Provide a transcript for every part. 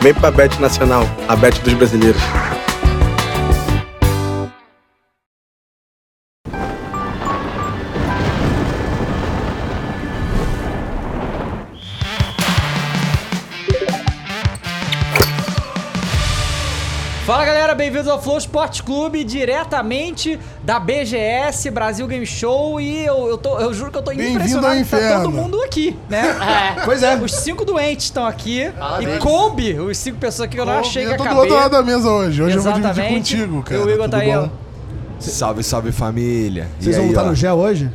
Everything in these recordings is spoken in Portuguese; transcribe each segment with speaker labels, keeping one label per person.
Speaker 1: Vem pra Bet Nacional, a Bet dos brasileiros.
Speaker 2: Fala galera, bem-vindos ao Flow Sport Clube, diretamente da BGS, Brasil Game Show, e eu, eu, tô- eu juro que eu tô
Speaker 3: Bem-vindo
Speaker 2: impressionado
Speaker 3: ao
Speaker 2: que tá
Speaker 3: inferno.
Speaker 2: todo mundo aqui, né?
Speaker 3: Pois é.
Speaker 2: Os cinco doentes estão aqui, e coube os cinco pessoas que eu não achei que
Speaker 3: eu tô do
Speaker 2: acabei.
Speaker 3: outro lado da mesa hoje. Hoje eu vou
Speaker 2: Exatamente.
Speaker 3: dividir contigo, cara.
Speaker 2: E o Igor tá aí, ó.
Speaker 4: Salve, salve família.
Speaker 5: Vocês
Speaker 4: E
Speaker 5: vão
Speaker 4: aí,
Speaker 5: lutar
Speaker 4: ó.
Speaker 5: no gel hoje?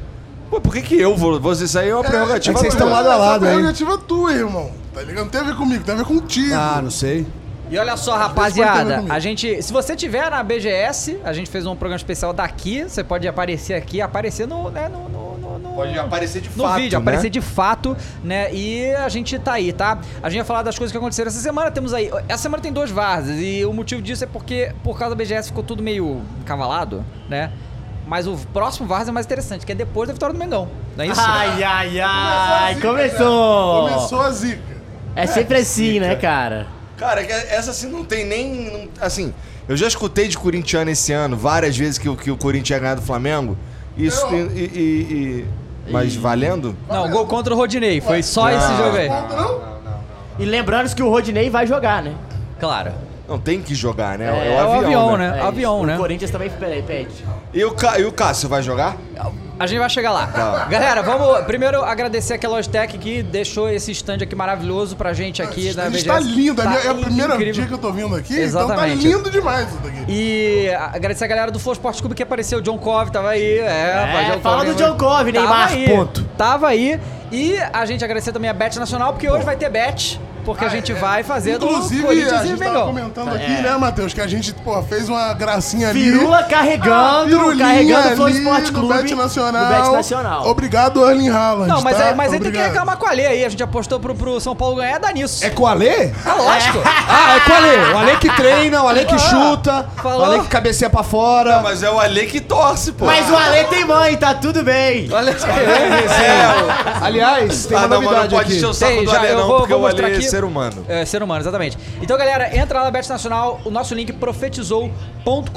Speaker 4: Pô, por que que eu vou? Vocês aí é uma
Speaker 5: é
Speaker 4: prerrogativa.
Speaker 5: que vocês estão
Speaker 4: minha.
Speaker 5: lado a lado,
Speaker 3: Essa
Speaker 5: hein?
Speaker 3: prerrogativa é tua, irmão. Tá ligado? Não tem a ver comigo, tem a ver contigo.
Speaker 5: Ah, não sei.
Speaker 2: E olha só,
Speaker 3: pode ter
Speaker 2: rapaziada,
Speaker 3: comigo.
Speaker 2: a gente, se você tiver na BGS, a gente fez um programa especial daqui, você pode aparecer aqui, aparecer no, né, no, no, no- no-
Speaker 4: Pode aparecer de
Speaker 2: no
Speaker 4: fato,
Speaker 2: vídeo,
Speaker 4: né?
Speaker 2: aparecer de fato, né? E a gente tá aí, tá? A gente vai falar das coisas que aconteceram essa semana. Temos aí. Essa semana tem duas várzeas e o motivo disso é porque, por causa da BGS, ficou tudo meio encavalado, né? Mas o próximo várzea é mais interessante, que é depois da vitória do Mengão. Não é isso?
Speaker 6: Ai, ai, ai,
Speaker 3: começou!
Speaker 6: começou!
Speaker 3: Começou a zica.
Speaker 6: É sempre assim, né, cara?
Speaker 4: Cara, é que essa assim não tem nem. não- assim, eu já escutei de corintiano esse ano, várias vezes que, o- que o Corinthians ia ganhar do Flamengo. Isso e, e- e- Mas valendo?
Speaker 2: Não, gol contra o Rodinei. Foi só esse jogo aí.
Speaker 3: Não, não?
Speaker 6: E lembrando que o Rodinei vai jogar, né?
Speaker 2: Claro.
Speaker 4: Não, tem que jogar, né? É,
Speaker 2: É,
Speaker 4: o avião, né?
Speaker 2: É, Avião,
Speaker 6: isso.
Speaker 2: né?
Speaker 6: O Corinthians também. Peraí, pede.
Speaker 4: E o, Ca- e o Cássio vai jogar?
Speaker 2: A gente vai chegar lá.
Speaker 4: Tá.
Speaker 2: Galera, vamos primeiro agradecer aqui a Logitech que deixou esse stand aqui maravilhoso pra gente aqui
Speaker 3: Esse
Speaker 2: na
Speaker 3: stand
Speaker 2: BGS.
Speaker 3: tá lindo. é a minha- é a primeira
Speaker 2: incrível.
Speaker 3: dia que eu tô vindo aqui,
Speaker 2: Exatamente.
Speaker 3: então tá lindo demais isso daqui.
Speaker 2: E agradecer a galera do Flow Esporte Clube que apareceu, o John Cove tava aí. É, rapaz, John
Speaker 6: fala
Speaker 2: Cove
Speaker 6: do John Cove,
Speaker 2: tava
Speaker 6: Neymar,
Speaker 2: aí,
Speaker 6: ponto.
Speaker 2: Tava aí. E a gente agradecer também a Bet Nacional, porque hoje vai ter Bet, porque a gente vai fazer do
Speaker 3: Ah, é. Inclusive,
Speaker 2: Corinthians
Speaker 3: a
Speaker 2: e
Speaker 3: gente tava
Speaker 2: Mengão. É.
Speaker 3: comentando aqui, né, Matheus, que a gente, pô, fez uma gracinha É ali.
Speaker 6: Pirula
Speaker 3: Pirulinha
Speaker 6: carregando, carregando o Flow
Speaker 3: ali
Speaker 6: Esporte
Speaker 3: do
Speaker 6: Clube.
Speaker 3: Bet Nacional.
Speaker 6: do Bet Nacional.
Speaker 3: Obrigado, Erling Haaland,
Speaker 2: Não, mas,
Speaker 3: tá?
Speaker 2: aí, mas aí tem que
Speaker 3: Obrigado.
Speaker 2: reclamar com a Lê aí. A gente apostou pro, pro São Paulo ganhar, dá nisso.
Speaker 5: É com o Alê?
Speaker 2: Ah, lógico.
Speaker 5: Ah, é com o Alê. O Alê que treina, o Alê que chuta,
Speaker 2: falou.
Speaker 5: o Alê que cabeceia pra fora.
Speaker 4: Mas é o Ale que torce, pô.
Speaker 6: Mas o Ale tem mãe, tá tudo bem.
Speaker 2: Olha só.
Speaker 4: É,
Speaker 5: Aliás, tem
Speaker 4: Ah,
Speaker 5: uma
Speaker 4: não, mas não
Speaker 5: novidade
Speaker 4: pode
Speaker 5: aqui.
Speaker 4: encher o saco
Speaker 2: Tem,
Speaker 4: do
Speaker 2: já,
Speaker 4: Ale,
Speaker 2: eu
Speaker 4: não,
Speaker 2: vou-
Speaker 4: porque
Speaker 2: vou
Speaker 4: o Ale
Speaker 2: mostrar
Speaker 4: é
Speaker 2: aqui.
Speaker 4: ser humano.
Speaker 2: É, ser humano, exatamente. Então, galera, entra lá na Bet Nacional, o nosso link profetizou.com.br.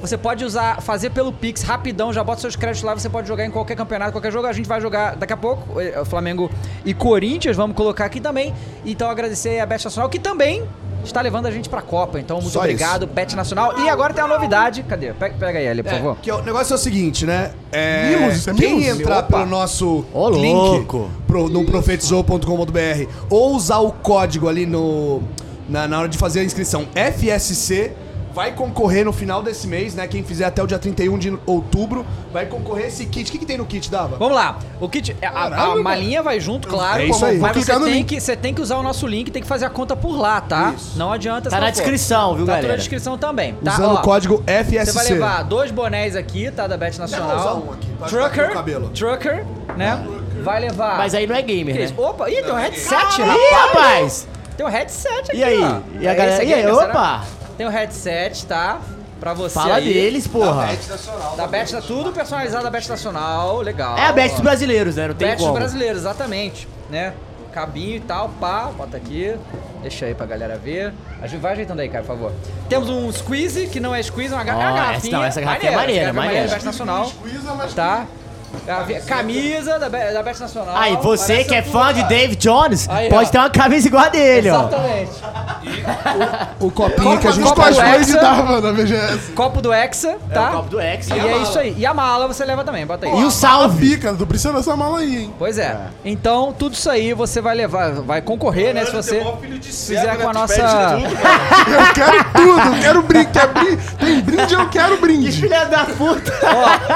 Speaker 2: Você pode usar, fazer pelo Pix rapidão, já bota seus créditos lá, você pode jogar em qualquer campeonato, qualquer jogo. A gente vai jogar daqui a pouco, eh, Flamengo e Corinthians, vamos colocar aqui também. Então, agradecer a Bet Nacional, que também está levando a gente pra Copa. Então, muito
Speaker 5: Só
Speaker 2: obrigado, Bet Nacional. E agora tem uma novidade. Cadê? Pega, pega aí ali, por favor.
Speaker 5: Que o negócio é o seguinte, né? É,
Speaker 3: Mimos, isso é
Speaker 5: quem
Speaker 3: mimos?
Speaker 5: entrar
Speaker 2: Opa.
Speaker 5: pelo nosso
Speaker 6: Ô,
Speaker 5: link
Speaker 6: louco.
Speaker 5: pro- no profetizou.com.br ou usar o código ali no na, na hora de fazer a inscrição FSC vai concorrer no final desse mês, né? Quem fizer até o dia 31 de outubro vai concorrer esse kit. O que, que tem no kit, Dava?
Speaker 2: Vamos lá. O kit, a- a, a
Speaker 3: Caralho,
Speaker 2: malinha vai junto, claro.
Speaker 5: É isso aí.
Speaker 2: Mas
Speaker 3: Vou
Speaker 2: você
Speaker 3: clicar no
Speaker 2: tem,
Speaker 3: link.
Speaker 2: que, você tem que usar o nosso link, tem que fazer a conta por lá, tá? Não adianta. se
Speaker 6: Tá
Speaker 2: não
Speaker 6: na
Speaker 2: for. Tá
Speaker 6: descrição, viu,
Speaker 2: tudo na
Speaker 6: galera?
Speaker 2: descrição também. Tá?
Speaker 5: Usando
Speaker 2: Ó,
Speaker 5: o código FSC.
Speaker 2: Você vai levar dois bonéis aqui, tá? Da Bet Nacional.
Speaker 5: usar um aqui, pra ficar com
Speaker 2: Trucker.
Speaker 5: o cabelo.
Speaker 2: Trucker, né? Vai levar.
Speaker 6: Mas aí não é gamer,
Speaker 2: Que
Speaker 6: né?
Speaker 2: isso? Opa, ih, tem um headset,
Speaker 6: Ih,
Speaker 2: rapaz.
Speaker 6: rapaz!
Speaker 2: Tem um headset aqui,
Speaker 6: E aí?
Speaker 2: ó.
Speaker 6: E a
Speaker 2: É
Speaker 6: galera-
Speaker 2: esse aqui,
Speaker 6: e aí,
Speaker 2: né, será?
Speaker 6: opa?
Speaker 2: Tem um headset, tá? Pra você
Speaker 6: Fala
Speaker 2: aí.
Speaker 6: deles, porra.
Speaker 2: Da Bet, tá tudo personalizado da Bet Nacional, legal.
Speaker 6: É a best
Speaker 2: ó.
Speaker 6: dos brasileiros, né? Não tem
Speaker 2: Bet do
Speaker 6: como.
Speaker 2: brasileiro, exatamente, né? Cabinho e tal, pá, bota aqui. Deixa aí pra galera ver. A gente vai ajeitando aí, cara, por favor. Temos um squeeze, que não é squeeze, é uma, ga- é uma
Speaker 6: Ó, essa-
Speaker 2: garrafinha.
Speaker 6: não, essa garrafinha é maneira,
Speaker 2: essa garrafa
Speaker 6: maneira.
Speaker 2: Bet Nacional,
Speaker 3: Squeeze, mas
Speaker 2: tá? A ve- camisa da, Be- da Bet Nacional.
Speaker 6: Aí, você
Speaker 2: Parece
Speaker 6: que é
Speaker 2: tudo,
Speaker 6: fã de
Speaker 2: cara.
Speaker 6: Dave Jones,
Speaker 2: Aí,
Speaker 6: pode
Speaker 2: ó. é
Speaker 6: ter uma camisa igual a dele, ó.
Speaker 2: Exatamente.
Speaker 5: O copinho
Speaker 3: Copa
Speaker 5: que é a gente
Speaker 3: dos
Speaker 2: Copa
Speaker 5: faz.
Speaker 2: do
Speaker 3: cosplays
Speaker 2: Hexa.
Speaker 3: dava na BGS.
Speaker 2: Copo do Hexa, tá?
Speaker 6: É o copo do Hexa.
Speaker 2: E,
Speaker 6: E a
Speaker 2: é
Speaker 6: mala.
Speaker 2: isso aí. E a mala você leva também, bota aí.
Speaker 6: E o salve.
Speaker 3: Fica, tu precisa dessa mala aí, hein?
Speaker 2: Pois é. Então, tudo isso aí você vai levar, vai concorrer, né? Se você fizer
Speaker 4: né,
Speaker 2: com a nossa.
Speaker 3: Eu quero tudo, eu quero brinde. Quer brinde? Tem brinde, eu quero brinde.
Speaker 6: Filha da puta.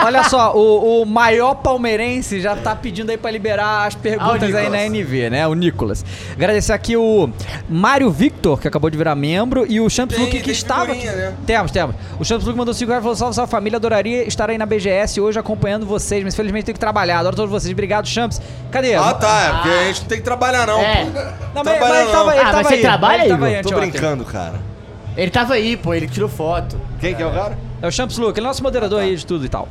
Speaker 2: Ó, olha só, o, o maior palmeirense já tá pedindo aí pra liberar as
Speaker 6: Ah, o
Speaker 2: perguntas
Speaker 6: Nicolas.
Speaker 2: aí na NV, né? O Nicolas. Agradecer aqui o Mário Victor, que acabou de virar membro, e o Champs
Speaker 4: Tem-
Speaker 2: Luke, que
Speaker 4: tem
Speaker 2: estava aqui.
Speaker 4: figurinha, né?
Speaker 2: Temos, temos. O Champs Luke mandou 5 reais e falou: salve, salve família, adoraria estar aí na BGS hoje acompanhando vocês, mas infelizmente tenho que trabalhar. Adoro todos vocês. Obrigado, Champs. Cadê?
Speaker 4: Ah, tá. é Porque a gente não tem que trabalhar, não.
Speaker 6: É.
Speaker 2: Não, mas, mas
Speaker 4: Trabalhar
Speaker 2: ele tava,
Speaker 4: não.
Speaker 2: ele
Speaker 6: Ah,
Speaker 2: tava
Speaker 6: mas você
Speaker 2: aí.
Speaker 6: trabalha,
Speaker 2: ele tava
Speaker 6: Igor?
Speaker 2: aí
Speaker 4: Tô
Speaker 2: anteontem.
Speaker 4: brincando, cara.
Speaker 6: Ele tava aí, pô, ele tirou foto.
Speaker 4: Quem que é o cara?
Speaker 2: É o Champs Luke, ele é nosso moderador aí de tudo e tal.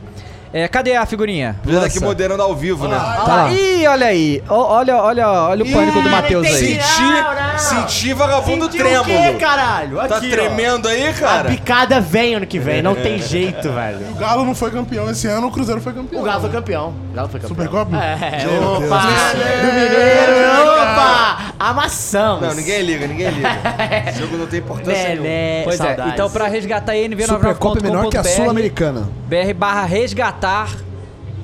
Speaker 2: É, cadê a figurinha?
Speaker 4: Precisa daqui
Speaker 2: Lança.
Speaker 4: moderando ao vivo, né?
Speaker 2: Tá lá. Ih, olha aí. Ó, olha, olha, olha o pânico do
Speaker 6: cara,
Speaker 2: Matheus aí.
Speaker 6: entendi. Não, não.
Speaker 4: Senti, senti vagabundo
Speaker 6: Sentiu o
Speaker 4: trêmulo.
Speaker 6: quê, caralho?
Speaker 4: Tá
Speaker 6: Aqui, ó.
Speaker 4: tremendo aí,
Speaker 6: A
Speaker 4: cara? É.
Speaker 6: picada vem ano que vem, não tem jeito, velvelho.
Speaker 3: O Galo não foi campeão esse ano, o Cruzeiro foi campeão.
Speaker 6: O Galo foi campeão. O Galo foi campeão.
Speaker 3: Supercopa?
Speaker 6: É,
Speaker 3: Meu Deus.
Speaker 6: opa! Do Mineiro, opa! Amassamos.
Speaker 4: Não, ninguém liga, ninguém liga. Esse jogo não tem importância
Speaker 6: Né,
Speaker 4: nenhuma.
Speaker 6: né,
Speaker 2: Pois é,
Speaker 6: saudades.
Speaker 2: então pra resgatar aí,
Speaker 5: Supercopa é menor que a
Speaker 2: nv99.com.br
Speaker 5: Sul-Americana.
Speaker 2: BR barra resgatar.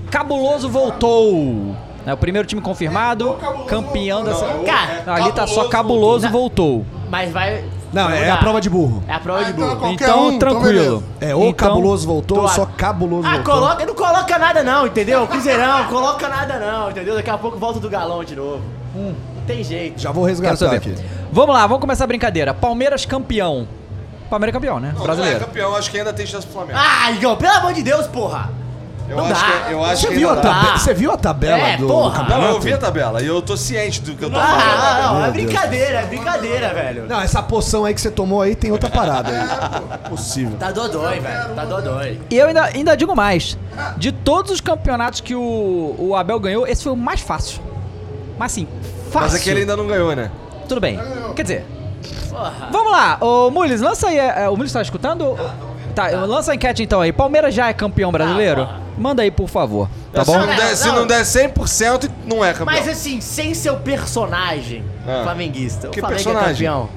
Speaker 2: Cabuloso voltou. É o primeiro time confirmado, campeão dessa.
Speaker 4: é
Speaker 6: Cara,
Speaker 2: Não, ali tá só
Speaker 4: né?
Speaker 2: cabuloso voltou.
Speaker 6: Mas vai.
Speaker 5: Não, é
Speaker 6: mudar.
Speaker 5: a prova de burro. Ah,
Speaker 6: É a prova de burro.
Speaker 3: Qualquer
Speaker 2: Então,
Speaker 3: um, então
Speaker 2: tranquilo.
Speaker 3: beleza.
Speaker 5: É, o
Speaker 2: Então,
Speaker 5: cabuloso voltou,
Speaker 6: tô-
Speaker 5: só cabuloso
Speaker 6: Ah,
Speaker 5: voltou.
Speaker 6: coloca, não coloca nada não, entendeu? Cruzeirão, coloca nada não, entendeu? Daqui a pouco volta do galão de novo. Não tem jeito.
Speaker 5: Hum. Já vou
Speaker 2: Quero
Speaker 5: resgatar
Speaker 2: saber.
Speaker 5: aqui.
Speaker 2: Vamos lá, vamos começar a brincadeira. Palmeiras campeão. Palmeiras campeão, né?
Speaker 4: Não,
Speaker 2: Brasileiro.
Speaker 4: Não é campeão, acho que ainda tem chance pro Flamengo.
Speaker 6: Ah, Igor, pelo amor de Deus, porra!
Speaker 4: eu,
Speaker 6: não
Speaker 4: acho
Speaker 6: dá.
Speaker 4: Que, é, eu acho
Speaker 5: Você
Speaker 4: que
Speaker 5: viu, a
Speaker 4: ainda dá.
Speaker 5: tabela, você viu a tabela
Speaker 6: É,
Speaker 5: do
Speaker 6: porra.
Speaker 5: campeonato?
Speaker 4: Não, eu vi a tabela e eu tô ciente do que eu tô falando.
Speaker 6: Ah, não, não, é
Speaker 5: Meu Deus.
Speaker 6: brincadeira, é brincadeira, velho.
Speaker 5: Não, essa poção aí que você tomou aí tem outra parada aí. Possível.
Speaker 6: Tá dodói, velho, tá dodói.
Speaker 2: E eu ainda, ainda digo mais. De todos os campeonatos que o, o Abel ganhou, esse foi o mais fácil. Mas assim, fácil.
Speaker 4: Mas aquele ainda não ganhou, né?
Speaker 2: Tudo bem. Quer dizer. Vamos lá, ô Mules, lança aí. é, O Mules tá escutando? Tá, lança a enquete então aí. Palmeiras já é campeão brasileiro? Manda aí, por favor. Tá
Speaker 4: se,
Speaker 2: bom?
Speaker 4: não der, se
Speaker 6: Não.
Speaker 4: não der 100%, não é campeão.
Speaker 6: Mas assim, sem seu personagem
Speaker 4: Ah.
Speaker 6: flamenguista,
Speaker 4: Que
Speaker 6: o Flamengo
Speaker 4: personagem?
Speaker 6: é campeão.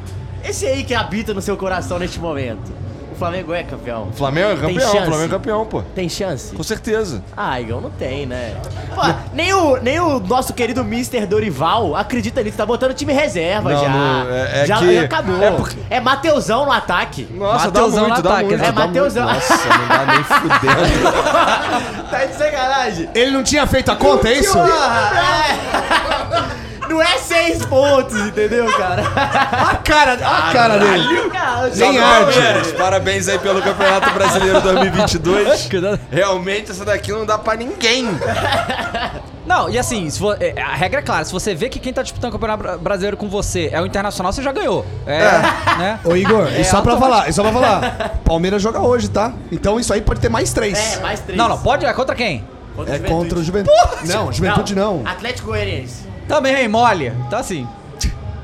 Speaker 6: Esse aí que habita no seu coração neste momento. O Flamengo é campeão.
Speaker 4: O Flamengo é
Speaker 6: Tem
Speaker 4: campeão, o
Speaker 6: chance.
Speaker 4: Flamengo é campeão, pô.
Speaker 6: Tem chance?
Speaker 4: Com certeza.
Speaker 6: Ah, Igão, não tem, né? Pô, nem, o, nem o nosso querido Mr. Dorival acredita nisso, tá botando time reserva
Speaker 4: Não,
Speaker 6: já.
Speaker 4: não, é- é
Speaker 6: já,
Speaker 4: que-
Speaker 6: já acabou.
Speaker 4: é
Speaker 6: É,
Speaker 4: porque-
Speaker 6: Mateusão no ataque.
Speaker 4: Nossa,
Speaker 2: Mateusão
Speaker 4: dá muito,
Speaker 2: no
Speaker 4: dá
Speaker 2: ataque,
Speaker 4: muito.
Speaker 2: né?
Speaker 6: É
Speaker 4: dá
Speaker 6: Mateusão.
Speaker 4: muito. Nossa, não dá nem fudendo.
Speaker 6: tá de sacanagem.
Speaker 5: Ele não tinha feito a conta, é isso?
Speaker 6: É. Não é seis pontos, entendeu, cara?
Speaker 5: A cara,
Speaker 2: Ah,
Speaker 5: a cara dele.
Speaker 4: Só
Speaker 5: Nem
Speaker 4: pra
Speaker 5: arde.
Speaker 4: Palmeiras, Parabéns aí pelo Campeonato Brasileiro 2022. Realmente essa daqui não dá pra ninguém.
Speaker 2: Não, e assim, se for- é, a regra é clara: se você vê que quem tá disputando o campeonato bra- brasileiro com você é o internacional, você já ganhou. É. Né?
Speaker 5: Ô Igor, e só pra
Speaker 2: automático.
Speaker 5: falar, e só pra falar. Palmeiras joga hoje, tá? Então isso aí pode ter mais três.
Speaker 6: É, mais três.
Speaker 2: Não, não, pode? É contra quem?
Speaker 5: É contra o Juventude. Não, Juventude não.
Speaker 6: Atlético Goianiense.
Speaker 2: Também, mole. Então assim.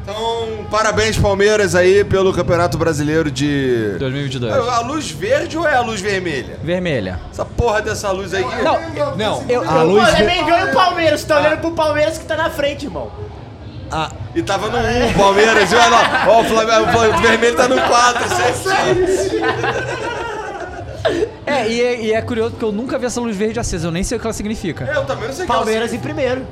Speaker 4: Então, parabéns, Palmeiras, aí pelo Campeonato Brasileiro de.
Speaker 2: 2022.
Speaker 4: A luz verde ou é a luz vermelha?
Speaker 2: Vermelha.
Speaker 4: Essa porra dessa luz aí.
Speaker 2: Não,
Speaker 5: Não,
Speaker 2: eu-
Speaker 3: Tá,
Speaker 5: a
Speaker 6: Pô,
Speaker 5: luz.
Speaker 6: é
Speaker 5: Ve...
Speaker 6: Mengão e o Palmeiras, tu tá olhando pro Palmeiras que tá na frente, irmão.
Speaker 4: E tava no 1, Palmeiras, e olha lá. Ó, o Flamengo, o Flamengo- o vermelho tá no 4,
Speaker 2: É, e, é- e é curioso porque eu nunca vi essa luz verde acesa, eu nem sei o que ela significa.
Speaker 4: Eu também não sei o que ela-
Speaker 6: Palmeiras em primeiro.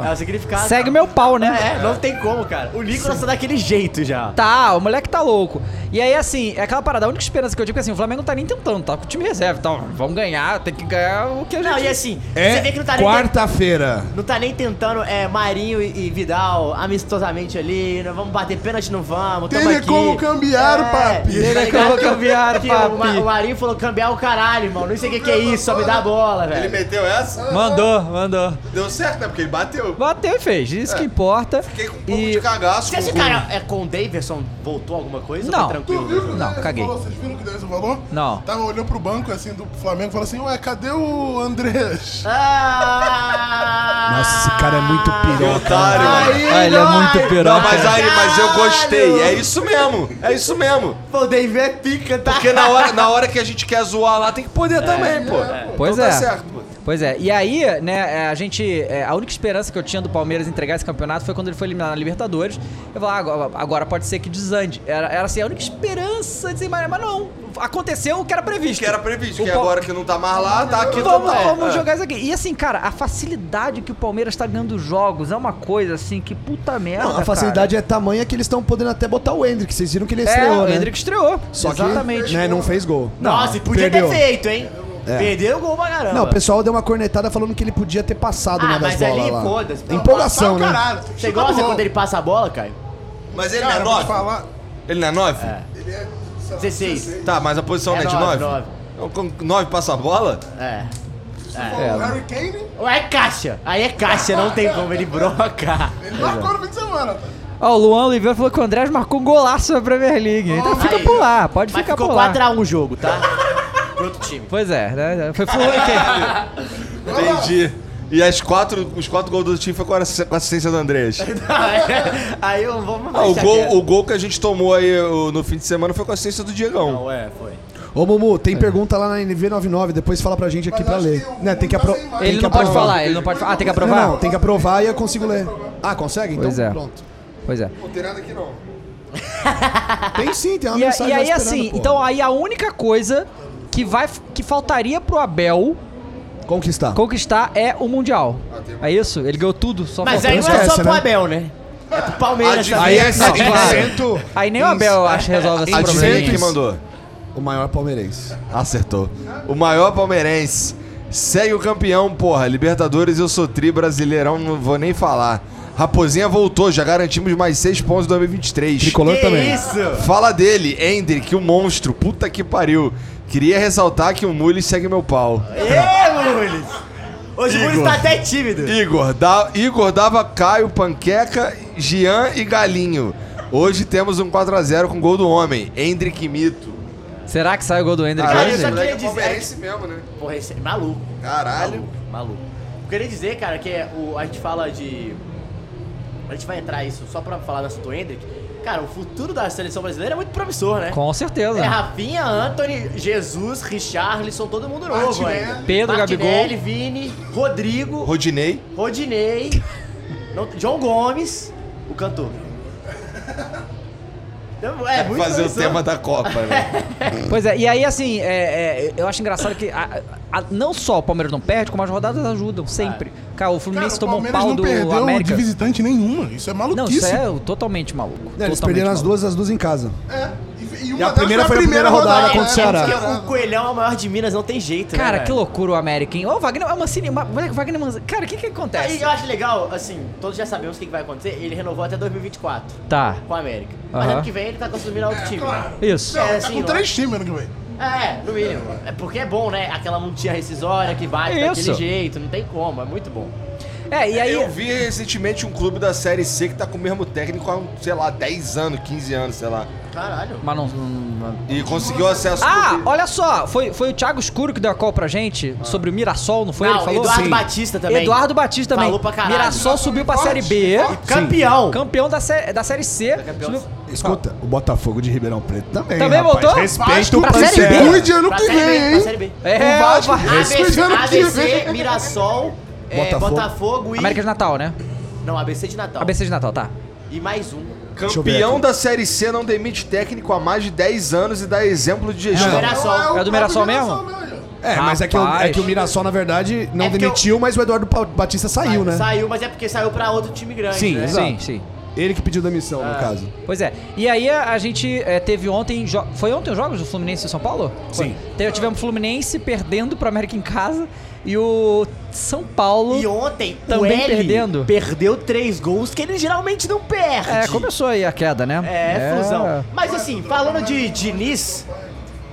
Speaker 6: É o significado.
Speaker 2: Segue meu pau, né?
Speaker 6: É, não tem como, cara. O Nicolas tá daquele jeito já.
Speaker 2: Tá, o moleque tá louco. E aí, assim, é aquela parada, a única esperança que eu digo é assim, o Flamengo não tá nem tentando, tá com o time reserva, então vamos ganhar, tem que ganhar o que a gente...
Speaker 6: Não, e assim, você vê
Speaker 5: É
Speaker 6: que não tá nem,
Speaker 5: quarta-feira.
Speaker 6: não tá nem tentando é, Marinho e, e Vidal amistosamente ali, não vamos bater pênalti, não vamos, tamo
Speaker 3: Teve
Speaker 6: aqui.
Speaker 3: como cambiar, papi.
Speaker 6: tá
Speaker 2: Teve
Speaker 6: ligado?
Speaker 2: como cambiar,
Speaker 6: Que o Ma-
Speaker 2: papi.
Speaker 6: O Marinho falou cambiar o caralho, irmão, não sei o que que é isso, só me dá a bola,
Speaker 4: Ele
Speaker 6: velho.
Speaker 4: meteu essa?
Speaker 2: Mandou, mandou.
Speaker 4: Deu certo, né? Porque ele bateu.
Speaker 2: Bateu e fez, isso que importa.
Speaker 4: Fiquei com um pouco
Speaker 2: e...
Speaker 4: de cagaço.
Speaker 6: Você acha que
Speaker 4: com-
Speaker 6: cara é com o Davidson voltou alguma coisa?
Speaker 2: Não.
Speaker 6: Ou foi
Speaker 3: Tu viu
Speaker 6: tranquilo?
Speaker 3: que o
Speaker 2: Não,
Speaker 3: Denis
Speaker 2: caguei.
Speaker 3: falou? Vocês viram que o Denis falou?
Speaker 2: Não.
Speaker 3: Tava olhando pro banco assim do Flamengo e falou assim: Ué, cadê o Andrés?
Speaker 6: Ah!
Speaker 5: Nossa, esse cara é muito
Speaker 4: Que
Speaker 5: piroca.
Speaker 4: otário, mano.
Speaker 2: Ah, ele é muito
Speaker 4: Não,
Speaker 2: piroca.
Speaker 4: mas aí, mas eu gostei.
Speaker 6: Caralho.
Speaker 4: É isso mesmo. É isso mesmo.
Speaker 6: Pô, o David é pica, tá?
Speaker 4: Porque na hora, na hora que a gente quer zoar lá, tem que poder também, pô.
Speaker 2: Pois
Speaker 4: Então
Speaker 2: é.
Speaker 4: Tá certo, pô.
Speaker 2: Pois é, e aí, né, é, a gente. é, A única esperança que eu tinha do Palmeiras entregar esse campeonato foi quando ele foi eliminado na Libertadores. Eu falei, ah, agora, agora pode ser que desande. Era, era assim, a única esperança de mas não. Aconteceu o que era previsto.
Speaker 4: Que era previsto,
Speaker 2: O
Speaker 4: que
Speaker 2: Pal-
Speaker 4: agora que não tá mais lá, tá aqui
Speaker 2: Vamos,
Speaker 4: total.
Speaker 2: vamos
Speaker 4: É.
Speaker 2: jogar isso aqui. E assim, cara, a facilidade que o Palmeiras tá ganhando os jogos é uma coisa assim que puta merda.
Speaker 5: Não, a
Speaker 2: cara.
Speaker 5: facilidade é tamanha que eles estão podendo até botar o Hendrick. Vocês viram que ele
Speaker 2: é.
Speaker 5: estreou,
Speaker 2: o
Speaker 5: né?
Speaker 2: Hendrick estreou.
Speaker 5: Só
Speaker 2: Exatamente.
Speaker 5: que né, não fez gol.
Speaker 6: Nossa, e podia
Speaker 5: perdeu. É.
Speaker 6: ter feito, hein? Perdeu o gol pra caramba.
Speaker 5: Não, o pessoal deu uma cornetada falando que ele podia ter passado
Speaker 6: Ah,
Speaker 5: uma das
Speaker 6: mas
Speaker 5: bolas
Speaker 6: ali,
Speaker 5: lá.
Speaker 6: foda-se.
Speaker 5: Empolgação, né?
Speaker 3: Caralho.
Speaker 6: Você gosta quando ele passa a bola, Caio?
Speaker 4: Mas ele
Speaker 3: Cara,
Speaker 4: não é
Speaker 3: vou te
Speaker 4: 9?
Speaker 3: falar.
Speaker 4: Ele não é 9?
Speaker 6: 16.
Speaker 4: Tá, mas a posição
Speaker 6: É
Speaker 4: não é de
Speaker 6: nove,
Speaker 4: 9? 9 passa a bola?
Speaker 6: É.
Speaker 5: É.
Speaker 3: O Harry Kane,
Speaker 6: Ou é caixa? Aí é caixa, não tem como, ele broca.
Speaker 3: ele
Speaker 5: é.
Speaker 3: marcou no fim de semana. tá?
Speaker 2: Ó, o Luan Oliveira falou que o Andrés marcou um golaço na Premier League. Então fica
Speaker 6: Aí.
Speaker 2: por lá, pode
Speaker 6: Mas
Speaker 2: ficar
Speaker 6: ficou
Speaker 2: por lá.
Speaker 6: 4x1 o jogo, tá? Pro outro time.
Speaker 2: Pois é, né? Foi Fulham
Speaker 4: Entendi. E as quatro, os quatro gols do time foi com a com a assistência do Andrés.
Speaker 6: Aí eu vou
Speaker 4: Ah, o,
Speaker 6: deixar
Speaker 4: gol,
Speaker 6: quieto.
Speaker 4: o gol que a gente tomou aí o- no fim de semana foi com a assistência do Diegão.
Speaker 6: Não, é, foi.
Speaker 5: Ô, Mumu, tem pergunta lá na NV99, depois fala pra gente aqui
Speaker 3: Mas
Speaker 5: pra
Speaker 3: acho
Speaker 5: ler.
Speaker 3: que o
Speaker 5: Né, tem que
Speaker 3: Mumu tá
Speaker 5: apro...
Speaker 3: sem imagem.
Speaker 5: tem
Speaker 2: Ele
Speaker 5: que
Speaker 2: não pode
Speaker 5: aprovar.
Speaker 2: falar, ele não pode falar. Ah, tem que
Speaker 5: Não,
Speaker 2: aprovar?
Speaker 5: Não, tem que aprovar e eu consigo ler. Ah, consegue? Então
Speaker 2: Pois é.
Speaker 5: pronto.
Speaker 2: Pois é.
Speaker 3: Não tem nada aqui não.
Speaker 5: Tem sim, tem uma
Speaker 2: E, a-
Speaker 5: mensagem
Speaker 2: e
Speaker 5: lá
Speaker 2: aí,
Speaker 5: esperando,
Speaker 2: assim,
Speaker 5: pô.
Speaker 2: então aí a única coisa que, vai, que faltaria pro Abel
Speaker 5: Conquistar.
Speaker 2: conquistar é o Mundial. É isso? Ele ganhou tudo, só
Speaker 6: Mas
Speaker 2: faltou
Speaker 6: aí
Speaker 2: isso.
Speaker 6: não é só
Speaker 5: esquece,
Speaker 6: pro
Speaker 5: né? Ah,
Speaker 6: Abel, né? É pro Palmeiras
Speaker 4: Adivinha
Speaker 6: também.
Speaker 2: é
Speaker 4: quem
Speaker 6: Não,
Speaker 4: mandou?
Speaker 5: Claro.
Speaker 2: Aí nem o Abel, eu acho, resolve esse
Speaker 4: Adivinha
Speaker 2: problema.
Speaker 4: quem mandou?
Speaker 5: O maior palmeirense.
Speaker 4: Acertou. O maior palmeirense. Segue o campeão, porra. Libertadores, eu sou tri, brasileirão, não vou nem falar. Raposinha voltou, já garantimos mais seis pontos em 2023.
Speaker 5: Tricolor
Speaker 6: Que
Speaker 5: também.
Speaker 6: isso?
Speaker 4: Fala dele, Hendrick, o monstro. Puta que pariu. Queria ressaltar que o Mules segue meu pau.
Speaker 6: Ê, Mules! Hoje o Mules tá até tímido.
Speaker 4: Igor, da- Igor dava Caio, Panqueca, Gian e Galinho. Hoje temos um 4x0 com gol do homem, Hendrick e Mito.
Speaker 2: Será que sai o gol do Hendrick
Speaker 6: Cara,
Speaker 2: hoje?
Speaker 6: eu só queria
Speaker 4: É
Speaker 6: dizer...
Speaker 4: palmeirense mesmo, né?
Speaker 6: Porra, esse é maluco.
Speaker 4: Caralho.
Speaker 6: Maluco. Eu queria dizer, cara, que é o, a gente fala de. A gente vai entrar isso só pra falar do assunto Hendrick. Cara, o futuro da seleção brasileira é muito promissor, né?
Speaker 2: Com certeza.
Speaker 6: É Rafinha, Anthony, Jesus, Richarlison, todo mundo novo,
Speaker 3: Martinelli.
Speaker 6: ainda.
Speaker 2: Pedro,
Speaker 6: Martinelli, Vini, Rodrigo,
Speaker 4: Rodinei.
Speaker 6: Rodinei, não, João Gomes, o cantor. Então, É, muito
Speaker 4: fazer o
Speaker 6: promissor.
Speaker 4: tema da Copa, né?
Speaker 2: Pois é, e aí assim, é- é, eu acho engraçado que a- a- não só o Palmeiras não perde, como as rodadas ajudam, sempre.
Speaker 6: É.
Speaker 2: Cara, o
Speaker 3: Cara,
Speaker 2: Fluminense
Speaker 3: o
Speaker 2: tomou um
Speaker 3: Palmeiras
Speaker 2: pau
Speaker 3: não
Speaker 2: do
Speaker 3: perdeu
Speaker 2: América.
Speaker 3: de visitante nenhuma. Isso é
Speaker 2: Não,
Speaker 3: maluquice.
Speaker 2: isso é totalmente maluco.
Speaker 5: Né, Eles
Speaker 2: totalmente
Speaker 5: perderam as
Speaker 2: maluco.
Speaker 5: duas, as duas em casa.
Speaker 3: É, E,
Speaker 5: E
Speaker 3: uma
Speaker 5: a
Speaker 3: delas
Speaker 5: primeira foi a primeira rodada
Speaker 3: né?
Speaker 5: contra o Ceará.
Speaker 3: Contra
Speaker 6: É, Porque o Coelhão é o maior de Minas, não tem jeito, né,
Speaker 2: Cara,
Speaker 6: velho?
Speaker 2: que loucura o América, hein? Ô, o Wagner Mancini, Ma- Wagner Mancini. Cara, o que que acontece?
Speaker 6: Aí eu acho legal, assim, todos já sabemos o que que vai acontecer. Ele renovou até 2024
Speaker 2: Tá,
Speaker 6: com a América. Mas
Speaker 2: Aham.
Speaker 6: ano que vem ele tá consumindo outro time.
Speaker 3: claro.
Speaker 2: isso.
Speaker 3: Não,
Speaker 6: É,
Speaker 3: tá
Speaker 6: assim,
Speaker 3: com
Speaker 6: ó.
Speaker 3: três times ano que vem.
Speaker 6: É, no mínimo. É porque é bom, né? Aquela montinha rescisória que bate
Speaker 2: Isso.
Speaker 6: daquele jeito, não tem como, é muito bom.
Speaker 2: É, e aí.
Speaker 4: Eu vi recentemente um clube da Série C que tá com o mesmo técnico há, sei lá, 10 anos, 15 anos, sei lá.
Speaker 6: Caralho.
Speaker 2: Mas não- não.
Speaker 4: E conseguiu acesso
Speaker 2: Ah,
Speaker 4: pro-
Speaker 2: olha só, foi, foi o Thiago Escuro que deu a call pra gente sobre o Mirassol, não foi?
Speaker 6: Não,
Speaker 2: ele que falou?
Speaker 6: Eduardo Batista também.
Speaker 2: Eduardo Batista também.
Speaker 6: Falou pra caralho.
Speaker 2: Mirassol subiu pra Série B.
Speaker 6: Campeão!
Speaker 2: Campeão da, sé da Série C. Subiu-
Speaker 5: Escuta, o Botafogo de Ribeirão Preto também.
Speaker 2: Também
Speaker 5: rapaz.
Speaker 2: voltou?
Speaker 5: Respeita o
Speaker 2: Então, Pra Série
Speaker 5: Pancera.
Speaker 2: B?
Speaker 3: Cuide ano
Speaker 6: Pra
Speaker 3: que
Speaker 6: série B,
Speaker 3: vem,
Speaker 6: pra
Speaker 3: hein?
Speaker 6: série B.
Speaker 2: É, o
Speaker 3: Vasco.
Speaker 2: Vasco.
Speaker 6: ABC,
Speaker 3: ano que
Speaker 6: ABC
Speaker 3: vem.
Speaker 6: Mirassol, é,
Speaker 5: Botafogo.
Speaker 6: Botafogo e.
Speaker 2: América de Natal, né?
Speaker 6: Não, ABC de Natal.
Speaker 2: ABC de Natal, tá.
Speaker 6: E mais um.
Speaker 5: eu ver
Speaker 4: Campeão
Speaker 5: aqui.
Speaker 4: da Série C não demite técnico há mais de 10 anos e dá exemplo de
Speaker 6: É o
Speaker 4: gestão.
Speaker 6: Mirassol.
Speaker 2: É do Mirassol mesmo?
Speaker 5: É, mas é que, o, é
Speaker 2: Rapaz.
Speaker 5: que o Mirassol, na verdade, não
Speaker 6: É porque
Speaker 5: demitiu, mas o Eduardo Pa- Batista saiu, né?
Speaker 6: Saiu, mas é porque saiu pra outro time grande,
Speaker 5: Sim,
Speaker 6: né?
Speaker 5: exato.
Speaker 2: Sim, sim.
Speaker 5: Ele que pediu demissão,
Speaker 6: Ah.
Speaker 5: no caso.
Speaker 2: Pois é. E aí a a gente é, teve ontem. jo- Foi ontem os jogos do Fluminense e São Paulo? Foi.
Speaker 5: Sim.
Speaker 2: Teve, tivemos Fluminense perdendo pro América em casa e o São Paulo. eh,
Speaker 6: E ontem,
Speaker 2: Também
Speaker 6: o L
Speaker 2: perdendo.
Speaker 6: perdeu três gols que ele geralmente não perde.
Speaker 2: É, começou aí a queda, né?
Speaker 6: É, fusão. Mas assim, falando de Diniz,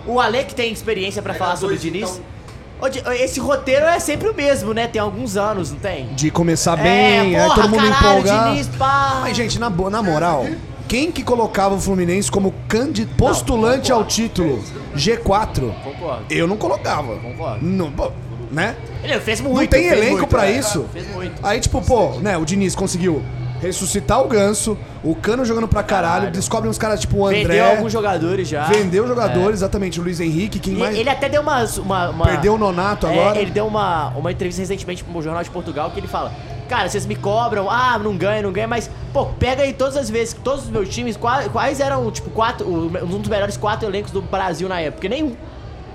Speaker 6: o Ale que tem experiência pra falar sobre Diniz. Ô, Di- Esse roteiro é sempre o mesmo, né? Tem alguns anos, não tem?
Speaker 5: De começar bem, aí
Speaker 6: É, porra,
Speaker 5: é, todo mundo
Speaker 6: caralho,
Speaker 5: empolgar.
Speaker 6: Diniz, pá.
Speaker 5: Mas, gente, na, bo- na moral, quem que colocava o Fluminense como candi- postulante ao título G4?
Speaker 6: Concordo.
Speaker 5: Eu não colocava.
Speaker 6: Concordo.
Speaker 5: Não, pô, né?
Speaker 6: Ele fez muito.
Speaker 5: Não tem
Speaker 6: fez
Speaker 5: elenco
Speaker 6: muito,
Speaker 5: pra
Speaker 6: é.
Speaker 5: isso.
Speaker 6: Fez muito.
Speaker 5: Aí, tipo, pô, né, o Diniz conseguiu ressuscitar o Ganso, o Cano jogando pra caralho, descobre uns caras tipo o André.
Speaker 6: Vendeu alguns jogadores já.
Speaker 5: Vendeu jogadores, exatamente. O Luiz Henrique, quem
Speaker 6: E
Speaker 5: mais?
Speaker 6: ele é até deu umas- uma. uma-
Speaker 5: Perdeu o Nonato
Speaker 6: É,
Speaker 5: agora.
Speaker 6: ele deu uma, uma entrevista recentemente pro Jornal de Portugal que ele fala: Cara, vocês me cobram, ah, não ganha, não ganha, mas, pô, pega aí todas as vezes, que todos os meus times, quais, quais eram, tipo, quatro, o- um dos melhores quatro elencos do Brasil na época? Porque nenhum.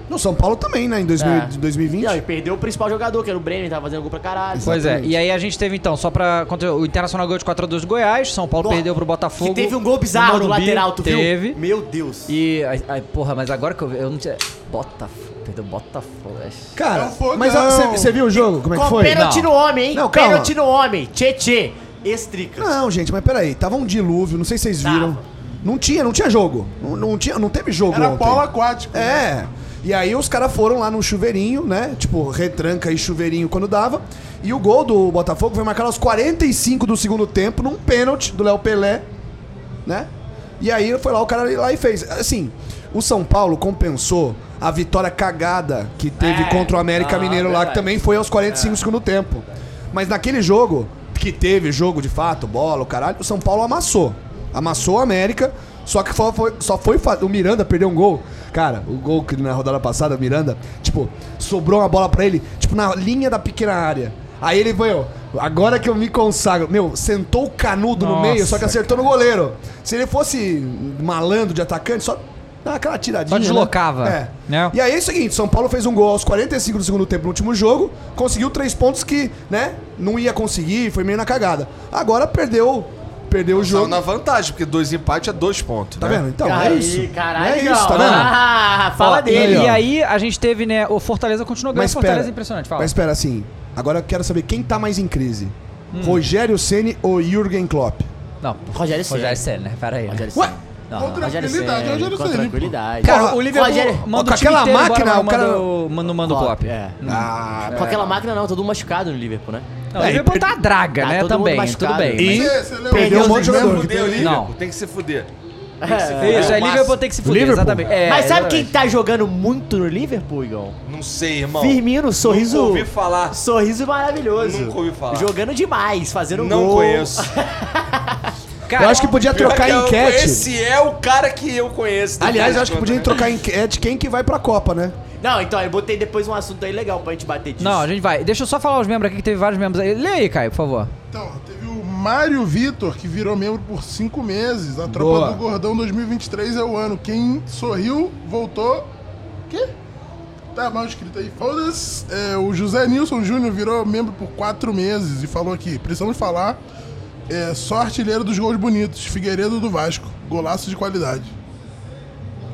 Speaker 5: No São Paulo também, né? Em 2000,
Speaker 6: É.
Speaker 5: 2020.
Speaker 6: Não, e perdeu o principal jogador, que era o Bremen, tava fazendo gol pra caralho.
Speaker 2: Pois é, e aí a gente teve então, só pra. Contra o Internacional ganhou de 4x2 do Goiás, São Paulo
Speaker 6: Nossa,
Speaker 2: perdeu pro
Speaker 6: Que
Speaker 2: Botafogo.
Speaker 6: teve um gol bizarro
Speaker 2: no
Speaker 6: do
Speaker 2: Morumbi,
Speaker 6: lateral, tu
Speaker 2: teve.
Speaker 6: viu? Meu Deus.
Speaker 2: E. Ai, ai, porra, mas agora que eu, vi- eu não tinha. Botafogo. Perdeu Botafogo. é.
Speaker 5: Cara,
Speaker 3: fogão.
Speaker 5: mas ó, você você viu o jogo? Como é que
Speaker 6: Com
Speaker 5: foi?
Speaker 6: pênalti no homem, hein?
Speaker 5: Não, calma.
Speaker 6: pênalti no homem. Tchê, tchê. Estrica.
Speaker 5: Não, gente, mas peraí. Tava um dilúvio, não sei se vocês viram.
Speaker 6: Tava.
Speaker 5: Não tinha, não tinha jogo. Não, não tinha, não teve jogo
Speaker 3: Era
Speaker 5: ontem.
Speaker 3: polo aquático. né?
Speaker 5: É. E aí os caras foram lá no chuveirinho, né? Tipo, retranca e chuveirinho quando dava. E o gol do Botafogo foi marcado aos 45 do segundo tempo, num pênalti do Léo Pelé, né? E aí foi lá o cara lá e fez. Assim, o São Paulo compensou a vitória cagada que teve
Speaker 6: É.
Speaker 5: contra o América
Speaker 6: Ah,
Speaker 5: Mineiro lá, que
Speaker 6: verdade. É.
Speaker 5: também foi aos 45 do segundo tempo. Mas naquele jogo, que teve jogo de fato, bola, o caralho, o São Paulo amassou. Amassou a América, só que foi, foi- só foi fa- o Miranda perdeu um gol. Cara, o gol que na rodada passada, o Miranda, tipo, sobrou uma bola pra ele, tipo, na linha da pequena área. Aí ele foi, ó, agora que eu me consagro. Meu, sentou o canudo no
Speaker 2: Nossa,
Speaker 5: meio, só que acertou no goleiro. Se ele fosse malandro de atacante, só dá aquela tiradinha.
Speaker 2: Só deslocava,
Speaker 5: Né? É.
Speaker 2: né?
Speaker 5: E aí é o seguinte, São Paulo fez um gol aos 45 do segundo tempo no último jogo, conseguiu três pontos que, né, não ia conseguir, foi meio na cagada. Agora perdeu, perdeu o
Speaker 4: Saiu
Speaker 5: jogo.
Speaker 4: na vantagem, porque dois empates é dois pontos.
Speaker 5: Tá
Speaker 4: né?
Speaker 5: vendo? Então, é
Speaker 6: Aí,
Speaker 5: isso.
Speaker 6: Caralho,
Speaker 5: é isso, tá
Speaker 6: Igão.
Speaker 5: vendo?
Speaker 6: Ah, fala
Speaker 2: Ó,
Speaker 6: dele.
Speaker 2: E,
Speaker 5: ó.
Speaker 2: aí a gente teve, né? O Fortaleza continuou ganhando.
Speaker 5: Mas
Speaker 2: Fortaleza
Speaker 5: espera,
Speaker 2: é impressionante, fala.
Speaker 5: mas espera assim, agora eu quero saber quem tá mais em crise.
Speaker 2: Hum.
Speaker 5: Rogério Ceni ou Jürgen Klopp?
Speaker 2: Não,
Speaker 6: Rogério Ceni.
Speaker 2: Rogério Senna, né? Pera aí. né?
Speaker 6: Rogério
Speaker 5: Ué?
Speaker 6: Ceni.
Speaker 2: Não,
Speaker 3: Com
Speaker 2: não.
Speaker 3: tranquilidade,
Speaker 6: Ceni,
Speaker 3: Rogério
Speaker 6: com
Speaker 3: Ceni.
Speaker 6: tranquilidade.
Speaker 5: Cara,
Speaker 2: o Liverpool
Speaker 6: Rogério-
Speaker 2: manda o time
Speaker 5: com aquela
Speaker 2: inteiro embora,
Speaker 5: máquina,
Speaker 2: mas
Speaker 5: o cara-
Speaker 2: manda o- manda o mando
Speaker 6: Klopp,
Speaker 2: Klopp.
Speaker 6: é.
Speaker 5: Ah,
Speaker 6: Com aquela máquina não, todo mundo machucado no Liverpool, né?
Speaker 2: Não, o
Speaker 5: é,
Speaker 2: Liverpool tá draga,
Speaker 6: Tá
Speaker 2: né?
Speaker 6: todo
Speaker 2: Também,
Speaker 6: mundo
Speaker 2: tudo bem.
Speaker 5: né?
Speaker 6: machucado.
Speaker 2: mas-
Speaker 3: Você- você lembra?
Speaker 5: perdeu um monte de
Speaker 4: Tem que
Speaker 5: jogador.
Speaker 4: fuder o Liverpool,
Speaker 2: Não.
Speaker 4: Tem que se fuder.
Speaker 2: Isso, aí
Speaker 4: Massa.
Speaker 2: Liverpool tem que se fuder,
Speaker 5: É, Liverpool?
Speaker 2: exatamente. É,
Speaker 6: Mas sabe quem
Speaker 2: exatamente.
Speaker 6: tá jogando muito no Liverpool, Igão?
Speaker 4: Não sei, irmão.
Speaker 6: Firmino, sorriso.
Speaker 4: Nunca ouvi falar.
Speaker 6: Sorriso maravilhoso.
Speaker 4: Nunca ouvi falar.
Speaker 6: Jogando demais, fazendo
Speaker 4: Não
Speaker 6: gol.
Speaker 4: conheço.
Speaker 2: Cara,
Speaker 5: eu acho que podia trocar
Speaker 4: Pior que eu-
Speaker 5: enquete.
Speaker 4: Esse é o cara que eu conheço. né?
Speaker 5: Aliás, eu acho que podia trocar enquete quem que vai pra Copa, né?
Speaker 6: Não, então, eu botei depois um assunto aí legal pra gente bater disso.
Speaker 2: Não, a gente vai. Deixa eu só falar os membros aqui, que teve vários membros aí. Lê aí, Caio, por favor.
Speaker 3: Então, teve o Mário Vitor, que virou membro por cinco meses. A tropa
Speaker 5: Boa.
Speaker 3: do Gordão 2023 é o ano. Quem sorriu, voltou. Quê? Tá mal escrito aí, foda-se. É, o José Nilson Júnior virou membro por quatro meses e falou aqui: precisamos falar. É, só artilheiro dos gols bonitos, Figueiredo do Vasco. Golaço de qualidade.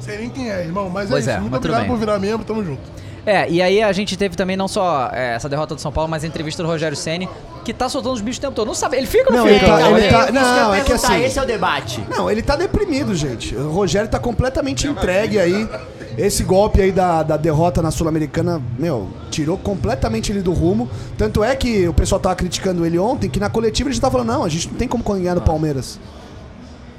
Speaker 3: Sei nem quem é, irmão, mas
Speaker 2: Pois
Speaker 3: é
Speaker 2: é,
Speaker 3: isso. Muito
Speaker 2: mas tudo
Speaker 3: obrigado
Speaker 2: bem.
Speaker 3: por virar membro, tamo junto.
Speaker 2: É, e aí a gente teve também não só é, essa derrota do São Paulo, mas a entrevista do Rogério Ceni que tá soltando os bichos o tempo todo. Não sabe, ele fica ou não,
Speaker 5: Não,
Speaker 6: É,
Speaker 2: fica?
Speaker 5: ele tá-
Speaker 6: então,
Speaker 5: ele
Speaker 6: é
Speaker 5: tá-
Speaker 6: isso que eu ia
Speaker 5: não, é que
Speaker 6: perguntar,
Speaker 5: assim-
Speaker 6: Esse é o debate.
Speaker 5: Não, ele tá deprimido, gente. O Rogério tá completamente entregue aí. Esse golpe aí da, da derrota na Sul-Americana, meu, tirou completamente ele do rumo. Tanto é que o pessoal tava criticando ele ontem, que na coletiva ele já tava falando, não, a gente não tem como ganhar no Palmeiras.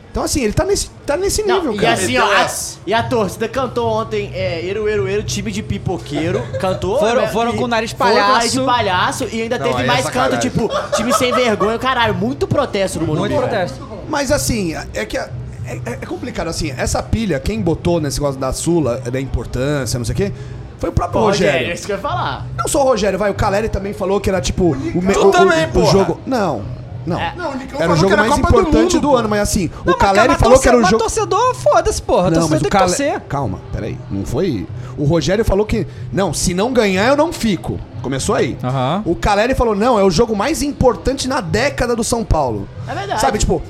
Speaker 5: Então, assim, ele tá nesse, tá nesse
Speaker 6: Não,
Speaker 5: nível,
Speaker 6: e
Speaker 5: cara.
Speaker 6: assim, ó,
Speaker 2: Então,
Speaker 6: a,
Speaker 2: é.
Speaker 6: e a torcida cantou ontem, é, Eru, Eru, Eru, time de pipoqueiro, cantou.
Speaker 2: Foram-
Speaker 6: né,
Speaker 2: foram
Speaker 6: e-
Speaker 2: com o nariz
Speaker 6: foram com o nariz
Speaker 2: palhaço.
Speaker 6: de palhaço, e ainda
Speaker 4: Não, aí
Speaker 6: teve
Speaker 4: é
Speaker 6: mais canto,
Speaker 4: sacanagem.
Speaker 6: tipo, time sem vergonha, caralho, muito protesto no mundo.
Speaker 2: Muito protesto.
Speaker 5: Mas assim, é que. É, é- é complicado, assim, essa pilha, quem botou nesse negócio da Sula, da importância, não sei o quê, foi o próprio
Speaker 6: Rogério, é
Speaker 5: Rogério.
Speaker 6: isso que eu ia falar.
Speaker 5: Não só o Rogério, vai, o Caleri também falou que era tipo o, me-
Speaker 4: Tu
Speaker 5: o- o-
Speaker 4: também,
Speaker 5: o
Speaker 4: porra.
Speaker 5: jogo. Não. Não.
Speaker 6: É.
Speaker 3: Não, o Nicão
Speaker 5: Era
Speaker 3: falou
Speaker 5: o jogo
Speaker 3: que era
Speaker 5: mais
Speaker 3: Copa do
Speaker 5: importante do,
Speaker 3: Mundo, pô.
Speaker 5: ano, mas assim, o
Speaker 2: Não, mas
Speaker 5: Caleri
Speaker 2: cara,
Speaker 5: falou que era o
Speaker 2: torcedor-
Speaker 5: jogo.
Speaker 2: mas torcedor, foda-se, porra.
Speaker 5: Não,
Speaker 2: torcedor
Speaker 5: mas
Speaker 2: tem
Speaker 5: o
Speaker 2: que
Speaker 5: Cale...
Speaker 2: torcer.
Speaker 5: Calma, peraí. Não foi. O Rogério falou que. Não, se não ganhar, eu não fico. Começou aí.
Speaker 2: Aham.
Speaker 5: O Caleri falou: não, é o jogo mais importante na década do São Paulo.
Speaker 6: É verdade.
Speaker 5: Sabe, tipo,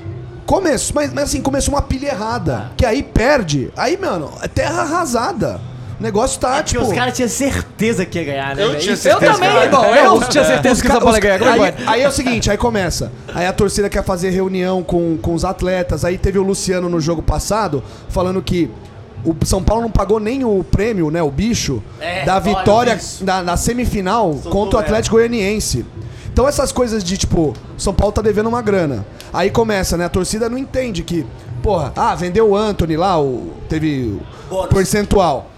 Speaker 5: começo, mas, mas assim, começou uma pilha errada. Que aí perde. Aí, mano, é terra arrasada. O negócio tá,
Speaker 6: É porque
Speaker 5: tipo.
Speaker 6: os caras tinham certeza que ia ganhar, né?
Speaker 4: Eu
Speaker 6: velho?
Speaker 4: tinha
Speaker 6: Isso-
Speaker 2: Eu
Speaker 4: certeza.
Speaker 2: também,
Speaker 4: cara.
Speaker 2: irmão. Eu tinha certeza que
Speaker 5: Os
Speaker 2: essa
Speaker 5: ca-
Speaker 2: bola
Speaker 5: os-
Speaker 2: ganha. Como é que
Speaker 5: aí,
Speaker 2: vai?
Speaker 5: aí é o seguinte, aí começa. Aí a torcida quer fazer reunião com, com os atletas. Aí teve o Luciano no jogo passado falando que o São Paulo não pagou nem o prêmio, né? O bicho
Speaker 6: É,
Speaker 5: da
Speaker 6: olha,
Speaker 5: vitória
Speaker 6: o bicho.
Speaker 5: na, na semifinal
Speaker 6: Soltou é.
Speaker 5: contra o
Speaker 6: ela.
Speaker 5: Atlético Goianiense. Então essas coisas de tipo, São Paulo tá devendo uma grana. Aí começa, né? A torcida não entende que, porra, ah, vendeu o Anthony lá, o teve o
Speaker 6: Bônus.
Speaker 5: percentual.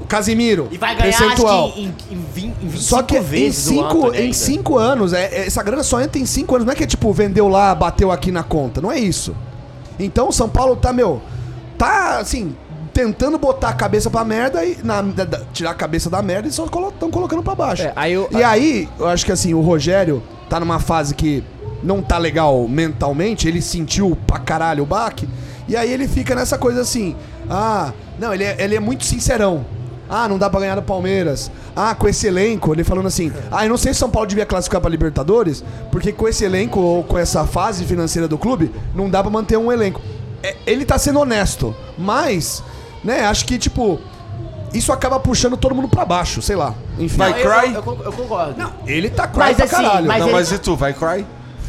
Speaker 5: O Casimiro.
Speaker 6: E vai ganhar,
Speaker 5: percentual.
Speaker 6: acho que em, em, em, vin- em 25
Speaker 5: Só que em
Speaker 6: vezes o
Speaker 5: cinco,
Speaker 6: Anthony
Speaker 5: em
Speaker 6: ainda.
Speaker 5: cinco anos, é- é- essa grana só entra em cinco anos. Não é que é tipo, vendeu lá, bateu aqui na conta. Não é isso. Então o São Paulo tá, meu, tá assim, tentando botar a cabeça pra merda e. na- da- da- tirar a cabeça da merda e só estão colocando pra baixo.
Speaker 2: É, aí eu-
Speaker 5: e aí, eu acho que assim, o Rogério tá numa fase que não tá legal mentalmente, ele sentiu pra caralho o baque, e aí ele fica nessa coisa assim, ah, não, ele é, ele é muito sincerão. Ah, não dá pra ganhar do Palmeiras. Ah, com esse elenco, ele falando assim, ah, eu não sei se o São Paulo devia classificar pra Libertadores, porque com esse elenco ou com essa fase financeira do clube, não dá pra manter um elenco. É, ele tá sendo honesto, mas, né, acho que, tipo, isso acaba puxando todo mundo pra baixo, sei lá. Enfim.
Speaker 4: Vai
Speaker 6: Não, eu-
Speaker 4: cry?
Speaker 6: Eu, eu- eu concordo.
Speaker 5: Não, ele tá cry
Speaker 6: Mas
Speaker 5: pra
Speaker 6: assim,
Speaker 5: caralho.
Speaker 6: mas é-
Speaker 4: Não,
Speaker 6: ele-
Speaker 4: mas e tu, vai cry?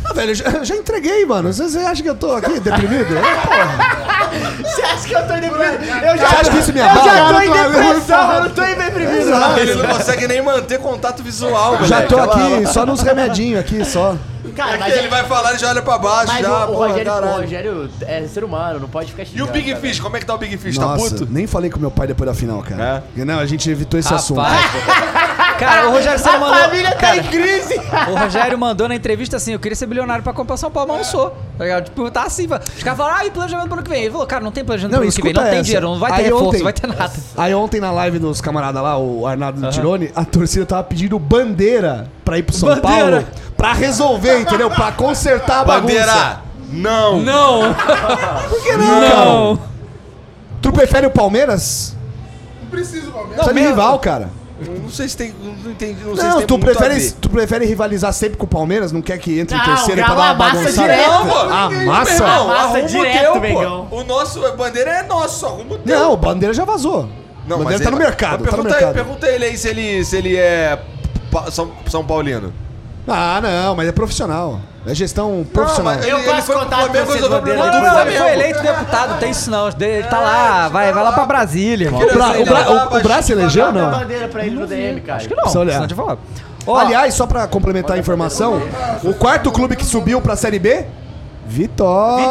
Speaker 5: Ah, velho, eu já, eu já entreguei, mano. Você, você acha que eu tô aqui deprimido? É, porra.
Speaker 6: Você acha que eu tô em depressão? Eu
Speaker 5: Você acha que isso me
Speaker 6: Eu já tô
Speaker 5: abala?
Speaker 6: em depressão, eu não tô em depressão.
Speaker 5: Exato.
Speaker 4: Ele não consegue nem manter contato visual, velho.
Speaker 5: Já tô
Speaker 4: Aquela-
Speaker 5: aqui, só nos remedinhos aqui, só.
Speaker 6: Cara, mas,
Speaker 4: Ele
Speaker 6: ele
Speaker 4: vai falar, ele já olha pra baixo,
Speaker 6: mas
Speaker 4: já,
Speaker 6: o, o
Speaker 4: porra,
Speaker 6: Rogério, o
Speaker 4: caralho.
Speaker 6: Rogério é ser humano, não pode ficar
Speaker 4: E
Speaker 6: xingando.
Speaker 4: o Big
Speaker 6: cara.
Speaker 4: Fish, como é que tá o Big Fish? tá
Speaker 5: Nossa,
Speaker 4: puto?
Speaker 5: nem falei com meu pai depois da final, cara.
Speaker 2: É.
Speaker 5: Não, a gente evitou esse assunto.
Speaker 2: cara, o Rogério
Speaker 6: A
Speaker 2: Senna mandou.
Speaker 6: família tá
Speaker 2: cara,
Speaker 6: em crise.
Speaker 2: O Rogério mandou na entrevista assim: eu queria ser bilionário pra comprar São Paulo, mas não sou. Tá ligado? Tipo, tá assim, fala, os caras falaram, ah, e planejamento pro ano que vem? Ele falou, cara, não tem planejamento
Speaker 5: Não,
Speaker 2: pro ano que vem, não
Speaker 5: escuta
Speaker 2: tem
Speaker 5: essa.
Speaker 2: dinheiro, não vai ter
Speaker 5: Aí
Speaker 2: reforço,
Speaker 5: ontem-
Speaker 2: não vai ter nada.
Speaker 5: Aí ontem na live dos camaradas lá, o Arnaldo Tirone, a torcida tava pedindo bandeira pra ir pro São
Speaker 2: Bandeira.
Speaker 5: Paulo pra resolver, entendeu? Pra consertar a bagunça.
Speaker 4: Bandeira! Não!
Speaker 2: Não!
Speaker 5: Por que não, cara? Tu prefere o Palmeiras?
Speaker 3: Não preciso, Palmeiras.
Speaker 5: Não,
Speaker 2: meu-
Speaker 5: rival, cara.
Speaker 4: Não sei se tem. Não entendi. Não, sei se
Speaker 5: Não,
Speaker 4: tem
Speaker 5: tu
Speaker 4: muito a
Speaker 5: prefere,
Speaker 4: ver.
Speaker 5: tu prefere rivalizar sempre com o Palmeiras? Não quer que entre em
Speaker 6: Não,
Speaker 5: terceiro
Speaker 6: grava
Speaker 5: pra dar uma
Speaker 6: a massa
Speaker 5: bagunçada?
Speaker 6: direto.
Speaker 4: Não, pô,
Speaker 5: A
Speaker 4: ninguém-
Speaker 5: massa?
Speaker 4: meu irmão,
Speaker 6: Massa
Speaker 4: arruma o
Speaker 6: direto,
Speaker 4: teu, pô.
Speaker 6: Mengão.
Speaker 4: O nosso, a bandeira é nossa, arruma o teu.
Speaker 5: Não, o bandeira já vazou. Não, bandeira tá
Speaker 4: ele-
Speaker 5: no mercado,
Speaker 4: Mas
Speaker 5: tá no
Speaker 4: pergunta,
Speaker 5: mercado.
Speaker 4: Aí, pergunta ele aí se ele, se ele é pa- São, São Paulino.
Speaker 5: Ah, não, mas é profissional. É gestão profissional.
Speaker 4: mas
Speaker 6: Eu faço contato com esse
Speaker 4: resolveu o
Speaker 6: bandeira
Speaker 4: problema
Speaker 2: Não,
Speaker 4: do
Speaker 2: não, não, ele
Speaker 4: Flamengo.
Speaker 2: foi eleito deputado, não tem isso não. Ele tá lá, vai, vai lá pra Brasília.
Speaker 5: O, Bra-
Speaker 4: sei
Speaker 5: o, Bra-
Speaker 4: lá,
Speaker 5: o- o Bra se elegeu ou
Speaker 6: Manda
Speaker 5: não?
Speaker 6: bandeira pra ele no DM, cara.
Speaker 2: Acho que não,
Speaker 5: Precisa olhar.
Speaker 2: senão de falar. Ó,
Speaker 5: Aliás, só pra complementar a informação, o quarto clube que subiu pra Série B? Vitória!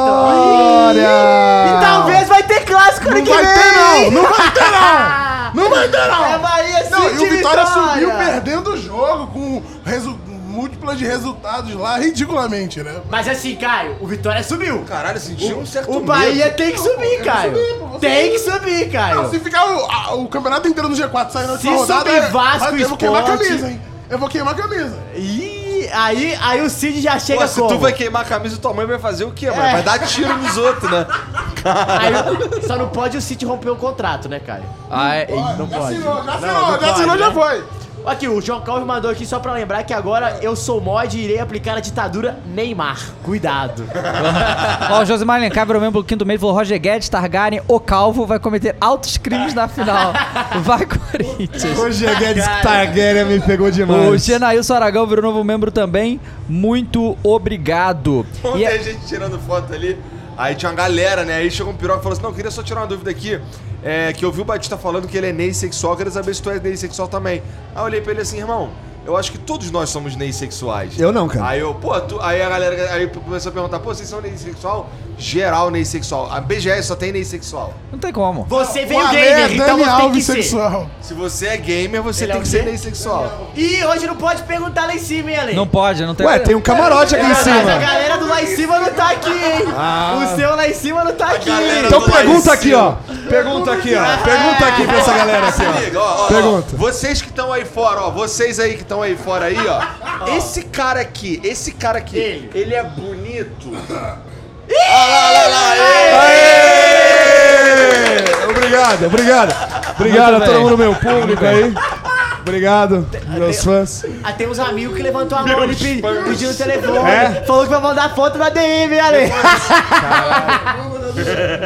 Speaker 6: E talvez vai ter clássico ano
Speaker 5: Ah. Não
Speaker 6: que
Speaker 5: vai
Speaker 6: vem.
Speaker 5: ter não! Não vai ter não!
Speaker 3: Não vai dar, não!
Speaker 6: É Bahia,
Speaker 3: Não, e o
Speaker 6: City,
Speaker 3: Vitória subiu perdendo o jogo com resu- múltiplas de resultados lá, ridiculamente, né?
Speaker 6: Mas assim, Caio, o Vitória subiu.
Speaker 4: Caralho, senti um certo
Speaker 6: O
Speaker 4: medo.
Speaker 6: Bahia tem que subir, Caio.
Speaker 3: subir, pô, você-
Speaker 6: Tem que subir,
Speaker 3: Não, se
Speaker 6: Caio.
Speaker 3: ficar o, a- o campeonato inteiro no G4 saindo na última
Speaker 6: Se
Speaker 3: rodada,
Speaker 6: subir
Speaker 3: é-
Speaker 6: Vasco
Speaker 3: mas
Speaker 6: e
Speaker 3: eu vou queimar a
Speaker 6: Sport-
Speaker 3: camisa, hein? Eu vou queimar a camisa.
Speaker 6: Ih, aí, aí o Cid já chega
Speaker 4: Pô, se
Speaker 6: como?
Speaker 4: tu vai queimar a camisa, tua mãe vai fazer o quê, mano? Vai dar tiro nos outros, né?
Speaker 6: Aí, só não pode o City romper o contrato, né, Caio?
Speaker 2: ah, é-
Speaker 6: Não
Speaker 3: Já
Speaker 6: pode.
Speaker 3: assinou, já assinou,
Speaker 6: não
Speaker 3: já
Speaker 6: pode,
Speaker 3: assinou, já
Speaker 6: né?
Speaker 3: foi.
Speaker 6: Aqui, o João Calvo mandou aqui só pra lembrar que agora eu sou mod e irei aplicar a ditadura Neymar. Cuidado.
Speaker 2: ó, o Josimar Alencar virou membro do quinto meio e falou: Roger Guedes, Targaryen, o Calvo vai cometer altos crimes na final. Vai, Corinthians.
Speaker 5: Hoje a Guedes Targaryen me pegou
Speaker 2: O
Speaker 5: demais.
Speaker 2: Genailson Aragão virou novo membro também. Muito obrigado.
Speaker 4: Ontem
Speaker 2: E
Speaker 4: a
Speaker 2: é-
Speaker 4: gente tirando foto ali, aí tinha uma galera, né? Aí chegou um piroca e falou assim: Não, eu queria só tirar uma dúvida aqui. É, que eu vi o Batista falando que ele é neissexual, eu queria saber se tu é neissexual também. Aí eu olhei pra ele assim, irmão. Eu acho que todos nós somos neissexuais.
Speaker 5: Eu não, cara.
Speaker 4: Aí eu, pô, tu- aí a galera aí começou a perguntar, pô, vocês são neissexual? Geral neissexual. A BGS só tem neissexual.
Speaker 2: não tem como.
Speaker 6: Você
Speaker 3: O
Speaker 6: veio
Speaker 3: Ale
Speaker 6: gamer, então você tem que
Speaker 3: Alves
Speaker 6: ser.
Speaker 3: sexual.
Speaker 4: Se você é gamer, você
Speaker 6: Ele
Speaker 4: tem
Speaker 6: é o
Speaker 4: que ser
Speaker 6: quê?
Speaker 4: neissexual.
Speaker 6: Ih, hoje não pode perguntar lá em cima, hein, Ale?
Speaker 2: Não pode, não tem.
Speaker 5: Ué, tem um camarote aqui em
Speaker 6: Mas a
Speaker 5: cima. Ah.
Speaker 6: galera do lá em cima não tá aqui, hein? O seu lá em cima não tá aqui.
Speaker 4: galera
Speaker 5: Então
Speaker 4: do lá em
Speaker 5: pergunta
Speaker 4: cima.
Speaker 5: aqui, ó. Pergunta aqui, ó. Pergunta aqui pra essa galera aqui,
Speaker 4: Se
Speaker 5: ó.
Speaker 4: liga, ó, ó, ó.
Speaker 5: Pergunta.
Speaker 4: Vocês que estão aí fora, ó. Vocês aí que estão aí fora aí, ó. Esse cara aqui, esse cara aqui,
Speaker 6: Ele.
Speaker 4: ele, é bonito.
Speaker 5: Obrigado, obrigado. Obrigado a todo mundo, meu público aí. Obrigado, meus fãs.
Speaker 6: Ah, tem uns amigos que levantou a mão ali pe- pedindo o telefone.
Speaker 5: É?
Speaker 6: Falou que vai mandar foto na DM, hein, Ale?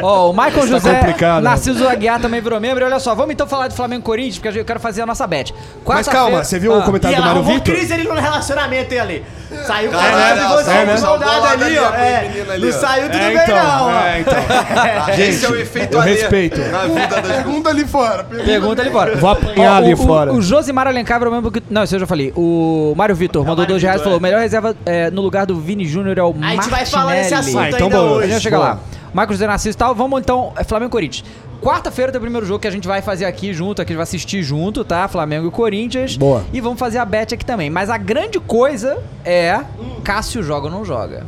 Speaker 2: Ó, o Michael
Speaker 5: Isso tá
Speaker 2: José
Speaker 5: complicado.
Speaker 2: Narciso Aguiar também virou membro. E olha só, vamos então falar de Flamengo e Corinthians, porque eu quero fazer a nossa bet. Ah.
Speaker 5: Mas calma, você viu o
Speaker 2: comentário?
Speaker 6: E
Speaker 5: comentário do
Speaker 6: ela
Speaker 5: Mário
Speaker 6: arrumou
Speaker 5: Vitor?
Speaker 6: crise ali no relacionamento, hein, Ale? Saiu
Speaker 4: Caralho,
Speaker 6: caralho,
Speaker 4: ela
Speaker 6: você
Speaker 5: saiu
Speaker 6: com
Speaker 5: né?
Speaker 6: saudade
Speaker 4: bolada
Speaker 6: ali,
Speaker 4: ali,
Speaker 6: ó.
Speaker 4: ó, com
Speaker 6: É,
Speaker 4: a menina ali,
Speaker 6: não
Speaker 4: ó.
Speaker 6: saiu tudo
Speaker 5: É,
Speaker 6: bem, não.
Speaker 5: então,
Speaker 6: ó.
Speaker 5: é, então.
Speaker 4: Esse é o efeito
Speaker 5: eu
Speaker 4: Alê
Speaker 5: respeito.
Speaker 4: Na vida das
Speaker 3: Pergunta ali fora. Pergunta,
Speaker 2: Pergunta ali fora.
Speaker 5: Vou apanhar
Speaker 2: Ó,
Speaker 5: ali
Speaker 2: o,
Speaker 5: fora.
Speaker 2: O, o Josimar Alencar virou membro que. Não, isso eu já falei. O Mário Vitor mandou
Speaker 6: Mário
Speaker 2: dois reais e
Speaker 6: Vitor,
Speaker 2: falou:
Speaker 6: é.
Speaker 2: melhor reserva é, no lugar do Vini Júnior é o
Speaker 6: A
Speaker 2: Martinelli.
Speaker 6: gente vai falar desse assunto
Speaker 5: Ah, então
Speaker 6: ainda
Speaker 5: boa.
Speaker 2: A gente
Speaker 6: hoje.
Speaker 2: vai chegar
Speaker 5: Boa.
Speaker 2: lá. Marcos Denassis e tal. Vamos então, é Flamengo e Corinthians. Quarta-feira tem o primeiro jogo que a gente vai fazer aqui junto, aqui a gente vai assistir junto, tá? Flamengo e Corinthians.
Speaker 5: Boa.
Speaker 2: E vamos fazer a bet aqui também. Mas a grande coisa é Cássio joga ou não joga.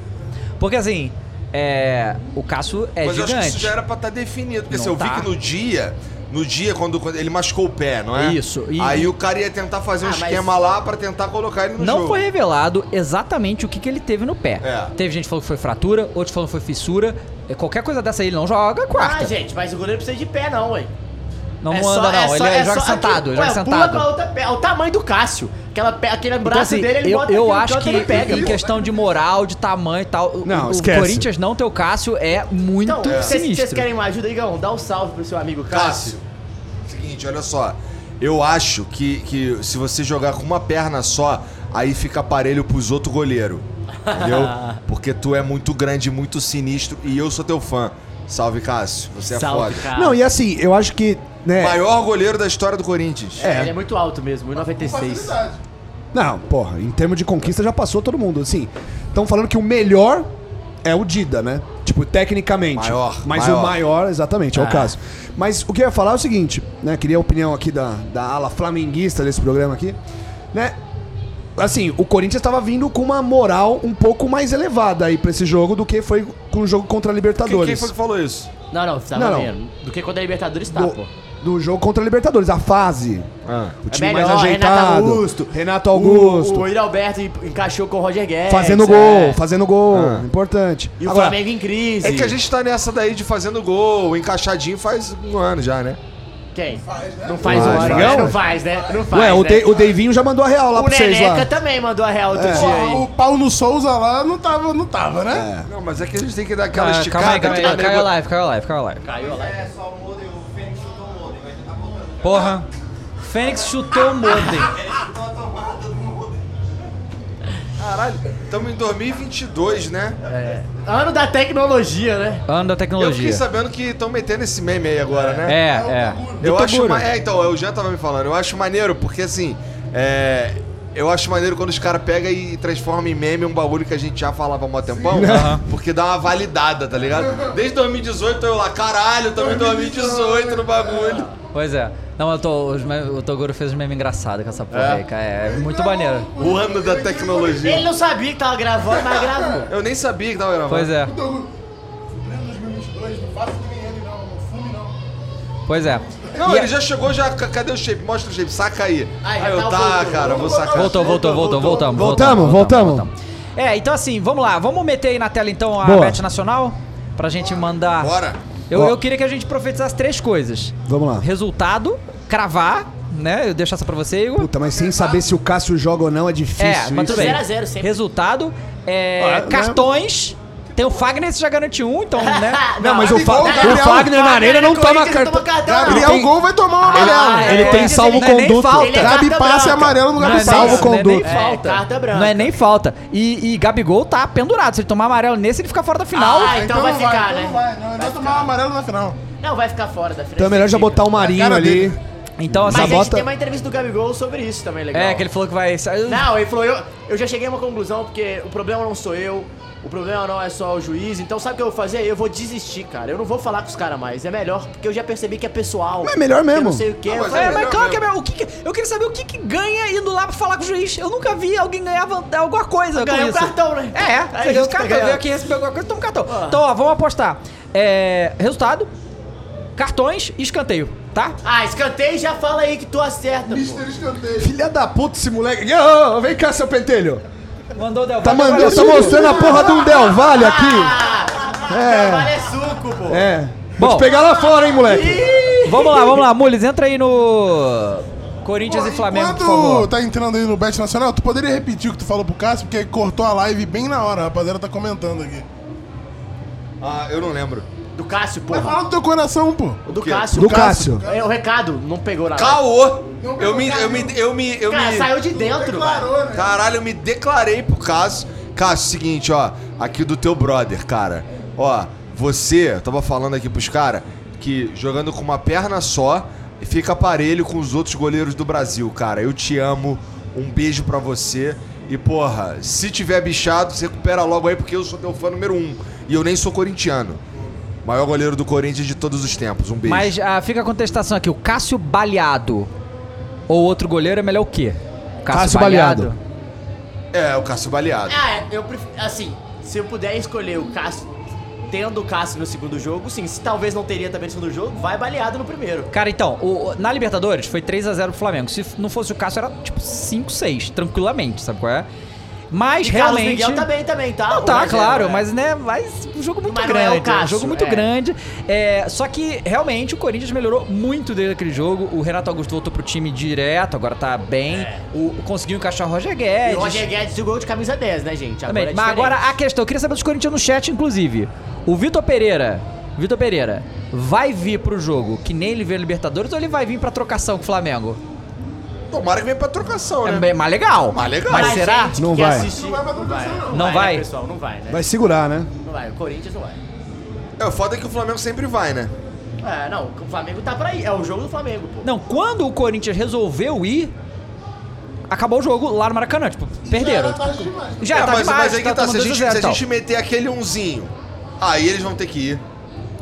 Speaker 2: Porque assim, é, o Cássio é
Speaker 4: Mas eu acho que isso
Speaker 2: gigante.
Speaker 4: já era pra estar definido. Porque
Speaker 2: Não
Speaker 4: assim, eu
Speaker 2: tá.
Speaker 4: vi que no dia. No dia, quando, quando ele machucou o pé, não é?
Speaker 2: Isso, e-
Speaker 4: Aí o cara ia tentar fazer um
Speaker 6: Ah, mas-
Speaker 4: esquema lá pra tentar colocar ele no
Speaker 2: Não
Speaker 4: jogo.
Speaker 2: foi revelado exatamente o que, que ele teve no pé.
Speaker 4: É.
Speaker 2: Teve gente que falou que foi fratura, outros falando que foi fissura. É, Qualquer coisa dessa aí ele não joga quarta.
Speaker 6: Ah, gente, mas o goleiro precisa de pé, não, ué.
Speaker 2: Não
Speaker 6: É
Speaker 2: anda,
Speaker 6: só-
Speaker 2: não.
Speaker 6: é
Speaker 2: ele
Speaker 6: só- é
Speaker 2: joga
Speaker 6: só
Speaker 2: sentado,
Speaker 6: aqui-
Speaker 2: joga
Speaker 6: ué, Pula
Speaker 2: sentado.
Speaker 6: com a outra perna. O tamanho do Cássio. Aquela, pe- aquele braço
Speaker 2: Então, assim,
Speaker 6: dele, ele
Speaker 2: eu,
Speaker 6: bota
Speaker 2: eu
Speaker 6: aqui no
Speaker 2: acho
Speaker 6: canto,
Speaker 2: que
Speaker 6: ele pega.
Speaker 2: em questão de moral, de tamanho e tal, o-
Speaker 5: Não,
Speaker 2: o,
Speaker 5: esquece.
Speaker 2: Corinthians não ter o Cássio é muito
Speaker 6: Então, se vocês- vocês
Speaker 2: sinistro.
Speaker 6: querem uma ajuda, Igão, dá um salve pro seu amigo Cássio.
Speaker 4: Cássio. Seguinte, olha só. Eu acho que, que se você jogar com uma perna só, aí fica parelho pros outros goleiros. Entendeu? Porque tu é muito grande, muito sinistro e eu sou teu fã. Salve, Cássio. Você é
Speaker 6: Salve,
Speaker 4: foda.
Speaker 6: Cássio.
Speaker 5: Não, e assim, eu acho que. Né,
Speaker 4: Maior goleiro da história do Corinthians.
Speaker 6: Ele é muito alto mesmo, 1,96.
Speaker 3: Facilidade.
Speaker 5: Não, porra, em termos de conquista já passou todo mundo. Assim, estão falando que o melhor é o Dida, né? Tipo, tecnicamente.
Speaker 4: Maior,
Speaker 5: Mas
Speaker 4: maior.
Speaker 5: o maior, exatamente,
Speaker 6: Ah.
Speaker 5: é o caso. Mas o que eu ia falar é o seguinte, né? Queria a opinião aqui da, da ala flamenguista desse programa aqui, né? Assim, o Corinthians estava vindo com uma moral um pouco mais elevada aí pra esse jogo do que foi com o jogo contra a
Speaker 4: Quem,
Speaker 5: Libertadores.
Speaker 4: quem foi que falou isso?
Speaker 6: Não, não, tava
Speaker 5: Não, não.
Speaker 6: menos. Do que quando a Libertadores tá, pô. Ah. É
Speaker 5: do, do jogo contra a Libertadores, a fase. O time
Speaker 6: melhor,
Speaker 5: mais
Speaker 6: Renato
Speaker 5: ajeitado.
Speaker 6: Augusto.
Speaker 5: Renato Augusto.
Speaker 6: O, o Yuri Alberto encaixou com o Roger Guedes.
Speaker 5: Fazendo
Speaker 6: é.
Speaker 5: gol, fazendo gol.
Speaker 3: Ah.
Speaker 5: Importante.
Speaker 6: E o
Speaker 5: Agora,
Speaker 6: Flamengo em crise.
Speaker 4: É que a gente tá nessa daí de fazendo gol, encaixadinho faz um ano já, né?
Speaker 6: Quem? Não faz
Speaker 5: Faz,
Speaker 6: hora,
Speaker 5: faz.
Speaker 6: né? Não faz, né? Não faz,
Speaker 5: Ué, o,
Speaker 6: né?
Speaker 5: De- o Deivinho já mandou a real lá
Speaker 6: O
Speaker 5: pra vocês
Speaker 6: Neneca tá
Speaker 5: lá. É.
Speaker 6: também mandou a real outro dia aí.
Speaker 3: Pô, o Paulo Souza lá não tava, não tava, né?
Speaker 4: Não, mas é que a gente tem que dar aquela
Speaker 2: Ah,
Speaker 4: esticada.
Speaker 2: calma aí, calma aí.
Speaker 4: que tá
Speaker 2: Caiu a
Speaker 4: nego-
Speaker 2: live, caiu a live, caiu a live.
Speaker 6: Caiu lá.
Speaker 2: Porra. Fênix chutou o Modem.
Speaker 4: Caralho, estamos em 2022, né?
Speaker 6: Ano da tecnologia, né?
Speaker 2: Ano da
Speaker 4: Eu fiquei
Speaker 2: tecnologia.
Speaker 4: sabendo que estão metendo esse meme aí agora, né?
Speaker 2: É, é.
Speaker 4: Eu
Speaker 2: Do
Speaker 4: acho
Speaker 2: Toguro.
Speaker 4: ma... É, então, o Jean tava me falando. Eu acho maneiro, porque assim. É... Eu acho maneiro quando os caras pegam e transformam em meme um bagulho que a gente já falava há mó tempão. Porque dá uma validada, tá ligado? Desde 2018 eu lá, caralho, também 2018 no bagulho.
Speaker 2: Pois é. Não, eu tô, os me- o Toguro fez um meme engraçado com essa porra aí, cara. É muito maneiro.
Speaker 4: O ano da tecnologia.
Speaker 6: Ele não sabia que tava gravando, mas gravou.
Speaker 4: Eu nem sabia que tava gravando.
Speaker 2: Pois é.
Speaker 3: Então, Pleno 2022, não faço que nem ele, não. Não fume, não.
Speaker 2: Pois é. E
Speaker 4: Não, ele
Speaker 2: a-
Speaker 4: já chegou, já. ca- Cadê o shape? Mostra o shape, saca aí.
Speaker 6: Aí,
Speaker 4: Aí eu,
Speaker 6: tá,
Speaker 4: tá,
Speaker 6: voltou.
Speaker 4: cara, vou sacar.
Speaker 2: é, Voltou, voltou, voltou, voltamos.
Speaker 5: Voltamos, voltamos.
Speaker 2: É, então assim, vamos lá. Vamos meter aí na tela então a
Speaker 5: Boa.
Speaker 2: Bet Nacional pra gente mandar.
Speaker 4: Bora.
Speaker 2: Eu,
Speaker 5: Ó.
Speaker 2: eu queria que a gente profetizasse três coisas.
Speaker 5: Vamos lá.
Speaker 2: Resultado, cravar, né? Eu deixo essa pra você, Igor.
Speaker 5: Puta, mas sem
Speaker 6: tá
Speaker 5: saber se o Cássio joga ou não é difícil.
Speaker 2: é, mas
Speaker 5: isso.
Speaker 2: tudo bem.
Speaker 6: Zero a zero sempre.
Speaker 2: Resultado, é,
Speaker 5: Ah, né?
Speaker 2: cartões. Tem o Fagner, esse já garantiu um, então, né?
Speaker 5: Não, mas o, Fa-
Speaker 3: igual o
Speaker 5: o
Speaker 3: Gabriel
Speaker 5: Fagner na arena não toma
Speaker 6: é Corinthians
Speaker 5: cartão.
Speaker 6: não.
Speaker 3: Gabriel
Speaker 5: tem-
Speaker 3: Gol vai tomar um amarelo.
Speaker 6: Ah,
Speaker 5: Ele
Speaker 6: é.
Speaker 5: tem
Speaker 6: Ele
Speaker 5: salvo
Speaker 2: não é nem
Speaker 5: conduto.
Speaker 2: falta.
Speaker 6: Ele é
Speaker 3: Gabi
Speaker 6: carta
Speaker 3: passe
Speaker 6: branca.
Speaker 3: amarelo no
Speaker 2: Não é
Speaker 3: Gabi
Speaker 2: nem-
Speaker 5: salvo
Speaker 3: Salvo.
Speaker 2: não é nem
Speaker 5: conduto.
Speaker 2: falta.
Speaker 6: É, carta branca.
Speaker 2: Não é nem falta. E, e Gabigol tá pendurado. Se ele tomar amarelo nesse, ele fica fora da final.
Speaker 6: Ah, então vai
Speaker 3: não
Speaker 6: ficar,
Speaker 3: então
Speaker 6: né?
Speaker 3: Não vai, não. Ele vai tomar um amarelo na final.
Speaker 6: Não, vai ficar fora da frente.
Speaker 5: Então é melhor já botar o Marinho
Speaker 3: cara
Speaker 5: ali.
Speaker 3: dele.
Speaker 2: Então,
Speaker 6: Mas
Speaker 2: assim,
Speaker 6: a gente
Speaker 5: Sabota-
Speaker 6: tem uma entrevista do Gabigol sobre isso também, legal.
Speaker 2: É, que ele falou que vai.
Speaker 6: Não, ele falou, eu, eu já cheguei a uma conclusão, porque o problema não sou eu, o problema não é só o juiz, então sabe o que eu vou fazer? Eu vou desistir, cara. Eu não vou falar com os caras mais. É melhor, porque eu já percebi que é pessoal.
Speaker 5: Mas é melhor
Speaker 6: que eu
Speaker 5: mesmo.
Speaker 6: Não sei o que.
Speaker 4: Não, mas
Speaker 2: É, mas calma, que é meu, o que que- eu queria saber o que, que ganha indo lá pra falar com o juiz. Eu nunca vi alguém ganhar van- alguma coisa
Speaker 6: Ganhar
Speaker 2: com
Speaker 6: um
Speaker 2: isso.
Speaker 6: cartão, né?
Speaker 2: É,
Speaker 6: É
Speaker 2: você ganha
Speaker 6: isso
Speaker 2: um
Speaker 6: que tá
Speaker 2: cartão,
Speaker 6: ganhando.
Speaker 2: veio aqui recebeu alguma coisa, toma um cartão.
Speaker 6: Ah.
Speaker 2: Então, ó, vamos apostar. É, resultado, cartões e escanteio, tá?
Speaker 6: Ah, escanteio já fala aí que tu acerta, pô.
Speaker 3: Mister um escanteio.
Speaker 5: Filha da puta esse moleque. Ô, ô, vem cá, seu pentelho.
Speaker 2: Mandou o Del
Speaker 5: Tá
Speaker 2: Valle,
Speaker 5: mandando, tá
Speaker 2: agora-
Speaker 5: mostrando a porra de um Del Valle aqui.
Speaker 6: Ah,
Speaker 5: É.
Speaker 6: é suco, pô.
Speaker 5: É.
Speaker 2: Bom.
Speaker 5: Vou te pegar lá fora, hein, moleque.
Speaker 2: Vamos lá, vamos lá, Mules, entra aí no Corinthians e Flamengo, por favor.
Speaker 3: Quando tá entrando aí no Bet Nacional, tu poderia repetir o que tu falou pro Cássio, porque cortou a live bem na hora, a rapaziada tá comentando aqui.
Speaker 4: Ah, eu não lembro.
Speaker 6: Do Cássio, pô.
Speaker 3: Tá falando do teu coração, pô.
Speaker 6: Do
Speaker 4: quê?
Speaker 6: Cássio.
Speaker 5: Do Cássio.
Speaker 6: É o recado, não pegou nada.
Speaker 4: Caô! Eu me. Eu me. Eu me. Eu
Speaker 6: tá, Cara,
Speaker 4: me...
Speaker 6: saiu de dentro, velho.
Speaker 3: Parou, né?
Speaker 4: Caralho, eu me declarei pro Cássio. Cássio, seguinte, ó. Aqui do teu brother, cara. Ó, você, eu tava falando aqui pros caras, que jogando com uma perna só, fica parelho com os outros goleiros do Brasil, cara. Eu te amo. Um beijo pra você. E, porra, se tiver bichado, se recupera logo aí, porque eu sou teu fã número um. E eu nem sou corintiano. Maior goleiro do Corinthians de todos os tempos. Um beijo.
Speaker 2: Mas ah, fica a contestação aqui. O Cássio Baleado ou outro goleiro é melhor o quê? O
Speaker 5: Cássio Baleado.
Speaker 4: É, o Cássio Baleado.
Speaker 6: Ah, eu prefiro. Assim, se eu puder escolher o Cássio, tendo o Cássio no segundo jogo, sim. Se talvez não teria também no segundo jogo, vai baleado no primeiro.
Speaker 2: Cara, então, o- o- na Libertadores foi 3x0 pro Flamengo. Se f- não fosse o Cássio, era tipo 5x6, tranquilamente, sabe qual é? Mas
Speaker 6: E Carlos
Speaker 2: realmente.
Speaker 6: Miguel também, também, tá?
Speaker 2: Não,
Speaker 6: O
Speaker 2: tá,
Speaker 6: brasileiro,
Speaker 2: claro,
Speaker 6: é.
Speaker 2: mas né, mas um jogo muito
Speaker 6: Mas não
Speaker 2: grande.
Speaker 6: é o
Speaker 2: um
Speaker 6: Cássio,
Speaker 2: jogo muito
Speaker 6: é.
Speaker 2: grande. É, só que realmente o Corinthians melhorou muito desde aquele jogo. O Renato Augusto voltou pro time direto, agora tá bem. O, conseguiu encaixar o Roger
Speaker 6: É. E
Speaker 2: é Guedes.
Speaker 6: o Roger Guedes e o gol de camisa 10, né, gente?
Speaker 2: Também.
Speaker 6: é
Speaker 2: Mas agora
Speaker 6: diferente.
Speaker 2: a questão, eu queria saber dos corintianos no chat, inclusive. O Vitor Pereira, Vitor Pereira, vai vir pro jogo que nem ele veio na Libertadores ou ele vai vir pra trocação com o Flamengo?
Speaker 4: Tomara que venha pra trocação,
Speaker 2: É
Speaker 4: né?
Speaker 2: bem mais legal.
Speaker 4: Mais legal.
Speaker 2: Mas
Speaker 6: Pra
Speaker 2: será?
Speaker 6: gente
Speaker 5: Não
Speaker 6: que
Speaker 5: vai.
Speaker 6: assistir,
Speaker 3: Não vai pra trocação, não.
Speaker 2: Não vai?
Speaker 6: né, pessoal, não vai, né?
Speaker 5: Vai segurar, né?
Speaker 6: Não vai. O Corinthians não vai.
Speaker 4: É, o foda é que o Flamengo sempre vai, né?
Speaker 6: É, não, o Flamengo tá pra ir. É o jogo do Flamengo, pô.
Speaker 2: Não, quando o Corinthians resolveu ir, acabou o jogo lá no Maracanã, tipo, perderam. Já
Speaker 4: é,
Speaker 2: tá então.
Speaker 4: mas,
Speaker 2: demais,
Speaker 4: mas aí que tá, se a gente, se a
Speaker 2: 2x0 e tal.
Speaker 4: gente meter aquele unzinho, aí eles vão ter que ir.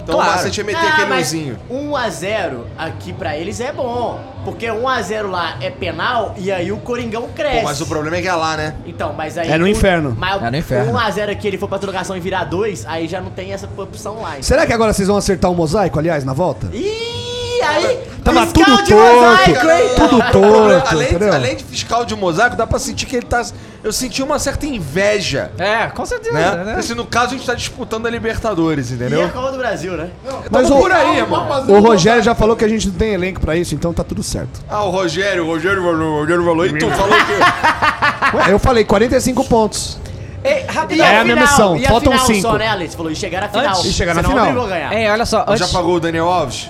Speaker 4: Então
Speaker 2: Claro.
Speaker 4: o macete é meter
Speaker 6: Ah,
Speaker 4: aquele
Speaker 6: mas
Speaker 4: unzinho.
Speaker 6: 1x0 aqui pra eles é bom. Porque 1x0 lá é penal e aí o Coringão cresce.
Speaker 4: Pô, mas o problema é que é lá, né?
Speaker 6: Então, mas aí.
Speaker 5: É no
Speaker 6: o-
Speaker 5: inferno.
Speaker 6: Mas
Speaker 2: É no inferno.
Speaker 6: 1x0 aqui ele for pra trocação e virar 2, aí já não tem essa opção lá. então.
Speaker 5: Será que agora vocês vão acertar o mosaico, aliás, na volta?
Speaker 6: Ih, aí.
Speaker 5: Tava
Speaker 6: fiscal
Speaker 5: tudo
Speaker 6: de
Speaker 5: torto.
Speaker 6: mosaico, hein?
Speaker 5: Tudo
Speaker 4: O
Speaker 5: torto,
Speaker 4: problema- além,
Speaker 5: entendeu?
Speaker 4: além de fiscal de mosaico, dá pra sentir que ele tá. Eu senti uma certa inveja.
Speaker 2: É, com certeza,
Speaker 4: Né?
Speaker 2: né?
Speaker 4: Assim, no caso, a gente tá disputando a Libertadores,
Speaker 6: E a
Speaker 4: entendeu?
Speaker 6: Copa do Brasil, né?
Speaker 5: Mas o,
Speaker 4: por aí, irmão.
Speaker 5: o Rogério já falou que a gente não tem elenco pra isso, então tá tudo certo.
Speaker 4: Ah, o Rogério, o Rogério falou, o Rogério falou, e tu falou que.
Speaker 5: Ué, eu falei 45 pontos.
Speaker 2: Ei,
Speaker 6: E
Speaker 2: rapidão.
Speaker 5: É a mesma missão,
Speaker 6: e a
Speaker 5: faltam
Speaker 6: final
Speaker 5: cinco.
Speaker 6: só, né, Alex? Falou, e chegar à final.
Speaker 2: Antes-
Speaker 5: E chegar na
Speaker 6: Senão
Speaker 5: final.
Speaker 6: obrigou a ganhar.
Speaker 2: Ei, É, olha só,
Speaker 4: Já
Speaker 2: antes...
Speaker 4: pagou o Daniel Alves?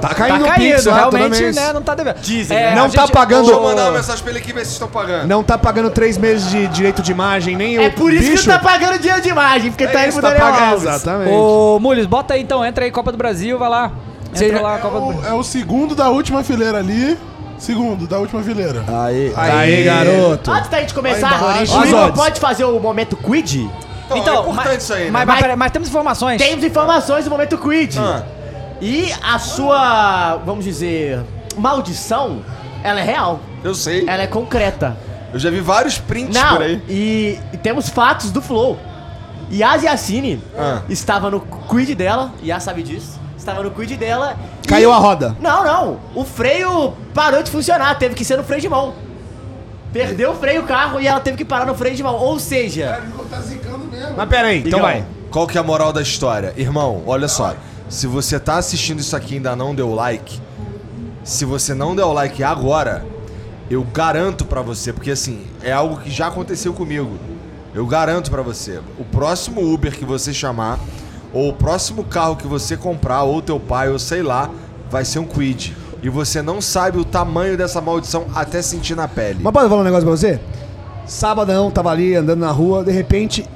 Speaker 5: Tá
Speaker 2: Tá
Speaker 5: caindo o Pix
Speaker 2: caindo,
Speaker 5: lá toda
Speaker 2: realmente,
Speaker 5: mês.
Speaker 2: né? Não tá devendo.
Speaker 6: Dizem,
Speaker 2: É,
Speaker 6: né?
Speaker 5: Não
Speaker 2: a
Speaker 5: tá pagando-
Speaker 4: Deixa
Speaker 5: Ô.
Speaker 4: eu mandar uma mensagem pra ele aqui ver se estão pagando.
Speaker 5: Não tá pagando três meses de direito de imagem, nem o
Speaker 6: É por isso
Speaker 5: bicho
Speaker 6: que tá pagando dinheiro de imagem, porque tá
Speaker 5: É
Speaker 6: indo
Speaker 5: isso,
Speaker 6: pro
Speaker 5: tá
Speaker 6: Daniel
Speaker 5: pagando,
Speaker 6: Alves.
Speaker 5: Exatamente.
Speaker 2: Ô, Mules, bota aí então, entra aí Copa do Brasil, vai lá. Entra
Speaker 5: Seja-
Speaker 2: lá, Copa do
Speaker 3: É o, é o segundo da última fileira ali. Segundo da última fileira.
Speaker 5: Aí, aí, garoto.
Speaker 6: Antes da gente começar,
Speaker 3: Vai embaixo.
Speaker 6: o
Speaker 5: Olha
Speaker 6: Igor
Speaker 5: os
Speaker 6: pode fazer o momento quid?
Speaker 4: Então, é importante
Speaker 2: mas,
Speaker 4: isso aí, né?
Speaker 2: Mas, mas peraí, mas temos informações.
Speaker 6: Temos informações do momento quid.
Speaker 4: Ah.
Speaker 6: E a sua, vamos dizer, maldição, ela é real.
Speaker 4: Eu sei.
Speaker 6: Ela é concreta.
Speaker 4: Eu já vi vários prints
Speaker 6: Não,
Speaker 4: por aí.
Speaker 6: e, e temos fatos do Flow. Yas Yassine
Speaker 4: Ah.
Speaker 6: estava no quid dela, Yas sabe disso, estava no quid dela. e-
Speaker 5: Caiu a roda.
Speaker 6: Não, não, o freio parou de funcionar, teve que ser no freio de mão. Perdeu o freio o carro e ela teve que parar no freio de mão, ou seja...
Speaker 3: Tá zicando mesmo.
Speaker 5: Mas pera aí, então
Speaker 6: Igão,
Speaker 5: vai.
Speaker 4: Qual que é a moral da história? Irmão, olha só. Se você tá assistindo isso aqui e ainda não deu like, se você não der o like agora, eu garanto pra você, porque assim, é algo que já aconteceu comigo. Eu garanto pra você, o próximo Uber que você chamar, ou o próximo carro que você comprar, ou teu pai, ou sei lá, vai ser um quid. E você não sabe o tamanho dessa maldição até sentir na pele.
Speaker 5: Mas posso falar um negócio pra você? Sabadão, tava ali andando na rua, de repente,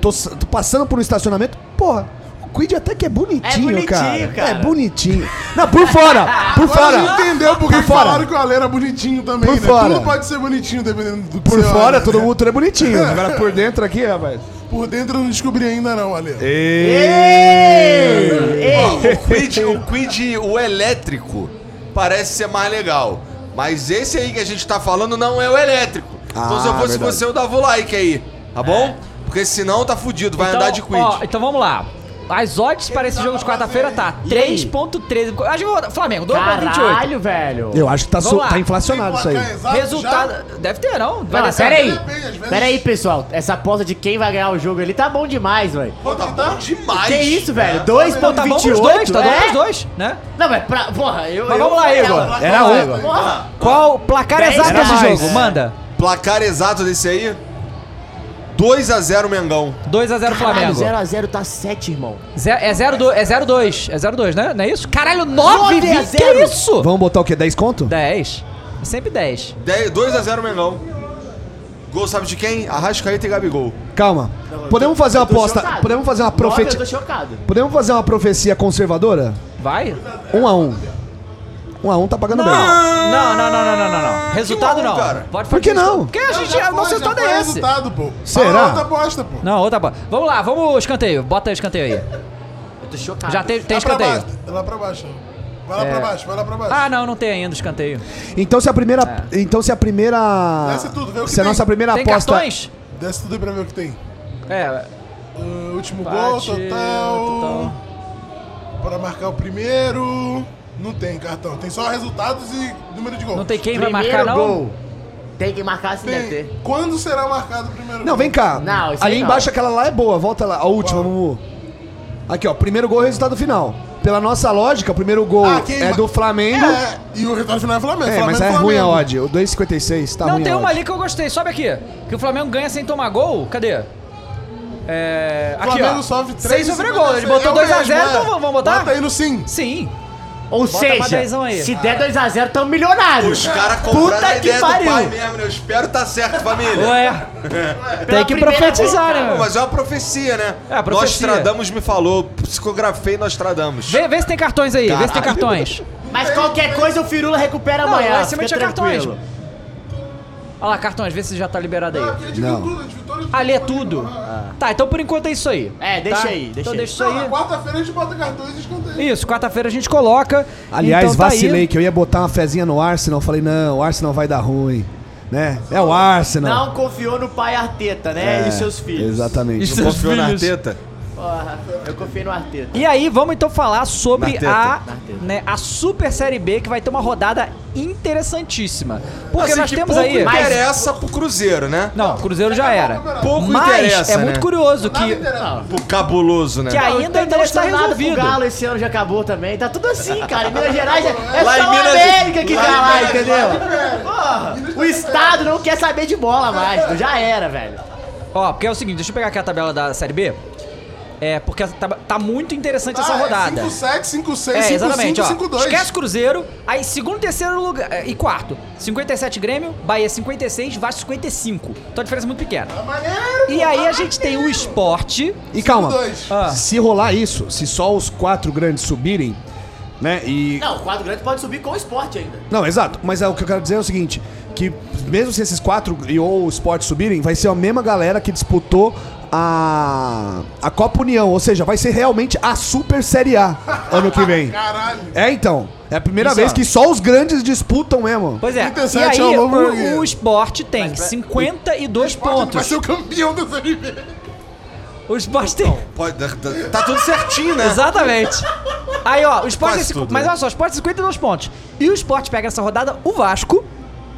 Speaker 5: tô, s- tô passando por um estacionamento, porra. o Quid até que é bonitinho,
Speaker 6: É bonitinho, cara.
Speaker 5: É bonitinho. Não, por fora!
Speaker 3: Agora
Speaker 5: Por
Speaker 3: a gente
Speaker 5: fora!
Speaker 3: entendeu porque
Speaker 5: Por fora.
Speaker 3: falaram que o Ale era bonitinho também,
Speaker 5: Por
Speaker 3: né?
Speaker 5: fora.
Speaker 3: Tudo pode ser bonitinho, dependendo do que
Speaker 5: Por
Speaker 3: você
Speaker 5: fora,
Speaker 3: olha,
Speaker 5: todo
Speaker 3: né?
Speaker 5: mundo tudo é bonitinho. Agora por dentro aqui, rapaz.
Speaker 3: Por dentro eu não descobri ainda, não, Ale.
Speaker 6: Ei!
Speaker 4: O quid, o quid, o elétrico parece ser mais legal. Mas esse aí que a gente tá falando não é o elétrico. então se eu
Speaker 5: Ah,
Speaker 4: fosse
Speaker 5: verdade.
Speaker 4: você, eu dava o like aí, tá bom? Porque senão tá fudido, vai andar de quid.
Speaker 2: ó, É. então vamos lá. As odds para esse jogo de quarta-feira tá
Speaker 6: E aí?
Speaker 2: 3.13. Acho que eu vou- Flamengo, 2.28.
Speaker 6: Caralho, velho!
Speaker 5: Eu acho que tá,
Speaker 2: Vamos
Speaker 5: so-
Speaker 2: lá.
Speaker 5: tá inflacionado isso aí.
Speaker 2: Resultado. Deve ter, não? Vai descer.
Speaker 6: pera aí,
Speaker 3: Depende, às vezes-
Speaker 6: pera aí, pessoal. Essa aposta de quem vai ganhar o jogo ali tá bom demais, velho.
Speaker 4: Pô, tá bom demais.
Speaker 6: Que isso, velho?
Speaker 2: Pô, tá bom pros dois,
Speaker 6: 2.28?
Speaker 2: tá bom
Speaker 6: é?
Speaker 2: pros dois, né?
Speaker 6: Não, mas pra... Porra, eu...
Speaker 2: Mas
Speaker 6: eu-
Speaker 2: vamos lá,
Speaker 6: eu-
Speaker 2: Igor. um.
Speaker 5: Era
Speaker 2: Vamos lá,
Speaker 5: Igor.
Speaker 6: Porra!
Speaker 2: Qual o placar
Speaker 6: Dez
Speaker 2: exato desse
Speaker 5: reais.
Speaker 2: jogo? Manda.
Speaker 4: Placar exato desse aí? 2x0 Mengão.
Speaker 2: 2x0 Flamengo.
Speaker 6: 0x0 tá 7, irmão.
Speaker 2: Ze- É 0-2, é 0-2, é 0-2, né? Não é isso? Caralho, 9
Speaker 6: Nove a
Speaker 2: 20, que
Speaker 6: zero.
Speaker 2: isso?
Speaker 5: Vamos botar o quê? 10 conto?
Speaker 2: 10. Sempre 10.
Speaker 4: 2x0 Mengão. Gol sabe de quem? Arrascaeta e Gabigol.
Speaker 5: Calma. Podemos fazer uma
Speaker 2: tá-
Speaker 5: aposta. Podemos fazer uma
Speaker 6: profetia. Eu tô
Speaker 5: profecia.
Speaker 6: chocado.
Speaker 5: Podemos fazer uma profecia conservadora?
Speaker 2: Vai?
Speaker 5: Um a um. Um a um tá pagando bem.
Speaker 2: Não, não, não, não, não, não, não. Resultado
Speaker 4: bom,
Speaker 2: não.
Speaker 4: cara.
Speaker 2: Pode
Speaker 5: Por que
Speaker 2: fazer
Speaker 5: não?
Speaker 2: isso. Porque a
Speaker 3: Não,
Speaker 2: gente,
Speaker 3: já
Speaker 2: o nosso
Speaker 3: foi, já
Speaker 2: resultado
Speaker 3: foi
Speaker 2: é esse.
Speaker 3: resultado, pô.
Speaker 5: Será?
Speaker 3: Fala outra aposta, pô.
Speaker 2: Não, outra bola. Vamos lá, vamos escanteio. Bota escanteio aí.
Speaker 6: tô chocado.
Speaker 2: Já teve, tem
Speaker 3: lá Tá. pra
Speaker 2: escanteio?
Speaker 3: baixo. Lá pra baixo. Vai lá pra baixo, vai lá pra baixo.
Speaker 2: É. Ah, não, não tem ainda escanteio.
Speaker 5: Então se a primeira. Então se a primeira.
Speaker 3: Desce tudo, vê o que
Speaker 5: se a
Speaker 3: tem.
Speaker 5: nossa primeira
Speaker 2: Tem
Speaker 5: aposta.
Speaker 2: cartões?
Speaker 3: Desce tudo aí pra ver o que tem.
Speaker 2: É,
Speaker 3: Uh, último gol,
Speaker 2: empate,
Speaker 3: total. Para marcar o primeiro. Não tem cartão. Tem só resultados e número de gol.
Speaker 2: Não tem quem vai
Speaker 6: Primeiro
Speaker 2: marcar, não?
Speaker 6: gol. Tem que marcar, se deve
Speaker 3: Tem.
Speaker 6: ter.
Speaker 3: Quando será marcado o primeiro
Speaker 5: Não,
Speaker 3: gol?
Speaker 5: vem cá.
Speaker 6: Não, isso aí
Speaker 5: Ali
Speaker 6: não.
Speaker 5: embaixo aquela lá é boa. Volta lá. A última, Mumu. Aqui, ó. Primeiro gol, resultado final. Pela nossa lógica, o primeiro gol
Speaker 3: Ah, quem
Speaker 5: é
Speaker 3: ma-
Speaker 5: do Flamengo. É,
Speaker 3: É, e o retorno final é Flamengo. Flamengo,
Speaker 5: mas é
Speaker 3: Flamengo.
Speaker 5: ruim a odd. O 2,56 tá
Speaker 2: não,
Speaker 5: ruim
Speaker 2: tem
Speaker 5: a
Speaker 2: uma
Speaker 5: odd.
Speaker 2: ali que eu gostei. Sobe aqui. Que o Flamengo ganha sem tomar gol. Cadê? É. Aqui,
Speaker 3: Flamengo
Speaker 2: ó.
Speaker 3: sofre 3.
Speaker 2: Sem sofrer gol. Ele
Speaker 3: É
Speaker 2: botou 2x0, então vamos vamos botar?
Speaker 3: Bota aí no sim.
Speaker 2: Sim.
Speaker 6: Ou
Speaker 2: pra dezão aí.
Speaker 6: seja, se der 2x0, tamo milionário.
Speaker 4: Os caras compraram a
Speaker 2: que
Speaker 4: ideia do
Speaker 2: pariu.
Speaker 4: pai mesmo, né? Eu espero tá certo, família.
Speaker 2: Ué. tem que
Speaker 6: primeira
Speaker 2: profetizar,
Speaker 6: vez,
Speaker 2: né?
Speaker 6: cara.
Speaker 4: Não,
Speaker 2: meu?
Speaker 4: mas é uma profecia, né?
Speaker 2: É, a profecia.
Speaker 4: Nostradamus me falou, psicografei Nostradamus.
Speaker 2: Vê, vê se tem cartões aí. Vê se tem cartões.
Speaker 6: Mas qualquer coisa o Firula recupera
Speaker 2: Não,
Speaker 6: amanhã.
Speaker 2: lá em cima
Speaker 6: é, fica
Speaker 2: tinha cartões.
Speaker 6: tranquilo.
Speaker 2: Olha lá, cartões. Vê se já tá liberado aí.
Speaker 3: Ele dividiu
Speaker 5: Não.
Speaker 3: tudo, ele dividiu todos os
Speaker 2: Ali é
Speaker 3: gols.
Speaker 2: tudo. Tá, então por enquanto é isso aí.
Speaker 6: É, deixa
Speaker 2: tá?
Speaker 6: aí, deixa
Speaker 2: então
Speaker 6: aí.
Speaker 2: deixa isso
Speaker 3: Não, na
Speaker 2: aí.
Speaker 3: quarta-feira a gente bota cartões e escanteio.
Speaker 2: Isso, quarta-feira a gente coloca.
Speaker 5: Aliás,
Speaker 2: Então tá aí.
Speaker 5: vacilei que eu ia botar uma fezinha no Arsenal. Falei, não, o Arsenal vai dar ruim. Né? É o Arsenal.
Speaker 6: Não confiou no pai Arteta, né?
Speaker 5: É,
Speaker 6: e seus filhos.
Speaker 5: Exatamente.
Speaker 2: Isso.
Speaker 4: Confiou na
Speaker 2: Filhos.
Speaker 4: Arteta?
Speaker 6: Porra, eu confiei no Arteta.
Speaker 2: E aí, vamos então falar sobre
Speaker 4: Arteta.
Speaker 2: a,
Speaker 6: Arteta.
Speaker 2: né, a Super Série B, que vai ter uma rodada interessantíssima. Porque
Speaker 4: Assim,
Speaker 2: nós
Speaker 4: que
Speaker 2: temos
Speaker 4: pouco
Speaker 2: aí.
Speaker 4: interessa pro Cruzeiro, né?
Speaker 2: Não, o Cruzeiro já era.
Speaker 4: Pouco
Speaker 2: Mas
Speaker 4: interessa,
Speaker 2: é
Speaker 4: né?
Speaker 2: muito curioso
Speaker 3: Nada
Speaker 2: que.
Speaker 3: interessa.
Speaker 4: Pro cabuloso, né?
Speaker 2: Que aí- ainda não está
Speaker 6: interessando então tá nada pro
Speaker 2: resolvido.
Speaker 6: Galo esse ano já acabou também. Tá tudo assim, cara. Em Minas Gerais é, é
Speaker 4: Lá em
Speaker 6: só
Speaker 4: Minas-
Speaker 6: a América que
Speaker 4: lá
Speaker 6: tá
Speaker 4: em
Speaker 6: lá,
Speaker 4: Minas-
Speaker 6: entendeu?
Speaker 4: lá em
Speaker 6: Porra, o Estado não quer saber de bola mais. Já era, velho.
Speaker 2: Ó, porque é o seguinte, deixa eu pegar aqui a tabela da Série B. É, porque tá, tá muito interessante essa
Speaker 3: Ah,
Speaker 2: rodada.
Speaker 3: É 5-7, 5-6,
Speaker 2: É, exatamente,
Speaker 3: 5-5,
Speaker 2: ó.
Speaker 3: 5-2.
Speaker 2: Esquece Cruzeiro, aí segundo, terceiro lugar é, e quarto. 57 Grêmio, Bahia 56, Vasco 55. Então a diferença é muito pequena.
Speaker 3: Ah, Maneiro,
Speaker 2: E aí a gente
Speaker 3: né?
Speaker 2: tem o esporte.
Speaker 5: E calma.
Speaker 3: 5-2.
Speaker 2: Ah,
Speaker 5: Se rolar isso, se só os quatro grandes subirem, né? E.
Speaker 6: Não, o quadro grande pode subir com o esporte ainda.
Speaker 5: Não, exato. Mas é, o que eu quero dizer é o seguinte: que mesmo se esses quatro e ou o Sport subirem, vai ser a mesma galera que disputou a, a Copa União. Ou seja, vai ser realmente a Super Série A ano que vem.
Speaker 3: Caralho.
Speaker 5: É então. É a primeira
Speaker 2: Isso,
Speaker 5: vez
Speaker 2: ó.
Speaker 5: que só os grandes disputam mesmo.
Speaker 2: pois é. E
Speaker 3: 37
Speaker 2: aí
Speaker 3: all over again.
Speaker 2: o, o esporte tem 52
Speaker 3: Vai
Speaker 2: pontos.
Speaker 3: ser o campeão da Série B.
Speaker 2: O esporte tem.
Speaker 4: Pode- tá- tá- tá tudo certinho, né?
Speaker 2: Exatamente. Aí, ó, o Sport.
Speaker 4: Quase
Speaker 2: tem cinco-
Speaker 4: tudo.
Speaker 2: Mas olha só, o Sport tem 52 pontos. E o Sport pega essa rodada o Vasco.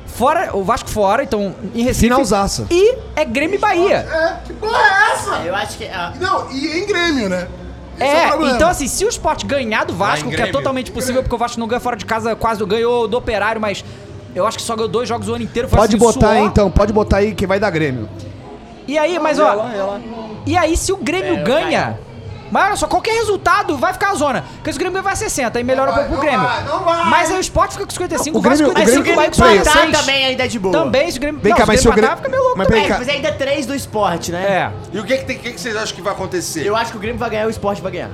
Speaker 2: Fora, o Vasco fora, então em Recife.
Speaker 5: Finalzaça.
Speaker 2: E é Grêmio e Bahia.
Speaker 3: É, que porra é essa?
Speaker 6: Eu acho que. ah,
Speaker 3: Não, e em Grêmio, né? Esse
Speaker 2: É,
Speaker 3: o problema.
Speaker 2: então assim, se o Sport ganhar do Vasco,
Speaker 4: em
Speaker 2: que é
Speaker 4: Grêmio.
Speaker 2: totalmente possível, porque o Vasco não ganha fora de casa, quase ganhou do Operário, mas eu acho que só ganhou dois jogos o ano inteiro. foi,
Speaker 5: Pode
Speaker 2: assim,
Speaker 5: botar aí
Speaker 2: suor.
Speaker 5: então, pode botar aí que vai dar Grêmio.
Speaker 2: E aí, mas ó, e aí se o Grêmio
Speaker 6: É, eu
Speaker 2: ganha, mas olha só, qualquer resultado vai ficar a zona, porque se o Grêmio ganhar vai 60, aí melhora um pouco pro
Speaker 3: não
Speaker 2: Grêmio.
Speaker 3: vai, não vai.
Speaker 2: Mas aí o Sport fica com 55,
Speaker 5: O Grêmio-
Speaker 2: Vasco
Speaker 5: o
Speaker 6: Mas se o
Speaker 2: 55,
Speaker 6: Grêmio
Speaker 2: Bahia com
Speaker 6: empatar
Speaker 2: 46.
Speaker 6: também ainda é de boa.
Speaker 2: Também, se o Grêmio...
Speaker 5: Vem cá, mas se o
Speaker 2: empatar,
Speaker 5: Grêmio-
Speaker 2: fica meio louco
Speaker 5: mas
Speaker 2: também.
Speaker 5: vem cá.
Speaker 6: Mas ainda é três do esporte, né?
Speaker 2: É,
Speaker 4: E o que, que, tem, o que, que vocês acham que vai acontecer?
Speaker 6: Eu acho que o Grêmio vai ganhar, o esporte vai ganhar.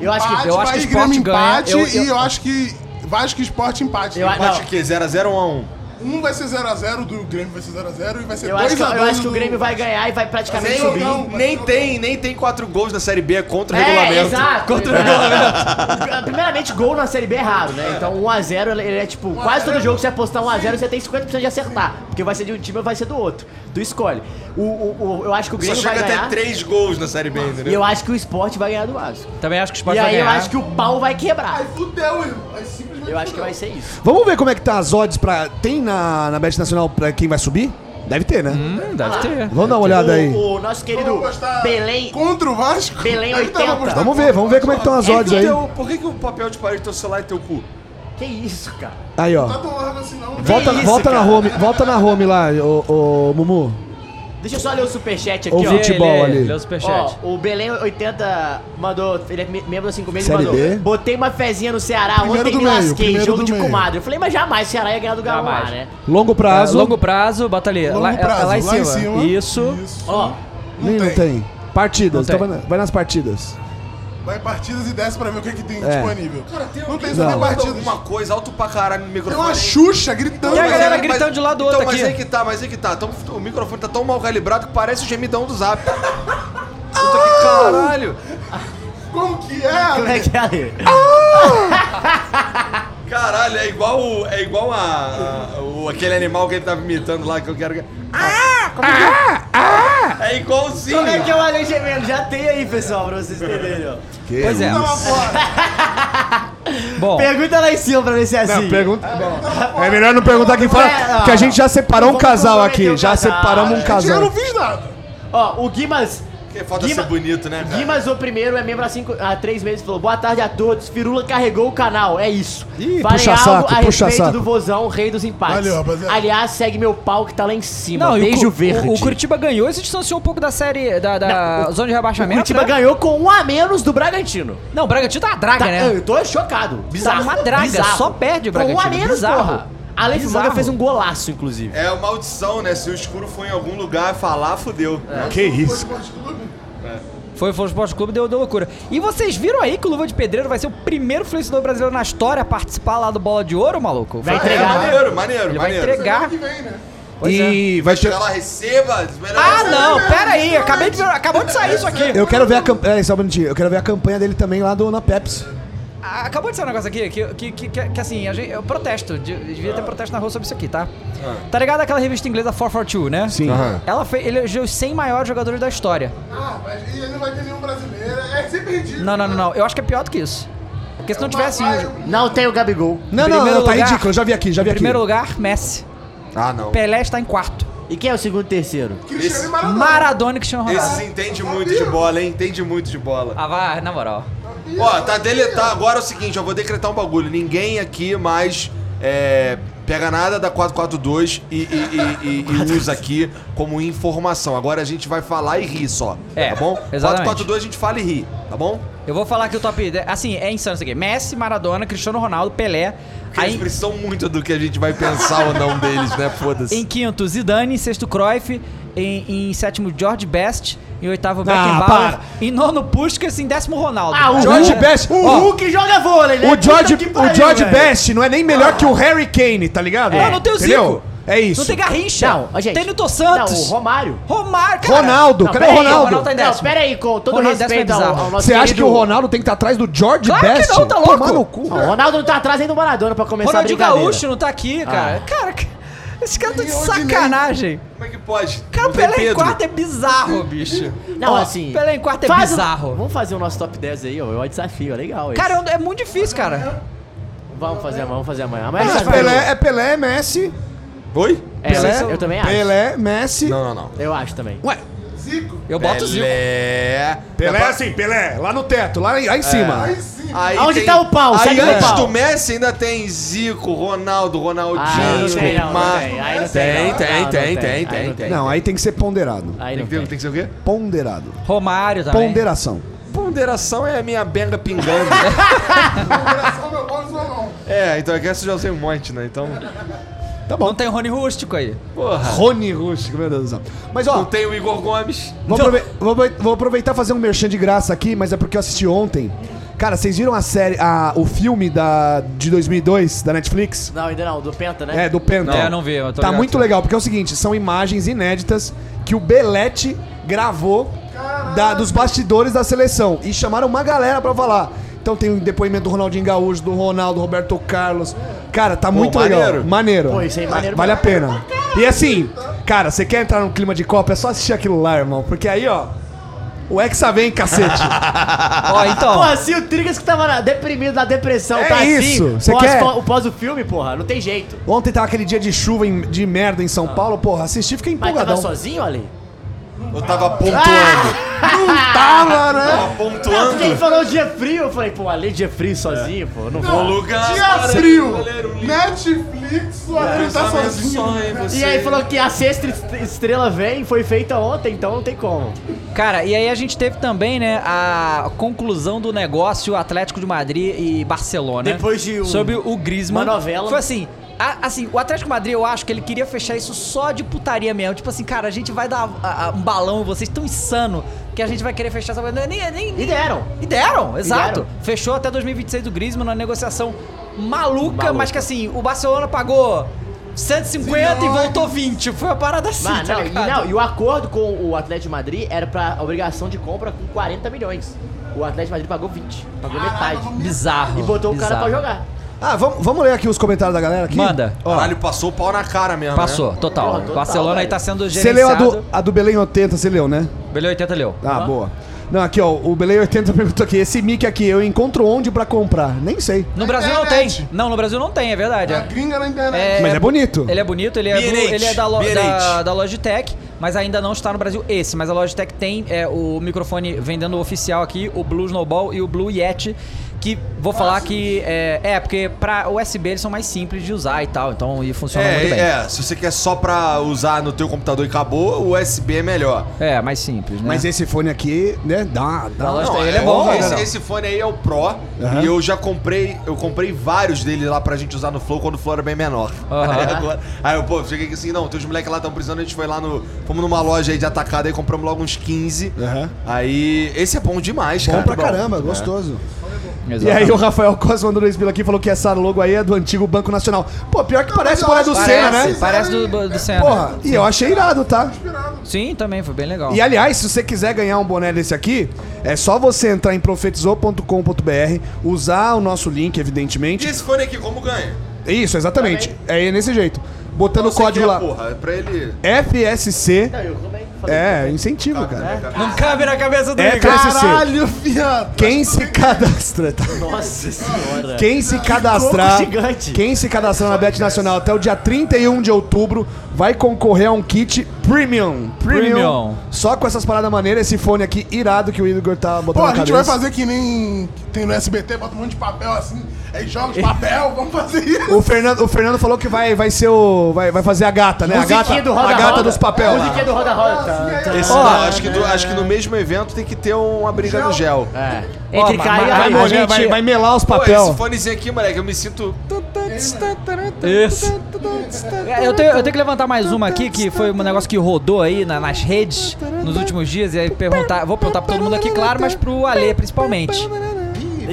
Speaker 6: Eu acho que.
Speaker 3: Empate,
Speaker 2: eu acho que o
Speaker 3: Bahia e
Speaker 2: Sport
Speaker 3: Grêmio
Speaker 2: ganha.
Speaker 3: empate
Speaker 2: Eu-
Speaker 3: e
Speaker 2: eu-
Speaker 3: eu acho que Vasco e Sport empate.
Speaker 6: Eu a-
Speaker 4: Empate o quê? 0x0 ou 1x1?
Speaker 3: Um vai ser 0x0, do Grêmio vai ser 0x0 e vai ser 2x2.
Speaker 6: Eu acho, que, eu acho que o Grêmio vai ganhar e vai praticamente
Speaker 3: Mas eu
Speaker 6: subir.
Speaker 3: não-
Speaker 4: Nem tem, nem tem 4 gols na Série B, é contra o regulamento.
Speaker 6: exato.
Speaker 4: Contra o
Speaker 6: É.
Speaker 4: regulamento.
Speaker 6: Primeiramente, gol na Série B é raro, né? Então 1x0 ele ele é tipo,
Speaker 4: Um
Speaker 6: quase todo jogo que você apostar 1x0, você tem 50% de acertar. Porque vai ser de um time ou vai ser do outro. Tu escolhe. O, o- o- eu acho que o
Speaker 4: Só
Speaker 6: Grêmio vai
Speaker 4: chega até né?
Speaker 6: ganhar.
Speaker 4: 3 gols na Série B,
Speaker 6: E
Speaker 4: entendeu?
Speaker 6: eu acho que o esporte vai ganhar do Vasco.
Speaker 2: também acho que o Sport
Speaker 6: e
Speaker 2: vai
Speaker 6: aí
Speaker 2: ganhar.
Speaker 6: eu acho que o pau vai quebrar.
Speaker 3: Aí fudeu, irmão. Aí simplesmente
Speaker 6: Eu acho que
Speaker 3: fudeu.
Speaker 6: vai ser isso.
Speaker 5: Vamos ver como é que tá as odds pra. Tem na, na Bet Nacional pra quem vai subir? Deve ter, né?
Speaker 2: Hum, deve ter.
Speaker 5: Vamos dar uma olhada aí.
Speaker 6: O, o nosso querido
Speaker 3: Vamos apostar
Speaker 6: Belém.
Speaker 3: Contra o Vasco?
Speaker 6: Belém
Speaker 3: Ele tava
Speaker 6: 80.
Speaker 3: apostando
Speaker 5: Vamos ver, vamos ver como é que estão as
Speaker 6: É
Speaker 5: odds
Speaker 6: que
Speaker 5: aí.
Speaker 4: Teu- por que, que o papel de parede do teu celular é teu cu?
Speaker 6: Que isso, cara?
Speaker 5: Aí,
Speaker 3: Não tá
Speaker 5: ó.
Speaker 3: tão largo assim, não.
Speaker 5: Volta,
Speaker 6: isso,
Speaker 5: volta na
Speaker 6: cara?
Speaker 5: home, volta na home lá, ô, ô, Mumu.
Speaker 6: Deixa eu só ler o superchat aqui,
Speaker 5: Ouvi
Speaker 6: ó.
Speaker 5: o futebol ali.
Speaker 2: Lê o superchat.
Speaker 6: Ó, o Belém 80 mandou, ele é me- membro há 5 meses,
Speaker 5: Série
Speaker 6: mandou.
Speaker 5: B.
Speaker 6: Botei uma fezinha no Ceará,
Speaker 3: Primeiro
Speaker 6: ontem
Speaker 3: do
Speaker 6: me
Speaker 3: meio,
Speaker 6: lasquei,
Speaker 3: primeiro
Speaker 6: jogo
Speaker 3: do
Speaker 6: de
Speaker 3: meio.
Speaker 6: comadre. Eu falei, mas jamais o Ceará ia ganhar do Galo lá,
Speaker 2: Jamais.
Speaker 6: né?
Speaker 5: É, Longo prazo.
Speaker 2: É, Longo prazo, bota ali.
Speaker 3: Longo
Speaker 2: lá, é- é
Speaker 3: prazo,
Speaker 2: lá, em cima. Isso.
Speaker 6: Ó,
Speaker 5: Ih, não tem. Partidas,
Speaker 2: Não
Speaker 5: então
Speaker 2: tem.
Speaker 5: vai na- vai nas partidas.
Speaker 3: Vai partidas e desce pra ver o que, é que tem
Speaker 5: É.
Speaker 3: disponível. Cara, tem não tem
Speaker 5: Não.
Speaker 3: só tem partidas.
Speaker 4: Alguma coisa, alto pra caralho no
Speaker 3: Tem
Speaker 4: microfone.
Speaker 3: uma
Speaker 4: aí.
Speaker 3: Xuxa gritando.
Speaker 2: E a
Speaker 3: né?
Speaker 2: galera
Speaker 4: Então, mas-
Speaker 2: gritando de um lado do
Speaker 4: então,
Speaker 2: outro
Speaker 4: Mas
Speaker 2: aqui.
Speaker 4: aí que tá, mas aí que tá. Tão- o microfone tá tão mal calibrado que parece o gemidão do zap. Puta que caralho.
Speaker 3: Como que é? Ale?
Speaker 6: Como é que é ali?
Speaker 4: Caralho, é igual, o- é igual a, a- o, aquele animal que ele tava imitando lá que eu quero. Ah! Como é que é? É igualzinho.
Speaker 6: Como é que é o alien gemendo? Já tem aí, pessoal, pra vocês entenderem, ó.
Speaker 2: Pois é. Bom,
Speaker 6: Pergunta lá em cima pra ver se é assim.
Speaker 5: Pergunta. É melhor não perguntar quem
Speaker 6: É,
Speaker 5: fala,
Speaker 6: não.
Speaker 5: que a gente já separou um
Speaker 6: Vamos
Speaker 5: casal
Speaker 6: comprometer
Speaker 5: aqui.
Speaker 6: o
Speaker 5: Já
Speaker 6: casal,
Speaker 5: separamos um
Speaker 6: né?
Speaker 3: Eu não
Speaker 5: casal.
Speaker 3: fiz nada.
Speaker 6: Ó, o Guimas.
Speaker 4: Porque falta
Speaker 6: Guima-
Speaker 4: ser bonito, né, cara?
Speaker 6: Guimas, o primeiro, é membro há, cinco, há três meses, falou boa tarde a todos. Firula carregou o canal, é isso.
Speaker 5: Ih,
Speaker 6: Falem
Speaker 5: puxa
Speaker 6: algo
Speaker 5: saco,
Speaker 6: a
Speaker 5: puxa
Speaker 6: respeito
Speaker 5: saco.
Speaker 6: do Vozão, rei dos empates.
Speaker 3: Valeu, rapaziada.
Speaker 6: Aliás, segue meu pau que tá lá em cima.
Speaker 2: não, e
Speaker 6: Beijo
Speaker 2: o, Cu-
Speaker 6: verde.
Speaker 2: O, o Curitiba ganhou e se distanciou um pouco da série, da, da zona de rebaixamento.
Speaker 6: Curitiba
Speaker 2: né?
Speaker 6: ganhou com um a menos do Bragantino.
Speaker 2: Não, o Bragantino tá uma draga,
Speaker 6: Tá-
Speaker 2: né?
Speaker 6: Eu tô chocado. Bizarro.
Speaker 2: uma draga,
Speaker 6: bizarro.
Speaker 2: só perde o
Speaker 6: Com um a
Speaker 2: Bragantino,
Speaker 6: menos,
Speaker 2: bizarro.
Speaker 6: porra. Alex
Speaker 2: Bizarro.
Speaker 6: Manga fez um golaço, inclusive.
Speaker 4: É uma maldição, né? Se o escuro for em algum lugar falar, fudeu.
Speaker 5: Que isso?
Speaker 2: Foi o Flow Esporte Clube, deu, deu loucura. E vocês viram aí que o Luva de Pedreiro vai ser o primeiro influenciador brasileiro na história a participar lá do Bola de Ouro, maluco?
Speaker 6: Vai
Speaker 2: Foi-
Speaker 4: É,
Speaker 6: entregar.
Speaker 4: maneiro, maneiro,
Speaker 2: Ele vai
Speaker 4: maneiro.
Speaker 2: entregar.
Speaker 3: né?
Speaker 2: Pois é.
Speaker 5: E vai ter.
Speaker 4: Chega lá, receba.
Speaker 2: Ah, não, pera aí, acabei de ver, acabou de sair isso aqui.
Speaker 5: Eu quero ver a campanha. É, só um minutinho. Eu quero ver a campanha dele também lá do, na Pepsi.
Speaker 2: Ah, Acabou de sair um negócio aqui que, que, que, que, que, assim, a gente, eu protesto, de- devia ter protesto na rua sobre isso aqui, tá?
Speaker 6: Ah.
Speaker 2: Tá ligado aquela revista inglesa 442, né?
Speaker 5: Sim.
Speaker 2: Ela fez, ele elegeu os 100 maiores jogadores da história.
Speaker 3: Ah, mas e ele não vai ter nenhum brasileiro. É sempre ridículo.
Speaker 2: Não, não, não, não, eu acho que é pior do que isso. Porque se não tivesse... Em
Speaker 6: Não tem o Gabigol.
Speaker 5: Não, não,
Speaker 2: primeiro
Speaker 5: não, tá
Speaker 2: lugar-
Speaker 5: ridículo. Eu já vi aqui, já vi aqui.
Speaker 2: primeiro lugar, Messi.
Speaker 4: Ah, não.
Speaker 2: Pelé está em quarto.
Speaker 6: E quem é o segundo e terceiro?
Speaker 3: Cristiano e
Speaker 5: Ah,
Speaker 3: Maradona.
Speaker 2: Maradona e Cristiano
Speaker 4: Esses
Speaker 2: Ronaldo.
Speaker 4: entende muito de bola, hein? Entende muito de bola.
Speaker 2: Ah, vai, na moral.
Speaker 4: Ó, tá deletado. Agora é o seguinte, eu vou decretar um bagulho. Ninguém aqui mais é, pega nada da 442 e, e- e- e- e usa aqui como informação. Agora a gente vai falar e rir só.
Speaker 2: É,
Speaker 4: tá bom?
Speaker 2: exatamente.
Speaker 4: 442 a gente fala e ri, tá bom?
Speaker 2: Eu vou falar que o top. de- Assim, é insano isso aqui. Messi, Maradona, Cristiano Ronaldo, Pelé.
Speaker 4: Porque
Speaker 2: Aí,
Speaker 4: eles precisam muito do que a gente vai pensar ou não deles, né?
Speaker 2: em
Speaker 4: Foda-se.
Speaker 2: quinto, Zidane. Em sexto, Cruyff. Em, em sétimo, George Best. Em oitavo,
Speaker 5: Ah, para.
Speaker 2: Beckenbauer. Em nono, Puskas. Em décimo, Ronaldo.
Speaker 6: Ah, o
Speaker 5: George
Speaker 6: Hulk-
Speaker 5: Best.
Speaker 6: O
Speaker 5: ó,
Speaker 6: Hulk joga vôlei, né?
Speaker 5: O George,
Speaker 6: Puta que
Speaker 5: o
Speaker 6: pariu,
Speaker 5: George
Speaker 6: velho.
Speaker 5: Best não é nem melhor que o Harry Kane, tá ligado?
Speaker 2: É. Não, não tem o
Speaker 5: Entendeu?
Speaker 2: Zico.
Speaker 5: É isso.
Speaker 2: Não tem Garrincha.
Speaker 6: Não, ó, gente.
Speaker 2: Tem Nilton
Speaker 6: Não, o
Speaker 2: Santos.
Speaker 6: Romário.
Speaker 2: Romário, cara.
Speaker 5: Ronaldo,
Speaker 2: Não,
Speaker 5: cadê
Speaker 2: pera
Speaker 5: o
Speaker 2: aí,
Speaker 5: Ronaldo?
Speaker 2: tá em
Speaker 6: Não,
Speaker 2: décimo.
Speaker 6: pera aí, com todo
Speaker 2: Ronaldo
Speaker 6: respeito
Speaker 2: décimo é
Speaker 6: ao,
Speaker 2: bizarro.
Speaker 6: ao nosso
Speaker 5: Você acha que
Speaker 6: querido-
Speaker 5: o Ronaldo tem que estar atrás do George
Speaker 2: Claro que
Speaker 5: Best?
Speaker 2: não, tá louco?
Speaker 5: Tomar no cu.
Speaker 6: Não, o Ronaldo não tá atrás nem do Maradona pra começar
Speaker 2: Ronaldinho
Speaker 6: a brincadeira. Ah.
Speaker 2: Gaúcho não tá aqui, cara. Cara, esse cara tá de
Speaker 3: Tem Rodinei.
Speaker 2: sacanagem.
Speaker 4: Como é que pode?
Speaker 2: Cara, o
Speaker 4: Não tem
Speaker 2: Pelé em
Speaker 4: Pedro.
Speaker 2: quarto é bizarro, bicho.
Speaker 6: Não,
Speaker 2: Ó,
Speaker 6: assim...
Speaker 2: Pelé em quarto é
Speaker 6: faz o-
Speaker 2: bizarro.
Speaker 6: Vamos fazer o nosso top 10 aí, ó. É um desafio, é legal isso.
Speaker 2: Cara, é muito difícil, cara.
Speaker 6: Vamos fazer amanhã, vamos fazer amanhã. Amanhã a
Speaker 5: É
Speaker 6: gente vai-
Speaker 5: Pelé, é Pelé, Messi.
Speaker 4: Oi?
Speaker 6: É, eu, eu também acho.
Speaker 5: Pelé, Messi.
Speaker 4: Não, não, não.
Speaker 6: Eu acho também.
Speaker 5: Ué,
Speaker 2: Eu boto o Zico.
Speaker 4: Pelé.
Speaker 5: Pelé assim, Pelé, lá no teto, lá, em- lá
Speaker 6: É,
Speaker 5: em cima.
Speaker 4: Aí
Speaker 6: Aonde tá o pau?
Speaker 4: Aí
Speaker 6: Segue o
Speaker 4: antes
Speaker 6: pau.
Speaker 4: do Messi ainda tem Zico, Ronaldo,
Speaker 6: Ah, não
Speaker 4: Ronaldinho,
Speaker 6: tem, não, não
Speaker 4: Neymar.
Speaker 6: tem. Aí
Speaker 4: Tem,
Speaker 6: não tem, não.
Speaker 4: tem,
Speaker 6: Não,
Speaker 4: tem, tem,
Speaker 6: não tem. Aí
Speaker 4: tem,
Speaker 6: não
Speaker 4: tem.
Speaker 6: tem.
Speaker 5: Não, aí tem que ser ponderado.
Speaker 6: Aí
Speaker 4: Tem
Speaker 6: não
Speaker 4: que ter-
Speaker 6: tem.
Speaker 4: tem que ser o quê?
Speaker 5: Ponderado.
Speaker 2: Romário também.
Speaker 5: Ponderação.
Speaker 4: Ponderação é a minha benga pingando.
Speaker 3: Ponderação, meu bom, sua mão.
Speaker 4: é, então é que essa eu já sei um monte, né? Então.
Speaker 5: Tá bom.
Speaker 2: Não tem o Rony Rústico aí.
Speaker 6: Ah.
Speaker 4: Porra.
Speaker 5: Rony Rústico, meu Deus do céu. Mas ó,
Speaker 4: Não tem o Igor Gomes.
Speaker 5: Vou, aprove- vou aprove- vou aproveitar e fazer um merchan de graça aqui, mas é porque eu assisti ontem. Cara, vocês viram a série, a- o filme da, de 2002 da Netflix?
Speaker 6: Não, ainda não. Do Penta, né?
Speaker 5: É, do Penta.
Speaker 2: É, eu não vi, eu tô
Speaker 5: Tá
Speaker 2: ligado.
Speaker 5: muito legal, porque é o seguinte, são imagens inéditas que o Belete gravou da- dos bastidores da seleção. E chamaram uma galera pra falar. Então tem o depoimento do Ronaldinho Gaúcho, do Ronaldo, Roberto Carlos. Cara, tá muito legal.
Speaker 4: maneiro.
Speaker 5: Maneiro.
Speaker 6: Pô, isso aí é maneiro
Speaker 5: Vale a pena. E assim, cara, você quer entrar num clima de Copa? É só assistir aquilo lá, irmão. Porque aí, ó, o Hexa vem, cacete.
Speaker 2: Ó, então.
Speaker 6: Porra, se assim, o Trigas que tava na- deprimido na depressão
Speaker 5: É
Speaker 6: tá
Speaker 5: isso,
Speaker 6: assim,
Speaker 5: cê
Speaker 6: pós,
Speaker 5: quer?
Speaker 6: pós, pós o filme, porra, não tem jeito.
Speaker 5: Ontem tava aquele dia de chuva em- de merda em São Paulo. Porra, assisti, fiquei
Speaker 6: Mas tava
Speaker 5: empolgadão.
Speaker 6: sozinho, Ale?
Speaker 4: Eu tava pontuando.
Speaker 3: Ah!
Speaker 5: Tava,
Speaker 4: Tava
Speaker 5: né?
Speaker 6: Não, Ah, porque ele
Speaker 4: pontuando.
Speaker 6: falou dia frio, eu falei, pô, Ale dia frio sozinho, pô, não
Speaker 4: O
Speaker 6: vou.
Speaker 4: Lucas.
Speaker 3: Dia
Speaker 4: para de
Speaker 3: frio.
Speaker 4: ler o livro.
Speaker 3: Netflix, sua filha tá
Speaker 4: Pensamento só
Speaker 3: sozinho.
Speaker 4: em você.
Speaker 6: E aí falou que a sexta est- estrela vem, foi feita ontem, então não tem como.
Speaker 2: Cara, e aí a gente teve também, né, a conclusão do negócio Atlético de Madrid e Barcelona.
Speaker 6: Depois de um-
Speaker 2: Sobre o Griezmann.
Speaker 6: uma novela.
Speaker 2: Foi assim... a- assim, o Atlético de Madrid, eu acho que ele queria fechar isso só de putaria mesmo. Tipo assim, cara, a gente vai dar a- a- um balão em vocês tão insano que a gente vai querer fechar essa... Nem, nem,
Speaker 6: E deram.
Speaker 2: E deram, exato.
Speaker 6: deram.
Speaker 2: Fechou até 2026 do Griezmann na negociação maluca,
Speaker 6: Maluca.
Speaker 2: mas que assim, o Barcelona pagou 150 e voltou 20. Foi uma parada assim,
Speaker 6: Mas
Speaker 2: tá
Speaker 6: não, e
Speaker 2: ligado?
Speaker 6: não, e o acordo com o Atlético de Madrid era pra obrigação de compra com 40 milhões. O Atlético de Madrid pagou 20. Pagou metade.
Speaker 2: Bizarro.
Speaker 6: E botou o cara
Speaker 2: bizarro.
Speaker 6: pra jogar.
Speaker 5: Ah, vamos, vamos ler aqui os comentários da galera aqui?
Speaker 2: Manda. Ó,
Speaker 4: Caralho, passou o pau na cara mesmo. né?
Speaker 5: Então, né?
Speaker 2: passou, total.
Speaker 6: Porra, total,
Speaker 2: Barcelona aí
Speaker 6: velho.
Speaker 2: tá sendo
Speaker 5: Você leu a
Speaker 2: gerenciado.
Speaker 5: do, a do Belém 80, você leu, né?
Speaker 2: Beleu 80 leu.
Speaker 5: Ah, boa. Não, aqui ó, o Belém 80 perguntou aqui, esse mic aqui, eu encontro onde pra comprar? Nem sei.
Speaker 2: No Brasil não tem.
Speaker 3: internet.
Speaker 2: Não, no Brasil não tem, é verdade.
Speaker 3: A
Speaker 2: é.
Speaker 3: gringa na internet.
Speaker 2: É,
Speaker 5: Ah. Mas é bonito.
Speaker 2: Ele é bonito, ele é, do-
Speaker 4: BH,
Speaker 2: ele é da, lo, da,
Speaker 4: BH.
Speaker 2: da Logitech, mas ainda não está no Brasil esse. Mas a Logitech tem é, o microfone vendendo oficial aqui, o Blue Snowball e o Blue Yeti. Que vou falar que. É, é, porque pra USB eles são mais simples de usar e tal, então e funciona muito bem.
Speaker 4: É,
Speaker 2: É.
Speaker 4: é, se você quer só pra usar no teu computador e acabou, o USB é melhor.
Speaker 2: mais simples, né?
Speaker 5: Mas é- esse fone aqui, né, dá, dá.
Speaker 2: Não, ele é bom, né,
Speaker 4: esse,
Speaker 2: não?
Speaker 4: esse fone aí é o Pro e eu já comprei, eu comprei vários dele lá pra gente usar no Flow quando o Flow era bem menor. Aí, agora- aí eu, pô, cheguei aqui assim, não, tem uns moleques lá tão precisando, a gente foi lá no, fomos numa loja aí de atacado aí compramos logo uns 15.
Speaker 5: Aham.
Speaker 4: Aí, esse é bom demais,
Speaker 5: Bom
Speaker 4: cara.
Speaker 5: pra caramba, é gostoso. E
Speaker 2: É. Exatamente.
Speaker 5: aí o Rafael Costa mandou dois pila aqui e falou que essa logo aí é do antigo Banco Nacional. Pô, pior que parece o boné do Senna, né?
Speaker 2: Parece do, do Senna.
Speaker 5: Porra, e eu achei irado, tá?
Speaker 2: Sim, também, foi bem legal.
Speaker 5: E aliás, se você quiser ganhar um boné desse aqui, é só você entrar em profetizou.com.br, usar o nosso link,
Speaker 4: E
Speaker 5: evidentemente.
Speaker 4: esse fone aqui, como ganha?
Speaker 5: Isso, exatamente.
Speaker 6: Tá
Speaker 5: É nesse jeito.
Speaker 6: Então,
Speaker 5: Botando o
Speaker 4: Você
Speaker 5: código
Speaker 4: quer,
Speaker 5: lá.
Speaker 4: Porra, é pra ele...
Speaker 5: FSC.
Speaker 6: Não, Tá, eu também Tá, né? falei.
Speaker 5: É, incentivo, cara.
Speaker 2: Não cabe na cabeça do
Speaker 5: É FSC.
Speaker 3: Caralho, fiado.
Speaker 5: Quem se cadastra, tá?
Speaker 6: Nossa senhora.
Speaker 5: Quem se cadastrar,
Speaker 6: coco gigante.
Speaker 5: quem se cadastrar na Bet Nacional até o dia 31 de outubro vai concorrer a um kit premium.
Speaker 2: Premium.
Speaker 5: Só com essas paradas maneiras, esse fone aqui irado que o Igor tá botando
Speaker 3: Pô,
Speaker 5: na
Speaker 3: a gente vai
Speaker 5: cabeça.
Speaker 3: fazer que nem tem no SBT, bota um monte de papel assim, aí joga os papel, vamos fazer isso.
Speaker 5: O Fernando, o Fernando falou que vai, vai ser o vai, vai fazer a gata, né? A gata,
Speaker 6: Musiquinha do Roda
Speaker 5: a gata
Speaker 6: Roda.
Speaker 5: dos papéis. lá.
Speaker 6: Musiquinha do Roda
Speaker 3: Assim,
Speaker 6: Roda. Tá, tá.
Speaker 4: Esse, não, acho, que do- acho que no mesmo evento tem que ter uma briga no gel.
Speaker 6: É. Entre
Speaker 2: mas-
Speaker 6: cair e
Speaker 2: mas-
Speaker 5: Vai,
Speaker 2: Aí,
Speaker 5: molhar,
Speaker 2: a gente-
Speaker 5: vai- vai melar os
Speaker 4: Pô,
Speaker 5: papel.
Speaker 4: esse fonezinho aqui, moleque, eu me sinto...
Speaker 2: Isso. Eu tenho, eu tenho que levantar mais uma aqui, que foi um negócio que rodou aí na- nas redes nos últimos dias. E aí perguntar, vou perguntar pra todo mundo aqui, claro, mas pro Alê principalmente.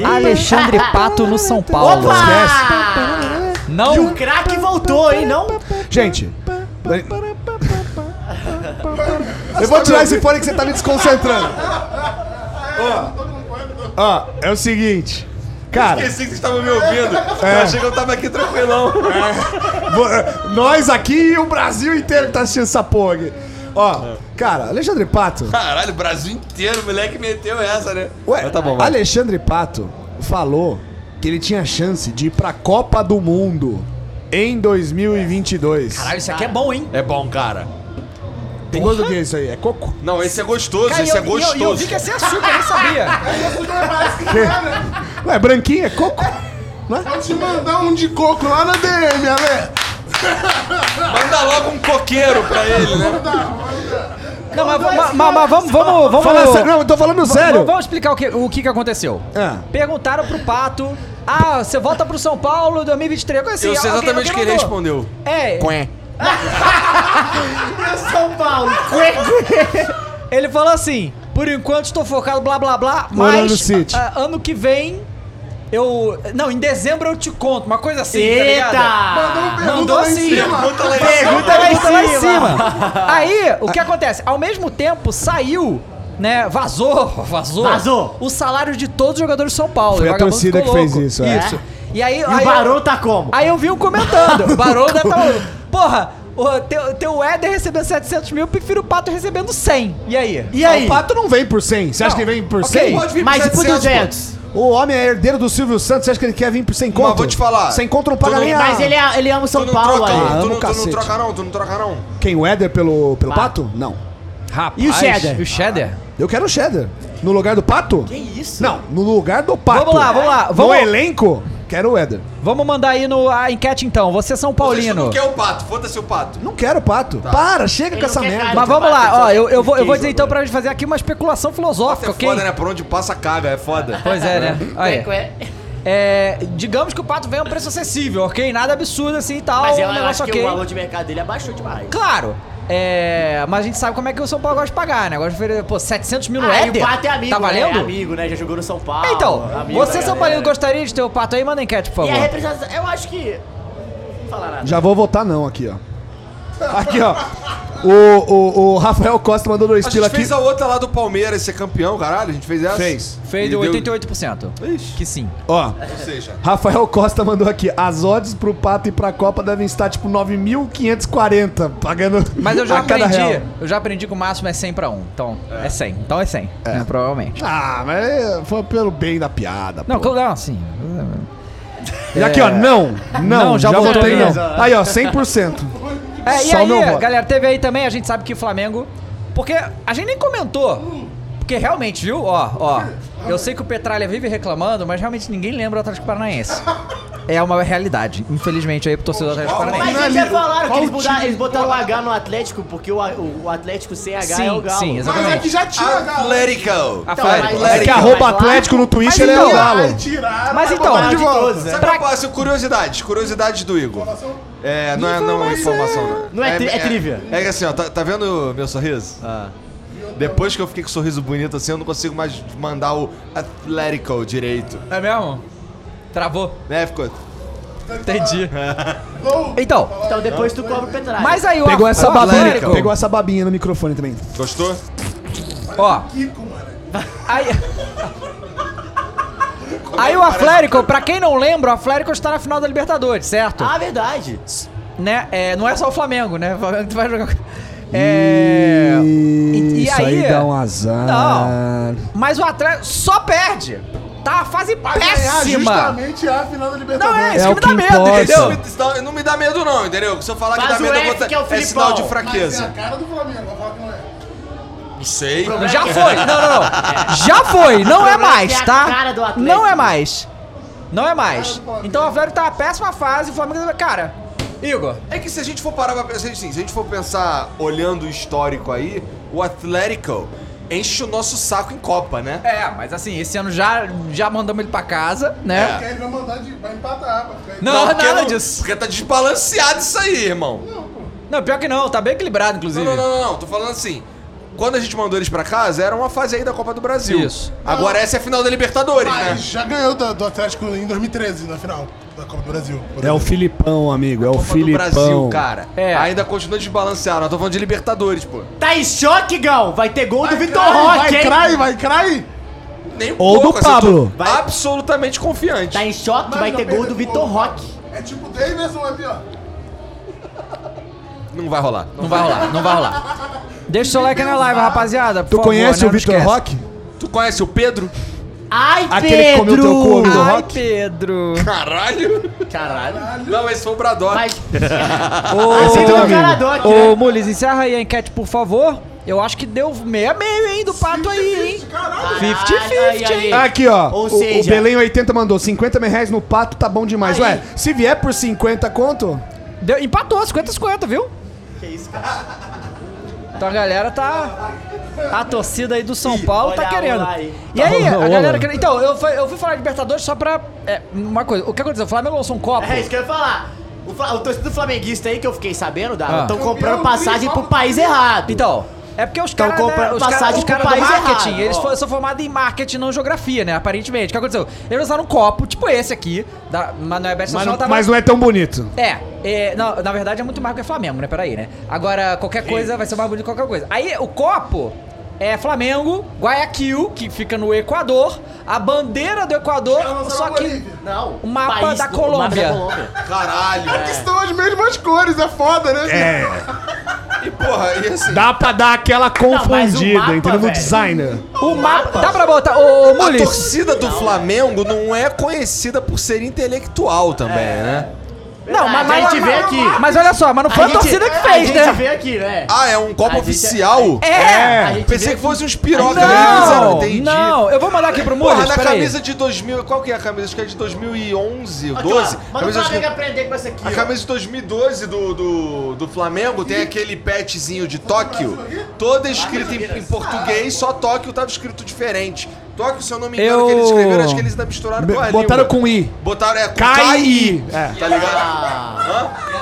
Speaker 2: Alexandre Pato no São Paulo.
Speaker 6: tá.
Speaker 2: Não.
Speaker 6: O Ah, craque voltou, hein? Não?
Speaker 2: Tá
Speaker 5: Gente. Eu vou tirar esse fone que você tá me desconcentrando. Ó, ó, é o seguinte. Cara,
Speaker 4: Esqueci assim que vocês estavam me ouvindo.
Speaker 5: É.
Speaker 4: Eu achei que eu tava aqui tranquilão.
Speaker 5: vo- nós aqui e o Brasil inteiro que tá assistindo essa porra aqui. Ó, cara, Alexandre Pato.
Speaker 4: Caralho, o Brasil inteiro, o moleque meteu essa, né?
Speaker 5: Ué, Alexandre Pato falou que ele tinha chance de ir pra Copa do Mundo em 2022.
Speaker 2: Caralho, isso aqui é bom, hein?
Speaker 4: É bom, cara.
Speaker 5: Tem gosto do que isso aí? É coco?
Speaker 4: Não, esse é gostoso,
Speaker 2: Cara, e
Speaker 4: esse é
Speaker 2: eu, e eu- e eu
Speaker 4: gostoso.
Speaker 2: vi que ia ser açúcar, eu nem sabia.
Speaker 5: Ué, branquinho é coco?
Speaker 3: Vou te mandar um de coco lá na DM, Ale.
Speaker 4: Manda logo um coqueiro pra ele, né?
Speaker 2: Não, mas, mas- mas- mas vamos, vamos, vamos.
Speaker 5: Fala sério, não, eu tô falando sério.
Speaker 2: Vamos, vamos explicar o que, o que, que aconteceu.
Speaker 5: Ah.
Speaker 2: Perguntaram pro Pato. Ah, você volta pro São Paulo em 2023. Coisa assim,
Speaker 4: eu sei
Speaker 2: alguém-
Speaker 4: exatamente o que
Speaker 2: alguém
Speaker 4: ele
Speaker 2: mandou. É,
Speaker 4: respondeu.
Speaker 6: São Paulo.
Speaker 2: Ele falou assim: por enquanto estou focado, blá blá blá,
Speaker 5: Morando no
Speaker 2: mas
Speaker 5: City.
Speaker 2: ah, ah, ano que vem eu. Não, em dezembro eu te conto, uma coisa assim. Tá
Speaker 6: Eita!
Speaker 2: ligado?
Speaker 4: é
Speaker 2: Mandou assim.
Speaker 4: Pergunta lá
Speaker 5: É
Speaker 4: em cima.
Speaker 2: Pergunta lá em
Speaker 5: tá
Speaker 2: cima. Aí, o que acontece? Ao mesmo tempo, saiu. Né, vazou, vazou,
Speaker 6: Vazou.
Speaker 2: o salário de todos os jogadores de São Paulo.
Speaker 5: Foi
Speaker 2: E o
Speaker 5: a
Speaker 2: vagabundo
Speaker 5: torcida
Speaker 2: ficou
Speaker 5: que fez
Speaker 2: louco.
Speaker 5: isso, é.
Speaker 2: Isso. E aí,
Speaker 6: E
Speaker 2: aí
Speaker 6: o Barão tá como?
Speaker 2: Aí eu vi um comentando. Barão deve tá falando, Porra, o teu, teu Éder recebendo 700 mil, eu prefiro o Pato recebendo 100. E aí? Então,
Speaker 6: E aí?
Speaker 5: O Pato não vem por 100. Você acha que
Speaker 2: Não.
Speaker 5: ele vem por
Speaker 2: Ok.
Speaker 5: 100?
Speaker 4: Pode vir
Speaker 6: Mas e por
Speaker 4: 700, pô.
Speaker 6: 200?
Speaker 5: O homem é herdeiro do Silvio Santos. Você acha que ele quer vir por 100 conto?
Speaker 4: vou te falar.
Speaker 5: Sem conto não paga
Speaker 2: Tá
Speaker 4: Todo-
Speaker 5: nem a...
Speaker 6: Mas ele, é- ele ama o São
Speaker 4: Tu não
Speaker 6: Paulo
Speaker 4: troca,
Speaker 5: Ah,
Speaker 6: aí.
Speaker 4: tu
Speaker 5: amo
Speaker 4: não, tu
Speaker 5: cacete.
Speaker 4: não troca não, tu não troca não.
Speaker 5: Quem, o Éder pelo, pelo
Speaker 6: Pato.
Speaker 5: Pato? Não.
Speaker 2: Rapaz,
Speaker 6: E o Cheddar?
Speaker 2: E o Cheddar?
Speaker 5: Eu quero o Cheddar. No lugar do Pato? Que
Speaker 6: isso?
Speaker 5: Não, no lugar do Pato.
Speaker 2: Vamos lá, vamos lá,
Speaker 5: No
Speaker 2: vamos-
Speaker 5: elenco, quero o Éder.
Speaker 2: Vamos mandar aí no, a enquete então. Você é São
Speaker 4: Você não
Speaker 2: Paulino.
Speaker 4: quer o pato, foda-se o pato.
Speaker 5: Não quero o Pato. Para, chega
Speaker 6: Ele
Speaker 5: com
Speaker 6: não
Speaker 5: essa
Speaker 6: quer
Speaker 5: merda.
Speaker 6: cara.
Speaker 2: Mas vamos lá, ó, eu, eu, vou, eu vou dizer
Speaker 6: Queijo
Speaker 2: então
Speaker 6: agora.
Speaker 2: pra gente fazer aqui uma especulação
Speaker 4: Pato
Speaker 2: filosófica,
Speaker 4: é
Speaker 2: ok?
Speaker 4: foda, né? Por onde passa, caga, é foda.
Speaker 2: Pois é, né? Aí. É, digamos que o pato vem a um preço acessível, ok? Nada absurdo assim e tal.
Speaker 6: Mas
Speaker 2: um
Speaker 6: eu, eu acho
Speaker 2: negócio
Speaker 6: que
Speaker 2: ok.
Speaker 6: o valor de mercado dele abaixou demais.
Speaker 2: Claro. É, mas a gente sabe como é que o São Paulo gosta de pagar, né? Gosta de oferecer, pô, 700 mil no
Speaker 6: Ah, e
Speaker 2: Éder.
Speaker 6: o Pato é amigo,
Speaker 2: Tá valendo?
Speaker 6: Né? É amigo, né? Já jogou no São Paulo.
Speaker 2: Então,
Speaker 6: amigo
Speaker 2: você,
Speaker 6: da
Speaker 2: São
Speaker 6: galera.
Speaker 2: Paulino, gostaria de ter o pato aí? Manda enquete, por
Speaker 6: E É a
Speaker 2: favor.
Speaker 6: representação, eu acho que... Não vou falar nada.
Speaker 5: Já vou votar não aqui, ó. Aqui, ó. O, o, o Rafael Costa mandou dois
Speaker 4: A gente
Speaker 5: estilos aqui.
Speaker 4: fez a outra lá do Palmeiras ser campeão, caralho. A gente fez essa?
Speaker 5: Fez.
Speaker 2: Fez
Speaker 4: E deu-
Speaker 2: 88%.
Speaker 4: Ixi.
Speaker 2: Que sim.
Speaker 5: Ó,
Speaker 4: Ou seja,
Speaker 5: Rafael Costa mandou aqui. As odds pro Pato e pra Copa devem estar tipo 9.540, pagando
Speaker 2: Mas eu já
Speaker 5: a cada
Speaker 2: aprendi,
Speaker 5: real.
Speaker 2: eu já aprendi que o máximo é 100 pra 1. Então, é, 100. Então é 100, né, provavelmente.
Speaker 5: Ah, mas foi pelo bem da piada.
Speaker 2: Não,
Speaker 5: pô.
Speaker 2: claro, não, sim.
Speaker 5: E aqui, ó, não, não,
Speaker 2: Não, já
Speaker 5: já,
Speaker 2: voltou,
Speaker 5: votei
Speaker 2: não.
Speaker 5: não. Aí, ó, 100%.
Speaker 2: É, e
Speaker 5: Só meu
Speaker 2: aí,
Speaker 5: voto.
Speaker 2: galera, teve aí também, a gente sabe que o Flamengo. Porque a gente nem comentou. Porque realmente, viu? Ó, ó. Eu sei que o Petralha vive reclamando, mas realmente ninguém lembra do Atlético Paranaense. É uma realidade, infelizmente, aí pro torcedor do Atlético
Speaker 6: Mas então,
Speaker 2: Paranaense.
Speaker 6: eles já falaram que eles,
Speaker 3: Qual
Speaker 6: mudaram-
Speaker 3: time?
Speaker 6: eles botaram o H no Atlético, porque o, o- o Atlético sem H é o
Speaker 2: Sim,
Speaker 6: Galo.
Speaker 2: sim,
Speaker 3: Mas é que
Speaker 2: exatamente.
Speaker 3: já
Speaker 4: Ah,
Speaker 3: tinha, galera.
Speaker 4: Atlético.
Speaker 2: Ah, tá. A
Speaker 6: Então,
Speaker 2: Fred.
Speaker 6: mas-
Speaker 5: É que arroba Atlético no Twitter, ele é o
Speaker 2: então-
Speaker 5: Galo.
Speaker 3: Tiraram.
Speaker 2: Mas então,
Speaker 3: botaram de
Speaker 6: de
Speaker 3: volta.
Speaker 6: todos, né?
Speaker 4: Sabe qual é assim, curiosidade, curiosidade do Igor. É, não é não, é informação, não.
Speaker 6: Não é tri- é trivia.
Speaker 4: É que assim, ó, tá, tá vendo meu sorriso? Depois que eu fiquei com um sorriso bonito assim, eu não consigo mais mandar o Atlético direito.
Speaker 2: É mesmo? Travou.
Speaker 4: Né, ficou.
Speaker 2: Entendi. Então,
Speaker 6: Então depois tu cobra o Petralha.
Speaker 2: mas aí, ó.
Speaker 5: Pegou essa
Speaker 2: ó,
Speaker 5: babinha,
Speaker 2: Atlético,
Speaker 5: pegou essa babinha no microfone também.
Speaker 4: Gostou?
Speaker 2: Ó. Aí. Aí o Atlético, pra quem não lembra, o Atlético está na final da Libertadores, certo?
Speaker 6: Ah, verdade.
Speaker 2: né? É, não é só o Flamengo, né? O Flamengo que vai jogar. com- É. E, e
Speaker 5: Isso aí, dá um azar.
Speaker 2: Não. Mas o Atlético só perde. Tá a fase
Speaker 3: Vai ganhar
Speaker 2: péssima.
Speaker 3: justamente a final da
Speaker 2: Não, é,
Speaker 3: Libertadores.
Speaker 2: isso
Speaker 5: É o
Speaker 2: que me dá
Speaker 5: que
Speaker 2: medo,
Speaker 5: importa.
Speaker 2: entendeu?
Speaker 4: Isso dá- não me dá medo não, entendeu? Se eu falar que
Speaker 6: Faz
Speaker 4: dá
Speaker 6: o
Speaker 4: medo, eu
Speaker 6: F,
Speaker 4: vou
Speaker 6: que é o
Speaker 4: é sinal de
Speaker 6: Filipão.
Speaker 3: Mas é
Speaker 4: fraqueza.
Speaker 3: a cara do Flamengo, vou falar que não é.
Speaker 4: Não sei.
Speaker 2: Já foi, não, não, não. Já foi, não é mais,
Speaker 6: É a cara
Speaker 2: tá?
Speaker 6: do Atlético.
Speaker 2: Não é mais. Não é mais. Então o Atlético tá na péssima fase, o Flamengo. tá- Cara, Igor,
Speaker 4: É que se a gente for parar pra pensar assim, se a gente for pensar olhando o histórico aí, o Atlético enche o nosso saco em Copa, né?
Speaker 2: É, mas assim, esse ano já, já mandamos ele pra casa, né?
Speaker 3: Porque aí ele vai mandar de. Vai empatar, vai ficar-
Speaker 2: Não,
Speaker 4: porque
Speaker 2: nada disso.
Speaker 4: Porque tá desbalanceado isso aí, irmão.
Speaker 2: Não, pior que não, tá bem equilibrado,
Speaker 4: Não,
Speaker 2: inclusive.
Speaker 4: não, não, não, não. Tô falando assim. Quando a gente mandou eles pra casa, era uma fase aí da Copa do Brasil.
Speaker 2: Isso.
Speaker 4: Agora essa é a final da Libertadores,
Speaker 3: Mas
Speaker 4: né?
Speaker 3: já ganhou da- do Atlético em 2013, na final da Copa do Brasil. por
Speaker 5: É o
Speaker 3: exemplo.
Speaker 5: Filipão, amigo, é o
Speaker 4: Copa do
Speaker 5: Filipão.
Speaker 4: Brasil, cara.
Speaker 2: É.
Speaker 4: Ainda continua desbalanceado. Nós tô falando de Libertadores, pô.
Speaker 6: Tá em choque, Gão. Vai ter gol do Vitor
Speaker 3: Crai,
Speaker 6: Roque,
Speaker 3: Vai
Speaker 6: hein?
Speaker 3: crai, vai crai!
Speaker 4: Nem um
Speaker 5: Ou do
Speaker 4: eu tô
Speaker 5: Pablo.
Speaker 6: Vai.
Speaker 4: Absolutamente confiante.
Speaker 6: Tá em choque, vai ter gol do Vitor Roque.
Speaker 3: É tipo o Davidson aqui, ó.
Speaker 4: Não vai rolar.
Speaker 2: Não vai rolar, não vai rolar. Deixa o seu like na live, rapaziada. por
Speaker 5: Tu
Speaker 2: favor,
Speaker 5: conhece
Speaker 2: né?
Speaker 5: o
Speaker 2: Não
Speaker 5: Vitor
Speaker 2: esquece.
Speaker 5: Roque?
Speaker 4: Tu conhece o Pedro?
Speaker 6: Ai,
Speaker 5: Aquele que comeu
Speaker 6: Pedro!
Speaker 5: teu cu, amigo.
Speaker 2: Ai,
Speaker 5: Roque?
Speaker 2: Pedro.
Speaker 4: Caralho.
Speaker 6: Caralho.
Speaker 4: Não, esse foi o Bradock.
Speaker 6: Mas...
Speaker 2: Ô,
Speaker 5: Esse é teu amigo.
Speaker 6: Caradoc,
Speaker 2: Ô,
Speaker 6: né?
Speaker 2: Mules, encerra aí a enquete, por favor. Eu acho que deu meia meio, hein, do pato aí, hein?
Speaker 3: Caralho!
Speaker 2: 50-50, hein?
Speaker 5: Aqui, ó.
Speaker 6: Ou
Speaker 5: o,
Speaker 6: seja-
Speaker 5: o Belém 80 mandou 50 mil reais no pato, tá bom demais.
Speaker 6: Aí.
Speaker 5: Ué, se vier por 50 conto,
Speaker 2: Deu, empatou, 50-50, viu?
Speaker 6: Que isso, cara.
Speaker 2: Então a galera tá. A torcida aí do São Paulo tá
Speaker 6: olha
Speaker 2: querendo.
Speaker 6: lá, hein?
Speaker 2: E aí,
Speaker 5: Tá
Speaker 2: a
Speaker 5: rolando.
Speaker 2: galera. quer- Então, eu fui, eu fui falar de Libertadores só pra. é, uma coisa. O que aconteceu? O Flamengo lançou um copo.
Speaker 6: É isso que eu ia falar. O, Fla- o torcedor flamenguista aí que eu fiquei sabendo,
Speaker 2: Ah.
Speaker 6: Dá, estão comprando
Speaker 3: Campeão
Speaker 6: passagem pro
Speaker 3: mundial.
Speaker 6: país errado.
Speaker 2: Então, é porque os
Speaker 6: Tão
Speaker 2: caras.
Speaker 6: comprando
Speaker 2: os caras
Speaker 6: passagem
Speaker 2: os cara
Speaker 6: pro
Speaker 2: do
Speaker 6: país é
Speaker 2: marketing,
Speaker 6: errado,
Speaker 2: eles
Speaker 6: ó.
Speaker 2: fo- são formados em marketing, não geografia, né? Aparentemente. O que aconteceu? Eles lançaram um copo, tipo esse aqui, da Manoel Best
Speaker 5: mas,
Speaker 2: Nacional
Speaker 5: não-
Speaker 2: tava.
Speaker 5: mas não é tão bonito.
Speaker 2: É, é, não, na verdade é muito mais do que Flamengo, né? Peraí, né? Agora, qualquer coisa vai ser mais bonito que qualquer coisa. Aí, o copo é Flamengo, Guayaquil, que fica no Equador, a bandeira do Equador,
Speaker 3: lançaram
Speaker 2: só
Speaker 3: a
Speaker 2: que.
Speaker 3: Bolívia.
Speaker 6: Não.
Speaker 2: O mapa da
Speaker 6: do-
Speaker 2: Colômbia.
Speaker 6: O mapa da Colômbia.
Speaker 4: Caralho.
Speaker 3: Estão as mesmas cores, é foda, né?
Speaker 5: É,
Speaker 4: E porra, e assim...
Speaker 5: dá pra dar aquela confundida,
Speaker 6: mapa,
Speaker 5: entendeu? No
Speaker 6: velho.
Speaker 5: designer.
Speaker 2: O mapa. Dá um pra botar. Ô, ô
Speaker 4: A
Speaker 2: Mulis!
Speaker 4: torcida do Flamengo não é conhecida por ser intelectual também, né?
Speaker 2: Não, mas, mas,
Speaker 6: A gente vê aqui.
Speaker 2: mas olha só, mas não foi a, torcida que fez,
Speaker 6: A
Speaker 2: né?
Speaker 6: gente vê aqui, né?
Speaker 4: Ah, é um copo
Speaker 6: A gente é-
Speaker 4: oficial?
Speaker 2: É!
Speaker 6: A gente
Speaker 4: Pensei
Speaker 6: vê
Speaker 4: que fosse uns né? pirocas.
Speaker 2: Não! Não, eu vou mandar aqui pro
Speaker 4: Porra,
Speaker 2: Mules,
Speaker 4: na
Speaker 2: peraí.
Speaker 4: camisa de 2000... Qual que é a camisa? Acho que é de 2011,
Speaker 6: Aqui, ó,
Speaker 4: 12.
Speaker 6: Manda o
Speaker 4: Camisa
Speaker 6: Flamengo
Speaker 4: de...
Speaker 6: aprender com essa aqui.
Speaker 4: A
Speaker 6: ó.
Speaker 4: camisa de 2012 do, do, do Flamengo tem aquele petzinho de Tóquio, toda escrita em, em português, só Tóquio tava escrito diferente. Tóquio, se eu não me engano,
Speaker 2: Eu-
Speaker 4: que eles escreveram, acho que eles ainda misturaram
Speaker 5: Be-
Speaker 4: com a
Speaker 5: Botaram
Speaker 4: língua.
Speaker 5: com é I.
Speaker 4: Botaram, é, com
Speaker 5: Cai
Speaker 4: K e I.
Speaker 5: É.
Speaker 4: Tá ligado?
Speaker 6: Ah,
Speaker 4: Hã?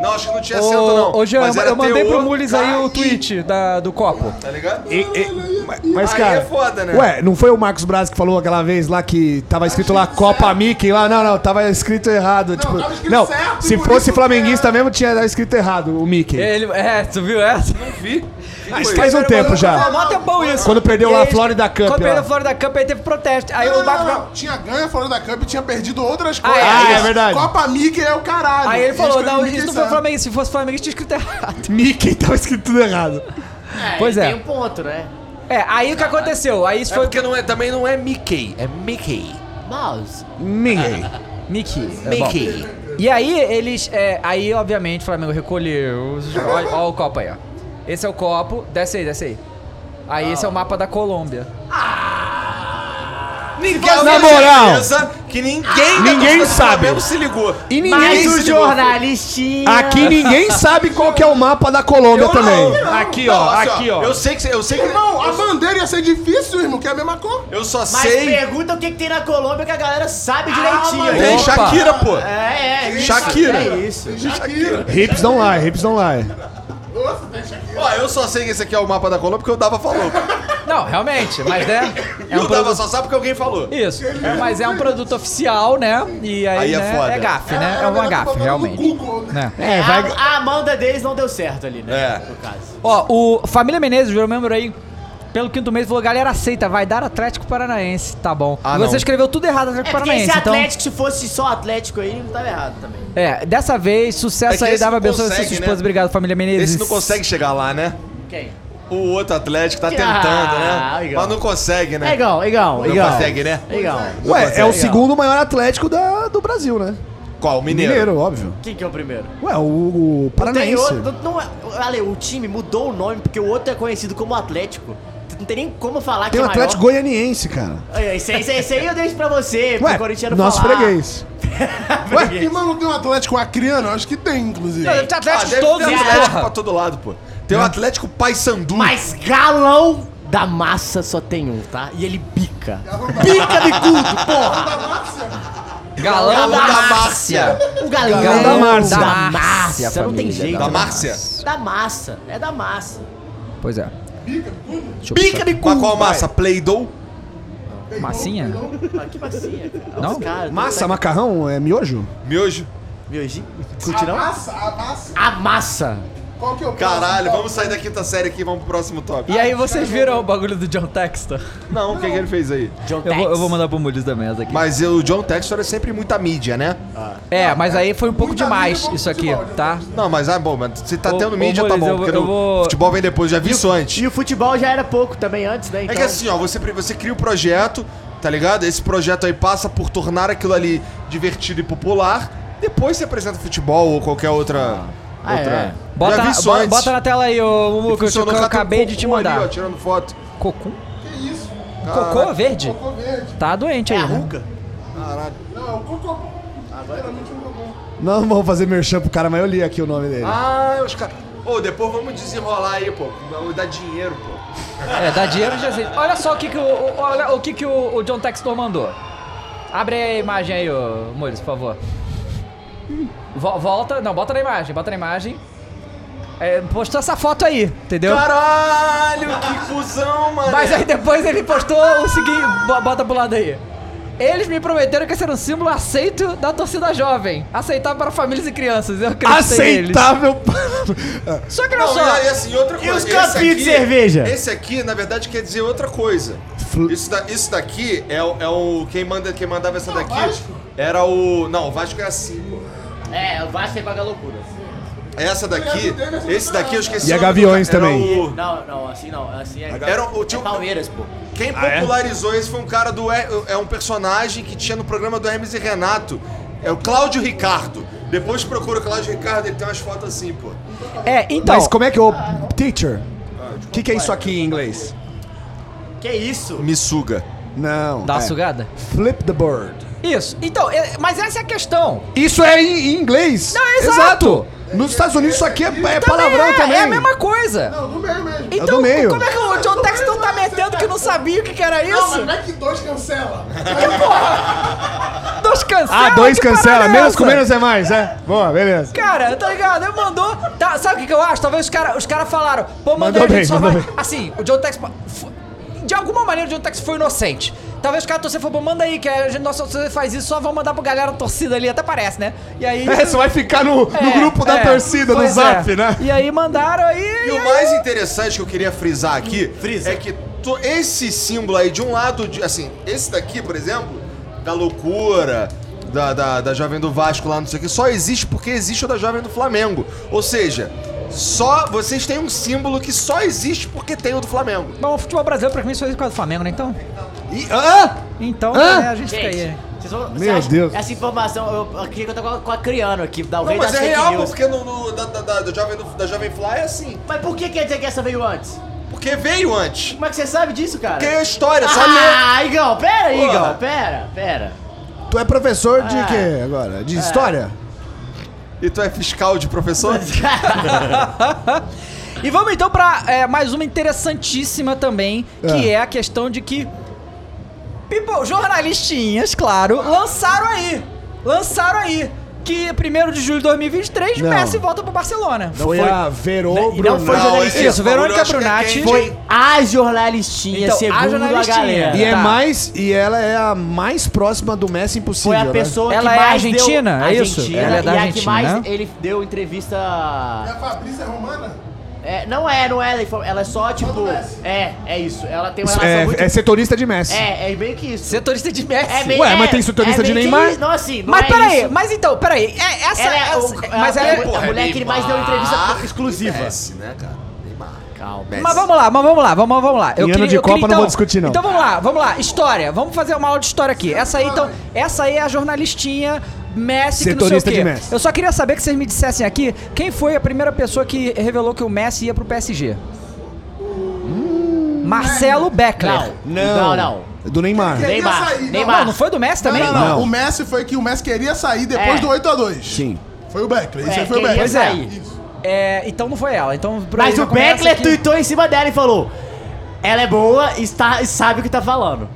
Speaker 4: Não, acho que não tinha acento, não.
Speaker 2: Ô, ô Jean,
Speaker 4: Mas era
Speaker 2: eu mandei pro
Speaker 4: T-O-K-I,
Speaker 2: Mules aí o tweet da, do copo.
Speaker 4: Tá ligado?
Speaker 5: E- e- ma- mas,
Speaker 4: Aí
Speaker 5: cara.
Speaker 4: é foda, né?
Speaker 5: Ué, não foi o Marcos Braz que falou aquela vez lá que tava escrito lá Copa Mickey lá? Não, não, tava escrito errado. Não, tipo,
Speaker 3: tava escrito
Speaker 5: não
Speaker 3: certo,
Speaker 5: se
Speaker 3: e por
Speaker 5: fosse
Speaker 3: isso-
Speaker 5: flamenguista mesmo, tinha escrito errado o Mickey.
Speaker 2: Ele, é, tu viu essa?
Speaker 4: Vi.
Speaker 5: Ah, isso faz um
Speaker 2: Foi-
Speaker 5: tempo
Speaker 2: Foi
Speaker 5: já.
Speaker 2: Mó tempão isso.
Speaker 5: Quando perdeu
Speaker 2: E
Speaker 5: lá a
Speaker 2: aí,
Speaker 5: Florida Cup,
Speaker 2: Quando perdeu
Speaker 5: lá.
Speaker 2: a Florida Cup, aí teve protesto. Aí
Speaker 3: Não,
Speaker 2: o
Speaker 3: não,
Speaker 2: Marco
Speaker 3: não, não. Tinha ganho a fora da Cup e tinha perdido outras
Speaker 2: Ah,
Speaker 3: coisas.
Speaker 2: é, Ah,
Speaker 5: é isso. verdade.
Speaker 3: Copa Mickey é o caralho.
Speaker 2: Aí ele falou,
Speaker 3: Eles
Speaker 2: não,
Speaker 3: escrevem
Speaker 2: isso não
Speaker 3: Mickey
Speaker 2: foi
Speaker 3: certo.
Speaker 2: Flamengo, se fosse Flamengo, tinha escrito errado.
Speaker 5: Mickey tava escrito tudo errado.
Speaker 6: É,
Speaker 2: Pois
Speaker 6: ele
Speaker 2: é.
Speaker 6: Tem um ponto, né?
Speaker 2: É, aí o que aconteceu? Aí isso
Speaker 4: É
Speaker 2: foi
Speaker 4: porque não é, também não é Mickey, é Mickey.
Speaker 6: Mouse.
Speaker 5: Mickey.
Speaker 2: Mickey. é, bom.
Speaker 4: Mickey.
Speaker 2: E aí eles. é, aí, obviamente, o Flamengo recolheu. os- Olha, olha o copo aí, ó. Esse é o copo. Desce aí, desce aí. Aí esse é o mapa da Colômbia.
Speaker 4: Ninguém
Speaker 5: Na
Speaker 4: eu tenho
Speaker 5: moral.
Speaker 4: certeza Que ninguém, da
Speaker 5: Ninguém
Speaker 4: torcida do
Speaker 5: sabe.
Speaker 4: Flamengo se ligou.
Speaker 5: E ninguém
Speaker 6: Mas
Speaker 5: se
Speaker 6: o
Speaker 5: ligou.
Speaker 6: jornalistinha.
Speaker 5: Aqui ninguém sabe qual que é o mapa da Colômbia também. aqui, ó,
Speaker 4: assim,
Speaker 5: aqui, ó.
Speaker 4: Eu sei que você- eu sei que
Speaker 3: Irmão, a bandeira ia ser difícil, irmão, que é a mesma cor.
Speaker 4: eu só
Speaker 6: Mas
Speaker 4: sei. Ah,
Speaker 6: pergunta o que, que tem na Colômbia que a galera sabe direitinho.
Speaker 3: mas
Speaker 4: Tem
Speaker 6: hein?
Speaker 2: Opa.
Speaker 4: Shakira, pô.
Speaker 6: É, é. isso,
Speaker 4: Shakira.
Speaker 6: É isso.
Speaker 3: Shakira.
Speaker 5: Hips don't lie, hips don't lie.
Speaker 3: Nossa, tem Shakira.
Speaker 4: Ó, eu só sei que esse aqui é o mapa da Colômbia porque o Dava falou.
Speaker 2: Não, realmente, mas né?
Speaker 4: e o Dava só sabe porque alguém falou.
Speaker 2: Isso. Mas é um produto oficial, né? E aí,
Speaker 4: Aí é
Speaker 2: né,
Speaker 4: foda.
Speaker 2: é gafe, né? É
Speaker 3: Ela
Speaker 2: uma
Speaker 3: tá
Speaker 2: gafe,
Speaker 3: botando no
Speaker 2: realmente.
Speaker 3: Google, né?
Speaker 2: Né?
Speaker 5: É, vai.
Speaker 6: a, a Amanda deles não deu certo ali, né?
Speaker 4: É.
Speaker 6: No caso.
Speaker 2: Ó, o Família Menezes, eu lembro aí, pelo quinto mês, falou: galera, aceita, vai dar Atlético Paranaense, tá bom.
Speaker 4: Ah,
Speaker 2: Você
Speaker 4: não.
Speaker 2: escreveu tudo errado, Atlético
Speaker 6: É porque esse
Speaker 2: Paranaense, então.
Speaker 6: Atlético, se fosse só Atlético aí, não tava errado também.
Speaker 2: É, dessa vez,
Speaker 4: É
Speaker 2: sucesso
Speaker 4: que
Speaker 2: aí,
Speaker 4: esse
Speaker 2: dava
Speaker 4: não
Speaker 2: abençoa você,
Speaker 4: consegue,
Speaker 2: sua
Speaker 4: né?
Speaker 2: esposa. Obrigado, Família Menezes.
Speaker 4: Esse não consegue chegar lá, né?
Speaker 6: Quem?
Speaker 4: O outro Atlético tá
Speaker 6: Ah,
Speaker 4: tentando, né?
Speaker 6: legal.
Speaker 4: Mas não consegue, né?
Speaker 6: É igual, igual,
Speaker 4: Não
Speaker 6: igual.
Speaker 4: consegue, né?
Speaker 6: Igual.
Speaker 5: Ué, é o segundo maior Atlético da, do Brasil, né?
Speaker 4: Qual? Mineiro.
Speaker 5: Mineiro, óbvio.
Speaker 6: Quem que é o primeiro?
Speaker 5: Ué, o, o
Speaker 6: Tem
Speaker 5: Paranaense.
Speaker 6: outro, não, não é- Ale, o time mudou o nome porque o outro é conhecido como Atlético. Não tem nem como falar
Speaker 5: Tem
Speaker 6: que é
Speaker 5: o
Speaker 6: maior.
Speaker 5: Atlético Goianiense, cara.
Speaker 6: É, Esse, aí- esse, aí- esse aí eu deixo pra você, pro
Speaker 5: Ué,
Speaker 6: corintiano
Speaker 5: nosso
Speaker 6: falar.
Speaker 5: freguês.
Speaker 3: Ué, irmão, não tem um Atlético Acriano? Acho que tem, inclusive.
Speaker 2: Não, deve ter
Speaker 4: Ah,
Speaker 2: Atlético
Speaker 4: deve
Speaker 2: todos,
Speaker 4: ter Atlético pra
Speaker 2: porra.
Speaker 4: todo lado, pô. Tem o Atlético Paysandu.
Speaker 6: Mas galão da massa só tem um, tá? E ele bica.
Speaker 5: Pica de cu!
Speaker 2: Galão
Speaker 4: da
Speaker 2: da
Speaker 4: Márcia.
Speaker 6: O galão,
Speaker 5: Galão da Márcia.
Speaker 6: Da
Speaker 2: Da Márcia,
Speaker 6: massa. Não tem
Speaker 2: família,
Speaker 6: jeito.
Speaker 4: Da Márcia?
Speaker 6: Da massa. É da massa.
Speaker 2: Pois é.
Speaker 4: Pica de cu. Mas qual massa? Play-Doh?
Speaker 2: Massinha?
Speaker 6: Ah, que massinha, cara.
Speaker 2: Não?
Speaker 6: Os caras,
Speaker 5: Massa, macarrão, é miojo?
Speaker 4: Miojo?
Speaker 6: Miojinho?
Speaker 3: a
Speaker 6: Curte não?
Speaker 3: massa, a massa.
Speaker 6: A massa.
Speaker 3: Qual que é o próximo?
Speaker 4: Caralho, vamos sair da quinta série aqui e vamos pro próximo top.
Speaker 2: E aí, vocês viram o bagulho do John Textor?
Speaker 4: Não, o que, que ele fez aí?
Speaker 6: John
Speaker 2: Eu vou,
Speaker 6: Tex.
Speaker 2: eu vou mandar pro Mulis da mesa aqui.
Speaker 4: Mas eu- o John Textor é sempre muita mídia, né?
Speaker 2: é, mas aí foi um pouco
Speaker 3: Muita
Speaker 2: demais
Speaker 3: mídia, pouco
Speaker 2: isso aqui,
Speaker 3: futebol,
Speaker 2: tá?
Speaker 4: Não, mas ah, bom, mas se tá
Speaker 2: Ô,
Speaker 4: tendo
Speaker 2: ô,
Speaker 4: mídia, tá
Speaker 2: Mules,
Speaker 4: bom.
Speaker 2: eu-
Speaker 4: porque
Speaker 2: eu
Speaker 4: no-
Speaker 2: vou-
Speaker 4: futebol vem depois, já vi isso antes.
Speaker 6: E o futebol já era pouco também antes, né?
Speaker 4: É
Speaker 6: Então,
Speaker 4: que assim, ó, você, pre- você cria o projeto, tá ligado? Esse projeto aí passa por tornar aquilo ali divertido e popular. Depois você apresenta futebol ou qualquer outra.
Speaker 6: Ah,
Speaker 4: outra.
Speaker 6: é.
Speaker 2: Bota,
Speaker 4: já vi
Speaker 2: bo-
Speaker 4: isso antes.
Speaker 2: bota na tela aí, ô Mumu, que eu, te-
Speaker 4: Funcionou,
Speaker 2: que eu
Speaker 4: já tem um
Speaker 2: acabei de te
Speaker 4: cocô ali,
Speaker 2: mandar.
Speaker 4: ó, tirando foto.
Speaker 2: Cocum?
Speaker 3: Que isso?
Speaker 2: Cocô verde?
Speaker 3: Cocô verde.
Speaker 2: Tá doente
Speaker 6: É
Speaker 2: aí.
Speaker 6: a
Speaker 2: né?
Speaker 6: ruga.
Speaker 3: Não, cocô. Geralmente é um cocô.
Speaker 5: Não vamos fazer merchan pro cara, mas eu li aqui o nome dele.
Speaker 4: Ah, os caras. Ô, depois vamos desenrolar aí, pô. Dá dinheiro, pô.
Speaker 2: É, dá dinheiro já sei. Olha só o que, que o, o- olha o, que que o, o John Textor mandou. Abre a imagem aí, ô, Mules, por favor. Vo- volta, não, bota na imagem, bota na imagem. É, postou essa foto aí, entendeu?
Speaker 4: Caralho, que cuzão, mano.
Speaker 2: Mas aí depois ele postou o seguinte, bo- bota pro lado aí. Eles me prometeram que esse era um símbolo aceito da torcida jovem. Aceitável para famílias e crianças. Eu
Speaker 6: Ah,
Speaker 2: acreditei neles.
Speaker 5: Aceitável.
Speaker 2: Só que olha
Speaker 4: Não,
Speaker 2: só.
Speaker 4: e assim, outra coisa.
Speaker 6: os
Speaker 4: esse
Speaker 6: copinhos de
Speaker 4: aqui-
Speaker 6: cerveja?
Speaker 4: Esse aqui, na verdade, quer dizer outra coisa.
Speaker 5: Flu-
Speaker 4: Isso, da- isso daqui é, o- é o. Quem, manda, quem mandava essa daqui
Speaker 3: Vasco.
Speaker 4: era o. Não, o Vasco é assim, pô.
Speaker 6: É, o Vasco é com a loucura.
Speaker 4: Essa daqui. Esse daqui eu esqueci.
Speaker 5: E a
Speaker 4: o nome
Speaker 5: Gaviões
Speaker 4: do cara. Era
Speaker 5: também.
Speaker 4: o-
Speaker 6: Não, não, assim não. Assim é.
Speaker 4: Era o- o
Speaker 6: é
Speaker 4: tio-
Speaker 6: Palmeiras, pô.
Speaker 4: quem popularizou esse foi um cara do. É é um personagem que tinha no programa do Hermes e Renato. É o Cláudio Ricardo. Depois procura o Cláudio Ricardo, ele tem umas fotos assim, pô.
Speaker 2: É, então.
Speaker 5: Mas como é que o. Teacher. O que, que é isso aqui em inglês?
Speaker 6: Que
Speaker 2: é
Speaker 6: isso?
Speaker 4: Me suga.
Speaker 5: Não.
Speaker 2: Dá uma
Speaker 5: é.
Speaker 2: sugada?
Speaker 5: Flip the bird.
Speaker 2: Isso. Então, é- mas essa é a questão.
Speaker 5: Isso é em em inglês.
Speaker 2: Não, é exato.
Speaker 5: Nos Estados Unidos isso aqui é, é
Speaker 2: Também
Speaker 5: palavrão
Speaker 2: é,
Speaker 5: também.
Speaker 2: É a mesma coisa.
Speaker 3: Não, do meio mesmo.
Speaker 2: Então,
Speaker 5: do meio.
Speaker 2: como é que o John Texton tá
Speaker 3: é
Speaker 2: metendo que não sabia o que, que era
Speaker 3: Não,
Speaker 2: isso?
Speaker 3: mas Mac 2 cancela.
Speaker 2: Não, Deus, cancela!
Speaker 5: Ah, dois
Speaker 2: que parada
Speaker 5: cancela.
Speaker 2: é
Speaker 5: Menos
Speaker 2: essa?
Speaker 5: com menos é mais, é? Boa, beleza.
Speaker 2: Cara, tá ligado? Ele mandou. Tá, sabe o que, que eu acho? Talvez os caras os cara falaram. Pô, mandou,
Speaker 5: Mandou
Speaker 2: a gente
Speaker 5: bem,
Speaker 2: só
Speaker 5: mandou
Speaker 2: vai.
Speaker 5: bem.
Speaker 2: Assim, o John Tex. fo- De alguma maneira o John Tex foi inocente. Talvez o cara torcer falou, pô, manda aí, que a gente, nossa torcida faz isso, só vamos mandar pro galera da torcida ali, até parece, né? E aí.
Speaker 5: É, você vai ficar no, no
Speaker 2: É,
Speaker 5: grupo da
Speaker 2: é,
Speaker 5: torcida, no
Speaker 2: pois
Speaker 5: zap,
Speaker 2: é.
Speaker 5: né?
Speaker 2: E aí mandaram aí.
Speaker 4: E o mais interessante que eu queria frisar aqui é que to- esse símbolo aí, de um lado, de- assim, esse daqui, por exemplo, da loucura, da, da, da Jovem do Vasco lá, não sei o que, só existe porque existe o da Jovem do Flamengo. Ou seja, só vocês têm um símbolo que só existe porque tem o do Flamengo.
Speaker 2: Bom, o futebol brasileiro pra mim só existe por causa do Flamengo, né? Então.
Speaker 4: E, ah,
Speaker 2: Então, né, a gente fica aí.
Speaker 6: Gente, vocês vão, vocês
Speaker 5: Meu
Speaker 6: acham-
Speaker 5: Deus.
Speaker 6: Essa informação, eu, eu queria contar com a, com a Criano aqui,
Speaker 4: não,
Speaker 6: da Alveia
Speaker 4: mas
Speaker 6: das
Speaker 4: é
Speaker 6: fake
Speaker 4: real,
Speaker 6: news.
Speaker 4: porque no, no- da, da, da, da jovem do- da Jovem Fly é assim.
Speaker 6: Mas por que quer dizer que essa veio antes?
Speaker 4: Porque veio antes.
Speaker 6: Como é que você sabe disso, cara?
Speaker 4: Porque é a história, só ler.
Speaker 6: Ah, Igão, pera aí,
Speaker 4: Porra.
Speaker 6: Igão, pera, pera.
Speaker 5: Tu é professor de
Speaker 6: Ah.
Speaker 5: quê agora?
Speaker 2: É.
Speaker 5: De história?
Speaker 4: E tu é fiscal de professor?
Speaker 2: E vamos então pra é, mais uma interessantíssima também, que é. a questão de que people, jornalistinhas, claro, lançaram aí, lançaram aí que 1 de julho de 2023
Speaker 5: Não.
Speaker 2: Messi volta pro Barcelona.
Speaker 5: foi, a né? Verô
Speaker 2: Não,
Speaker 5: Brunão.
Speaker 2: foi jornalista.
Speaker 4: esse
Speaker 2: Isso, Verônica
Speaker 4: bagulho eu acho que é
Speaker 2: Brunatti.
Speaker 4: quente,
Speaker 2: Foi-
Speaker 4: hein?
Speaker 6: A jornalistinha,
Speaker 2: Então, a
Speaker 6: segundo a,
Speaker 2: jornalistinha.
Speaker 6: galera.
Speaker 5: E é
Speaker 2: Tá.
Speaker 5: mais, e ela é a mais próxima do Messi impossível.
Speaker 6: Foi a
Speaker 5: né?
Speaker 6: pessoa
Speaker 2: Ela
Speaker 6: que
Speaker 2: é
Speaker 6: mais
Speaker 2: argentina,
Speaker 6: deu...
Speaker 2: é isso?
Speaker 6: Argentina,
Speaker 2: Ela é da
Speaker 6: e a que
Speaker 2: Argentina,
Speaker 6: mais
Speaker 2: né?
Speaker 6: ele deu entrevista...
Speaker 3: E É a Fabrícia Romana?
Speaker 6: É, não é, não é, ela inform- ela é só tipo. É, é isso. Ela tem uma relação muito.
Speaker 5: É, é setorista de Messi.
Speaker 6: É, é meio que isso.
Speaker 2: Setorista de Messi.
Speaker 6: É meio,
Speaker 5: Ué, mas tem setorista de
Speaker 6: meio que
Speaker 5: Neymar?
Speaker 6: isso. Não, assim, não
Speaker 2: mas
Speaker 6: é
Speaker 2: peraí,
Speaker 6: isso.
Speaker 2: mas então, peraí, é, essa,
Speaker 6: Ela é,
Speaker 2: essa-
Speaker 6: o-
Speaker 2: mas
Speaker 6: a,
Speaker 2: ela é-
Speaker 6: a mulher que mais deu entrevista
Speaker 2: Ah,
Speaker 6: exclusiva.
Speaker 4: Messi, né, cara? Neymar.
Speaker 6: Calma.
Speaker 2: Mas vamos lá, mas vamos lá, vamos, vamos lá.
Speaker 5: Em ano de Copa não vou discutir, não.
Speaker 2: Então vamos lá, vamos lá. História. Vamos fazer uma aula de história aqui. Essa aí, então, essa aí é a jornalistinha Messi
Speaker 5: Setorista
Speaker 2: que não sei o quê.
Speaker 5: de Messi.
Speaker 2: Eu só queria saber que vocês me dissessem aqui quem foi a primeira pessoa que revelou que o Messi ia pro PSG. Hum. Marcelo Beckler.
Speaker 6: Não, não, não.
Speaker 5: Do Neymar.
Speaker 3: Queria
Speaker 6: Neymar,
Speaker 3: sair. Não,
Speaker 6: Neymar.
Speaker 2: Não, não foi do Messi também?
Speaker 3: Não, não, não.
Speaker 5: Não.
Speaker 3: O Messi foi que o Messi queria sair depois
Speaker 6: É.
Speaker 3: do 8x2.
Speaker 5: Sim.
Speaker 3: Foi o Beckley. Esse
Speaker 6: É,
Speaker 3: aí foi o
Speaker 6: quem ia
Speaker 3: Beckley.
Speaker 2: Pois é.
Speaker 6: sair.
Speaker 2: É, então não foi ela. Então por aí
Speaker 6: Mas
Speaker 2: já
Speaker 6: o
Speaker 2: começa
Speaker 6: Beckler
Speaker 2: que-
Speaker 6: tuitou em cima dela e falou: Ela é boa e está- e sabe o que tá falando.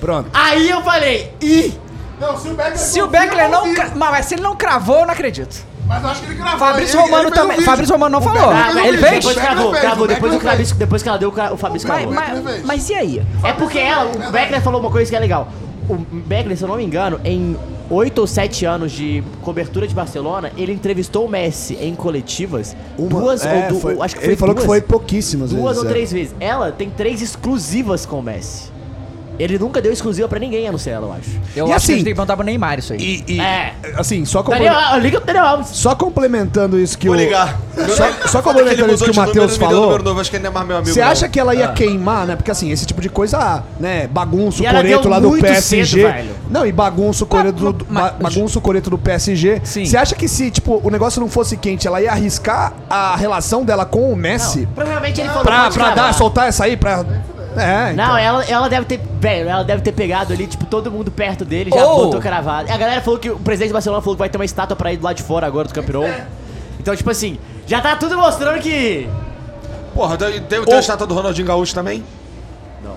Speaker 5: Pronto.
Speaker 6: Aí eu falei, ih!
Speaker 3: Não, se o Beckley.
Speaker 2: Se o
Speaker 3: confia,
Speaker 2: Beckler não.
Speaker 3: confia.
Speaker 2: ca- Mas mas se ele não cravou, eu não acredito.
Speaker 3: Mas eu acho que ele gravou.
Speaker 2: Fabrício
Speaker 3: Ele- ele
Speaker 2: Romano
Speaker 3: fez o
Speaker 2: também.
Speaker 3: vídeo.
Speaker 2: Fabrício Romano não
Speaker 3: O
Speaker 2: falou.
Speaker 3: Beckley
Speaker 6: Ah,
Speaker 2: mas ele
Speaker 3: fez. um
Speaker 2: fez?
Speaker 6: Depois
Speaker 3: O Beckley
Speaker 6: cravou,
Speaker 3: fez,
Speaker 6: cravou.
Speaker 3: o
Speaker 6: Depois, o
Speaker 3: Beckley
Speaker 6: Fabrício- depois que ela deu, o Fabrício
Speaker 2: Mas,
Speaker 6: cravou.
Speaker 3: Beckler
Speaker 2: mas-
Speaker 3: fez.
Speaker 2: mas e aí?
Speaker 6: É porque ela, o Beckler falou uma coisa que é legal. O Beckler, se eu não me engano, em 8 ou 7 anos de cobertura de Barcelona, ele entrevistou o Messi em coletivas duas
Speaker 5: é,
Speaker 6: ou du-
Speaker 5: foi-
Speaker 6: acho que foi
Speaker 5: Ele falou
Speaker 6: duas,
Speaker 5: que foi pouquíssimas
Speaker 6: duas
Speaker 5: vezes,
Speaker 6: ou
Speaker 5: é.
Speaker 6: três vezes. Ela tem três exclusivas com o Messi. Ele nunca deu exclusiva pra ninguém, a não ser ela, eu acho.
Speaker 2: Eu acho
Speaker 5: E
Speaker 2: que a
Speaker 5: assim-
Speaker 2: gente tem que perguntar pro Neymar isso aí.
Speaker 5: E, e-
Speaker 6: É.
Speaker 5: assim, só, comple-
Speaker 6: Daniel, ah, liga pro Daniel Alves.
Speaker 5: só complementando isso que
Speaker 4: Vou
Speaker 5: o.
Speaker 4: ligar.
Speaker 5: Só, só
Speaker 4: Foda ele
Speaker 5: complementando
Speaker 4: mudou
Speaker 5: isso que o
Speaker 4: de número,
Speaker 5: Matheus
Speaker 4: me deu
Speaker 5: falou.
Speaker 4: número novo, acho que ele não é mais meu Ah. amigo,
Speaker 5: Você
Speaker 4: não.
Speaker 5: acha que ela ia queimar, né? Porque assim, esse tipo de coisa, né? Bagunça
Speaker 6: E
Speaker 5: o
Speaker 6: ela
Speaker 5: coreto
Speaker 6: deu
Speaker 5: lá do
Speaker 6: muito
Speaker 5: PSG.
Speaker 6: cedo, velho.
Speaker 5: não, e bagunça o coreto do,
Speaker 2: mas-
Speaker 5: ba- bagunça o coreto do PSG.
Speaker 2: Sim.
Speaker 5: Você acha que se, tipo, o negócio não fosse quente, ela ia arriscar a relação dela com o Messi?
Speaker 6: Provavelmente ele falou
Speaker 5: Pra,
Speaker 6: "Pode
Speaker 5: pra
Speaker 6: gravar".
Speaker 5: dar, soltar essa aí, pra. É, então.
Speaker 6: Não, ela, ela deve ter. Velho, ela deve ter pegado ali, tipo, todo mundo perto dele, já
Speaker 2: Ou-
Speaker 6: botou cravado. A galera falou que o presidente do Barcelona falou que vai ter uma estátua pra ir do lado de fora agora do campeão. Então, tipo assim, já tá tudo mostrando que.
Speaker 4: Porra, tem, tem, tem a estátua do Ronaldinho Gaúcho também?
Speaker 6: Não.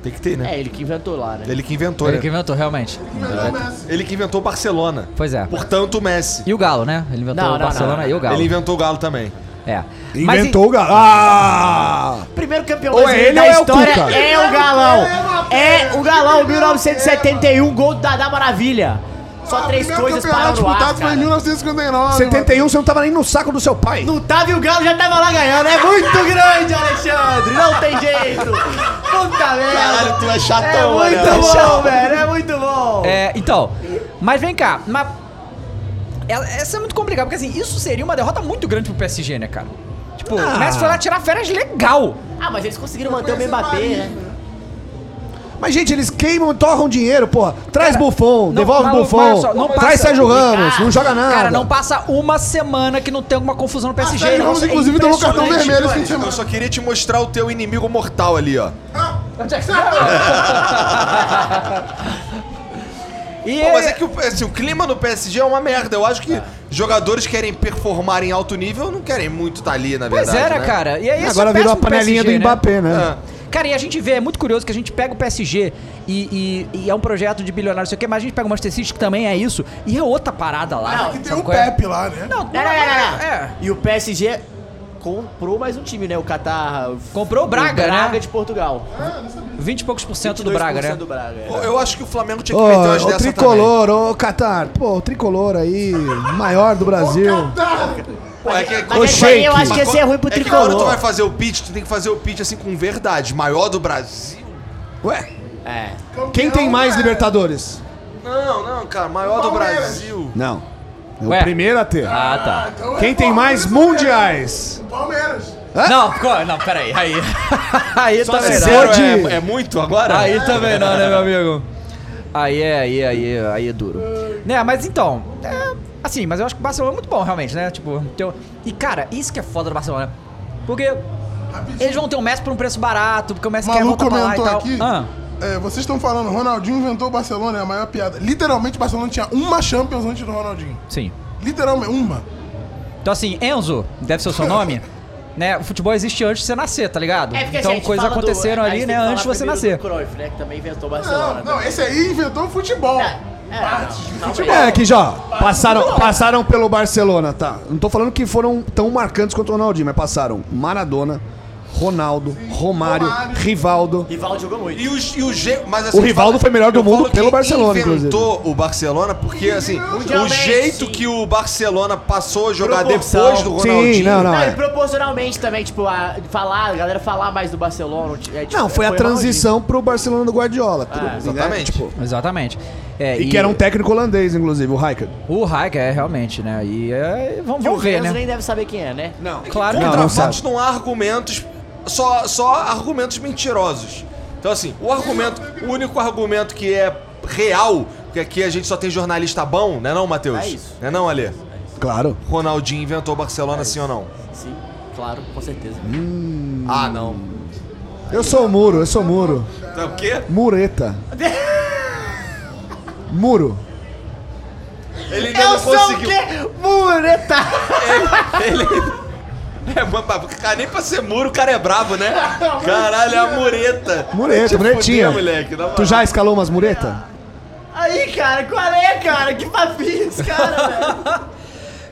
Speaker 4: Tem que ter, né?
Speaker 6: É, ele que inventou lá, né?
Speaker 4: Ele que inventou,
Speaker 2: Ele
Speaker 4: né?
Speaker 2: que inventou, realmente.
Speaker 4: Ele que inventou o Barcelona.
Speaker 2: Pois é.
Speaker 4: Portanto, o Messi.
Speaker 2: E o Galo, né? Ele inventou
Speaker 6: Não,
Speaker 2: o
Speaker 6: não,
Speaker 2: Barcelona
Speaker 6: não.
Speaker 2: e o Galo.
Speaker 4: Ele inventou o Galo também.
Speaker 2: É. Mas
Speaker 5: Inventou o galo. Ah!
Speaker 6: Primeiro campeão
Speaker 5: Ou é
Speaker 6: brasileiro
Speaker 5: ele
Speaker 6: da
Speaker 5: ou é o
Speaker 6: história
Speaker 5: Cuca?
Speaker 6: é o Galão. É o Galão, 1971, gol do Dadá Maravilha. Só três
Speaker 3: Ah, O primeiro
Speaker 6: coisas para
Speaker 3: campeonato
Speaker 6: no ar,
Speaker 3: disputado foi em
Speaker 6: cara.
Speaker 3: 1959.
Speaker 5: 71 você não tava nem no saco do seu pai.
Speaker 6: Não tava e o Galo já tava lá ganhando. É muito grande, Alexandre. Não tem jeito. Puta merda.
Speaker 4: tu é
Speaker 6: É
Speaker 4: chatão,
Speaker 6: muito bom, velho. É muito bom.
Speaker 2: Então, É, então. Mas vem cá, mas. ela- Essa é muito complicada, porque assim, isso seria uma derrota muito grande pro PSG, né, cara? Tipo,
Speaker 5: Ah.
Speaker 2: o Messi foi lá tirar férias legal.
Speaker 6: Ah, mas eles conseguiram manter o Mbappé, né?
Speaker 5: Mas, gente, eles queimam, torram dinheiro, porra. Traz Buffon, devolve
Speaker 2: maluco,
Speaker 5: Buffon.
Speaker 2: mas só- não
Speaker 5: traz
Speaker 2: passa-
Speaker 5: Sérgio Ramos, não joga nada. Ah,
Speaker 2: Cara, não passa uma semana que não tem alguma confusão no PSG.
Speaker 5: tá,
Speaker 3: Sérgio Ramos,
Speaker 2: Nossa, é
Speaker 3: inclusive, tomou cartão
Speaker 2: impressionante.
Speaker 3: vermelho esse fim de
Speaker 4: Eu
Speaker 3: semana.
Speaker 4: só queria te mostrar o teu inimigo mortal ali, ó.
Speaker 2: E
Speaker 4: Pô, mas é que o, assim, o clima no PSG é uma merda. Eu acho que jogadores querem performar em alto nível não querem muito estar ali, na
Speaker 2: Pois
Speaker 4: verdade.
Speaker 2: era,
Speaker 4: né?
Speaker 2: cara. E aí isso
Speaker 5: Agora
Speaker 2: é
Speaker 5: virou
Speaker 2: péssimo
Speaker 5: a
Speaker 2: pro
Speaker 5: panelinha
Speaker 2: PSG,
Speaker 5: do Mbappé, né?
Speaker 4: Ah.
Speaker 2: Cara, e a gente vê, é muito curioso que a gente pega o PSG e, e- e é um projeto de bilionário, não sei o quê, mas a gente pega o Manchester City, que também é isso, e é outra parada lá.
Speaker 6: Não,
Speaker 3: E tem
Speaker 2: Sabe
Speaker 3: o
Speaker 2: qual é?
Speaker 3: Pepe lá, né?
Speaker 2: Não, não,
Speaker 6: Não, não, não, não, não.
Speaker 2: É.
Speaker 6: E o PSG comprou mais um time, né? O Catar.
Speaker 2: Comprou o Braga, né? É.
Speaker 6: Braga de Portugal.
Speaker 2: 20 e poucos por cento do Braga, né?
Speaker 6: 22% do Braga, é.
Speaker 4: Eu- Eu acho que o Flamengo tinha
Speaker 7: Ô,
Speaker 4: que meter umas
Speaker 7: ô,
Speaker 4: dessa também.
Speaker 7: tricolor, ô Catar. Pô, o tricolor aí, maior do Brasil.
Speaker 4: Pô, é que-
Speaker 6: Mas
Speaker 7: Ô,
Speaker 6: isso aí eu
Speaker 7: Sheik.
Speaker 6: acho que ia ser assim ruim pro
Speaker 4: É que quando tu vai
Speaker 6: tricolor.
Speaker 4: fazer o pitch, tu tem que fazer o pitch assim com verdade. Maior do Brasil.
Speaker 7: Ué,
Speaker 6: É.
Speaker 7: quem tem mais Libertadores?
Speaker 4: Não, não, cara. Maior do Brasil.
Speaker 7: Não. É
Speaker 2: Ué.
Speaker 7: o primeiro a ter.
Speaker 2: Ah, tá.
Speaker 7: Quem tem mais mundiais?
Speaker 3: Palmeiras.
Speaker 2: Não, ficou- não, peraí, aí. aí tá
Speaker 4: Só
Speaker 2: também
Speaker 4: zero
Speaker 2: não.
Speaker 7: Pode-
Speaker 4: é, é muito agora?
Speaker 2: Aí também não, né, meu amigo? Aí é, aí, é, aí, é, aí é duro. Né, mas então, é, assim, mas eu acho que o Barcelona é muito bom, realmente, né? Tipo, tem o- e cara, isso que é foda do Barcelona. Porque eles vão ter o Messi por um preço barato, porque o Messi
Speaker 3: O
Speaker 2: quer
Speaker 3: maluco
Speaker 2: voltar pra lá e tal.
Speaker 3: comentou aqui.
Speaker 2: Ah,
Speaker 3: é, vocês estão falando, Ronaldinho inventou o Barcelona, é a maior piada. Literalmente, o Barcelona tinha uma Champions antes do Ronaldinho.
Speaker 2: sim.
Speaker 3: Literalmente, uma.
Speaker 2: Então assim, Enzo, deve ser o seu nome. Né, o futebol existe antes de você nascer, tá ligado?
Speaker 6: assim, a
Speaker 2: então
Speaker 6: gente
Speaker 2: coisas
Speaker 6: fala do-
Speaker 2: aconteceram
Speaker 6: a gente
Speaker 2: ali,
Speaker 6: tem
Speaker 2: né,
Speaker 6: que falar
Speaker 2: antes de você
Speaker 6: primeiro
Speaker 2: nascer.
Speaker 6: do Cruyff, né, que também inventou o Barcelona. né?
Speaker 3: Não, não, esse aí inventou o futebol.
Speaker 6: É,
Speaker 3: Partes
Speaker 6: não,
Speaker 3: de
Speaker 6: não,
Speaker 3: futebol.
Speaker 7: É, que já passaram, passaram pelo Barcelona, tá? Não tô falando que foram tão marcantes quanto o Ronaldinho, mas passaram Maradona, Ronaldo, Romário,
Speaker 3: Romário.
Speaker 7: Rivaldo.
Speaker 6: Rivaldo jogou muito.
Speaker 4: E o, e o Ge- mas assim,
Speaker 7: O Rivaldo foi melhor do
Speaker 4: eu
Speaker 7: mundo
Speaker 4: falo
Speaker 7: pelo
Speaker 4: que
Speaker 7: Barcelona,
Speaker 4: inventou o Barcelona porque, assim, o
Speaker 6: Mundialmente,
Speaker 4: jeito
Speaker 6: sim.
Speaker 4: que o Barcelona passou a jogar
Speaker 6: Proporção.
Speaker 4: depois do
Speaker 7: Sim,
Speaker 4: Ronaldinho.
Speaker 7: não, não.
Speaker 6: Não, e
Speaker 7: é.
Speaker 6: proporcionalmente também, tipo, a falar, a galera falar mais do Barcelona. é, tipo,
Speaker 7: Não, foi a
Speaker 6: o Ronaldinho.
Speaker 7: transição pro Barcelona do Guardiola. tudo bem, né?
Speaker 4: exatamente.
Speaker 7: Tipo,
Speaker 2: Exatamente. É,
Speaker 7: e que era um técnico holandês, inclusive, o Rijkaard.
Speaker 2: O Raik é realmente, né? E é, vamos,
Speaker 6: E o
Speaker 2: vamos ver,
Speaker 6: Renzo
Speaker 2: né?
Speaker 6: nem deve saber quem é, né?
Speaker 7: Não.
Speaker 2: Claro
Speaker 7: Não,
Speaker 2: que não.
Speaker 4: Contra
Speaker 7: não
Speaker 4: fatos
Speaker 7: sabe.
Speaker 4: não há argumentos, só, só argumentos mentirosos. Então, assim, o argumento, o único argumento que é real, porque aqui a gente só tem jornalista bom, né não, Matheus?
Speaker 6: É isso.
Speaker 4: Né não, Alê?
Speaker 7: Claro.
Speaker 4: Ronaldinho inventou o Barcelona, sim ou não?
Speaker 6: Sim, claro, com certeza.
Speaker 4: Ah, não.
Speaker 7: Eu sou muro, eu sou muro.
Speaker 4: Então, o quê?
Speaker 7: Mureta. Muro.
Speaker 4: Ele ainda não conseguiu.
Speaker 6: Mureta!
Speaker 4: É, mas, mas, cara, nem pra ser muro, o cara é bravo, né? Caralho, é a mureta.
Speaker 7: Mureta,
Speaker 4: Te fuder,
Speaker 7: muretinha.
Speaker 4: moleque, na
Speaker 7: Tu
Speaker 4: moral.
Speaker 7: já escalou umas muretas?
Speaker 6: Aí, cara, qual é, cara? Que papinho esse cara, velho?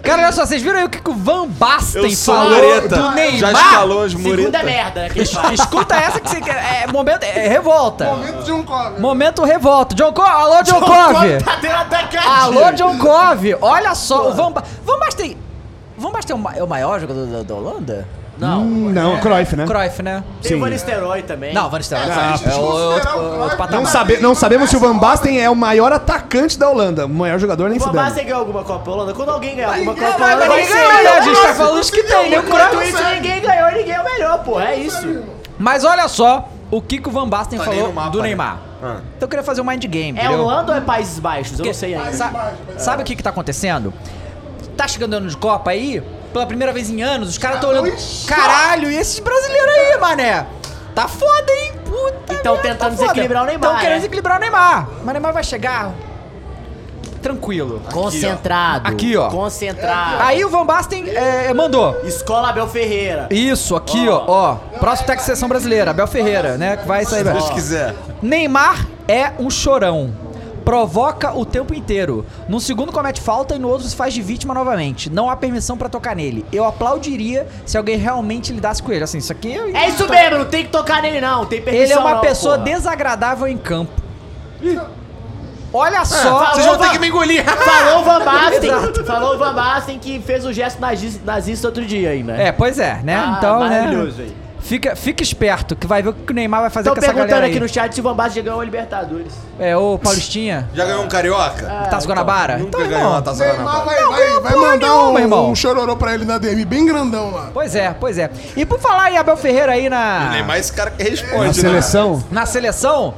Speaker 2: Cara, olha só, vocês viram aí o que, que o Van
Speaker 4: Eu
Speaker 2: Basten
Speaker 4: sou
Speaker 2: falou
Speaker 4: mureta.
Speaker 2: do
Speaker 4: Já
Speaker 2: Neymar?
Speaker 4: escalou as
Speaker 6: Segunda
Speaker 4: muretas.
Speaker 6: merda, né, que ele faz.
Speaker 2: Escuta essa que você quer. É momento. É revolta.
Speaker 3: Momento de um cobre.
Speaker 2: Momento revolta. John Cove. Alô, John Cove.
Speaker 6: Tá tendo ataque
Speaker 2: Alô, John Cove. Olha só, o Van Ba- Van Basten. Van Basten é o ma- é o maior jogador da, da Holanda?
Speaker 7: Não. não, Cruyff, né?
Speaker 2: Cruyff, né?
Speaker 6: Tem o Van Nistelrooy também.
Speaker 2: Não, Van Nistelrooy.
Speaker 3: gente
Speaker 2: é o- outro,
Speaker 3: considera o
Speaker 2: outro
Speaker 3: Cruyff
Speaker 2: patamar.
Speaker 6: Tá
Speaker 7: Não, sabe, não sabemos se o Van Basten é o maior atacante da Holanda. O maior jogador nem
Speaker 6: O Van
Speaker 7: fudendo.
Speaker 6: Basten ganhou alguma Copa Holanda? Quando alguém ganhar alguma
Speaker 3: ninguém
Speaker 6: Copa
Speaker 3: vai-
Speaker 2: Mas
Speaker 6: Holanda, vai
Speaker 2: ninguém
Speaker 6: ser
Speaker 2: ganhou,
Speaker 6: ele.
Speaker 2: né? A gente tá falando os que tem, né? O Cruyff-
Speaker 6: Enquanto isso, ninguém ganhou e ninguém é o melhor, porra. É isso.
Speaker 2: Mas olha só o que, que o Van Basten
Speaker 4: Tá nem
Speaker 2: falou
Speaker 4: no mapa,
Speaker 2: do
Speaker 4: né?
Speaker 2: Neymar.
Speaker 4: Ah.
Speaker 2: Então eu queria fazer um mind game.
Speaker 6: É
Speaker 2: entendeu?
Speaker 6: Holanda ou é Países Baixos? Eu
Speaker 2: Porque
Speaker 6: não sei ainda.
Speaker 2: sa- Sabe o que que tá acontecendo? Tá chegando ano de Copa aí, pela primeira vez em anos, os caras tão olhando. Caralho, e esses brasileiros aí, mané? Tá foda, hein? Puta
Speaker 6: Então
Speaker 2: merda,
Speaker 6: tentando
Speaker 2: tá
Speaker 6: desequilibrar o Neymar,
Speaker 2: Estão querendo
Speaker 6: é.
Speaker 2: desequilibrar o Neymar. Mas o Neymar vai chegar tranquilo.
Speaker 6: Concentrado.
Speaker 2: Aqui, ó.
Speaker 6: Concentrado.
Speaker 2: Aí o Van Basten é, mandou.
Speaker 6: Escola Abel Ferreira.
Speaker 2: Isso, aqui, ó, ó. Próximo técnico de seleção brasileira, Abel Ferreira, né? Que vai sair.
Speaker 4: Se Deus quiser.
Speaker 2: Neymar é um chorão. Provoca o tempo inteiro. Num segundo comete falta e no outro se faz de vítima novamente. Não há permissão pra tocar nele. Eu aplaudiria se alguém realmente lidasse com ele. Assim, isso aqui
Speaker 6: É isso mesmo, não tem que tocar nele não, tem permissão
Speaker 2: Ele é uma
Speaker 6: não,
Speaker 2: pessoa
Speaker 6: porra.
Speaker 2: desagradável em campo.
Speaker 6: Ah,
Speaker 2: Olha só.
Speaker 6: fala-
Speaker 4: Vocês vão ter que me engolir.
Speaker 6: Falou o Van Basten,
Speaker 2: Exato.
Speaker 6: falou o Van Basten que fez o gesto nazi- nazista outro dia ainda.
Speaker 2: É, pois é, né?
Speaker 6: Ah,
Speaker 2: então,
Speaker 6: maravilhoso
Speaker 2: né?
Speaker 6: aí.
Speaker 2: Fica, fica esperto, que vai ver o é que o Neymar vai fazer
Speaker 6: Estão
Speaker 2: com essa galera
Speaker 6: perguntando
Speaker 2: aí.
Speaker 6: aqui no chat se o Van Basten já ganhou a Libertadores.
Speaker 2: É, ô Paulistinha,
Speaker 4: Já ganhou um
Speaker 6: Ah,
Speaker 4: carioca?
Speaker 2: Taça Guanabara.
Speaker 4: Nunca
Speaker 2: Então,
Speaker 4: ganhou
Speaker 2: irmão,
Speaker 4: uma taça
Speaker 3: Neymar vai,
Speaker 4: Guanabara.
Speaker 3: vai, vai
Speaker 2: porra
Speaker 3: mandar
Speaker 2: nenhuma,
Speaker 3: um,
Speaker 2: irmão.
Speaker 3: um chororô pra ele na DM, bem grandão lá.
Speaker 2: Pois é, pois é. E por falar em Abel Ferreira aí na...
Speaker 4: Neymar é esse cara que
Speaker 7: Na
Speaker 4: responde, né?
Speaker 7: seleção?
Speaker 2: na seleção,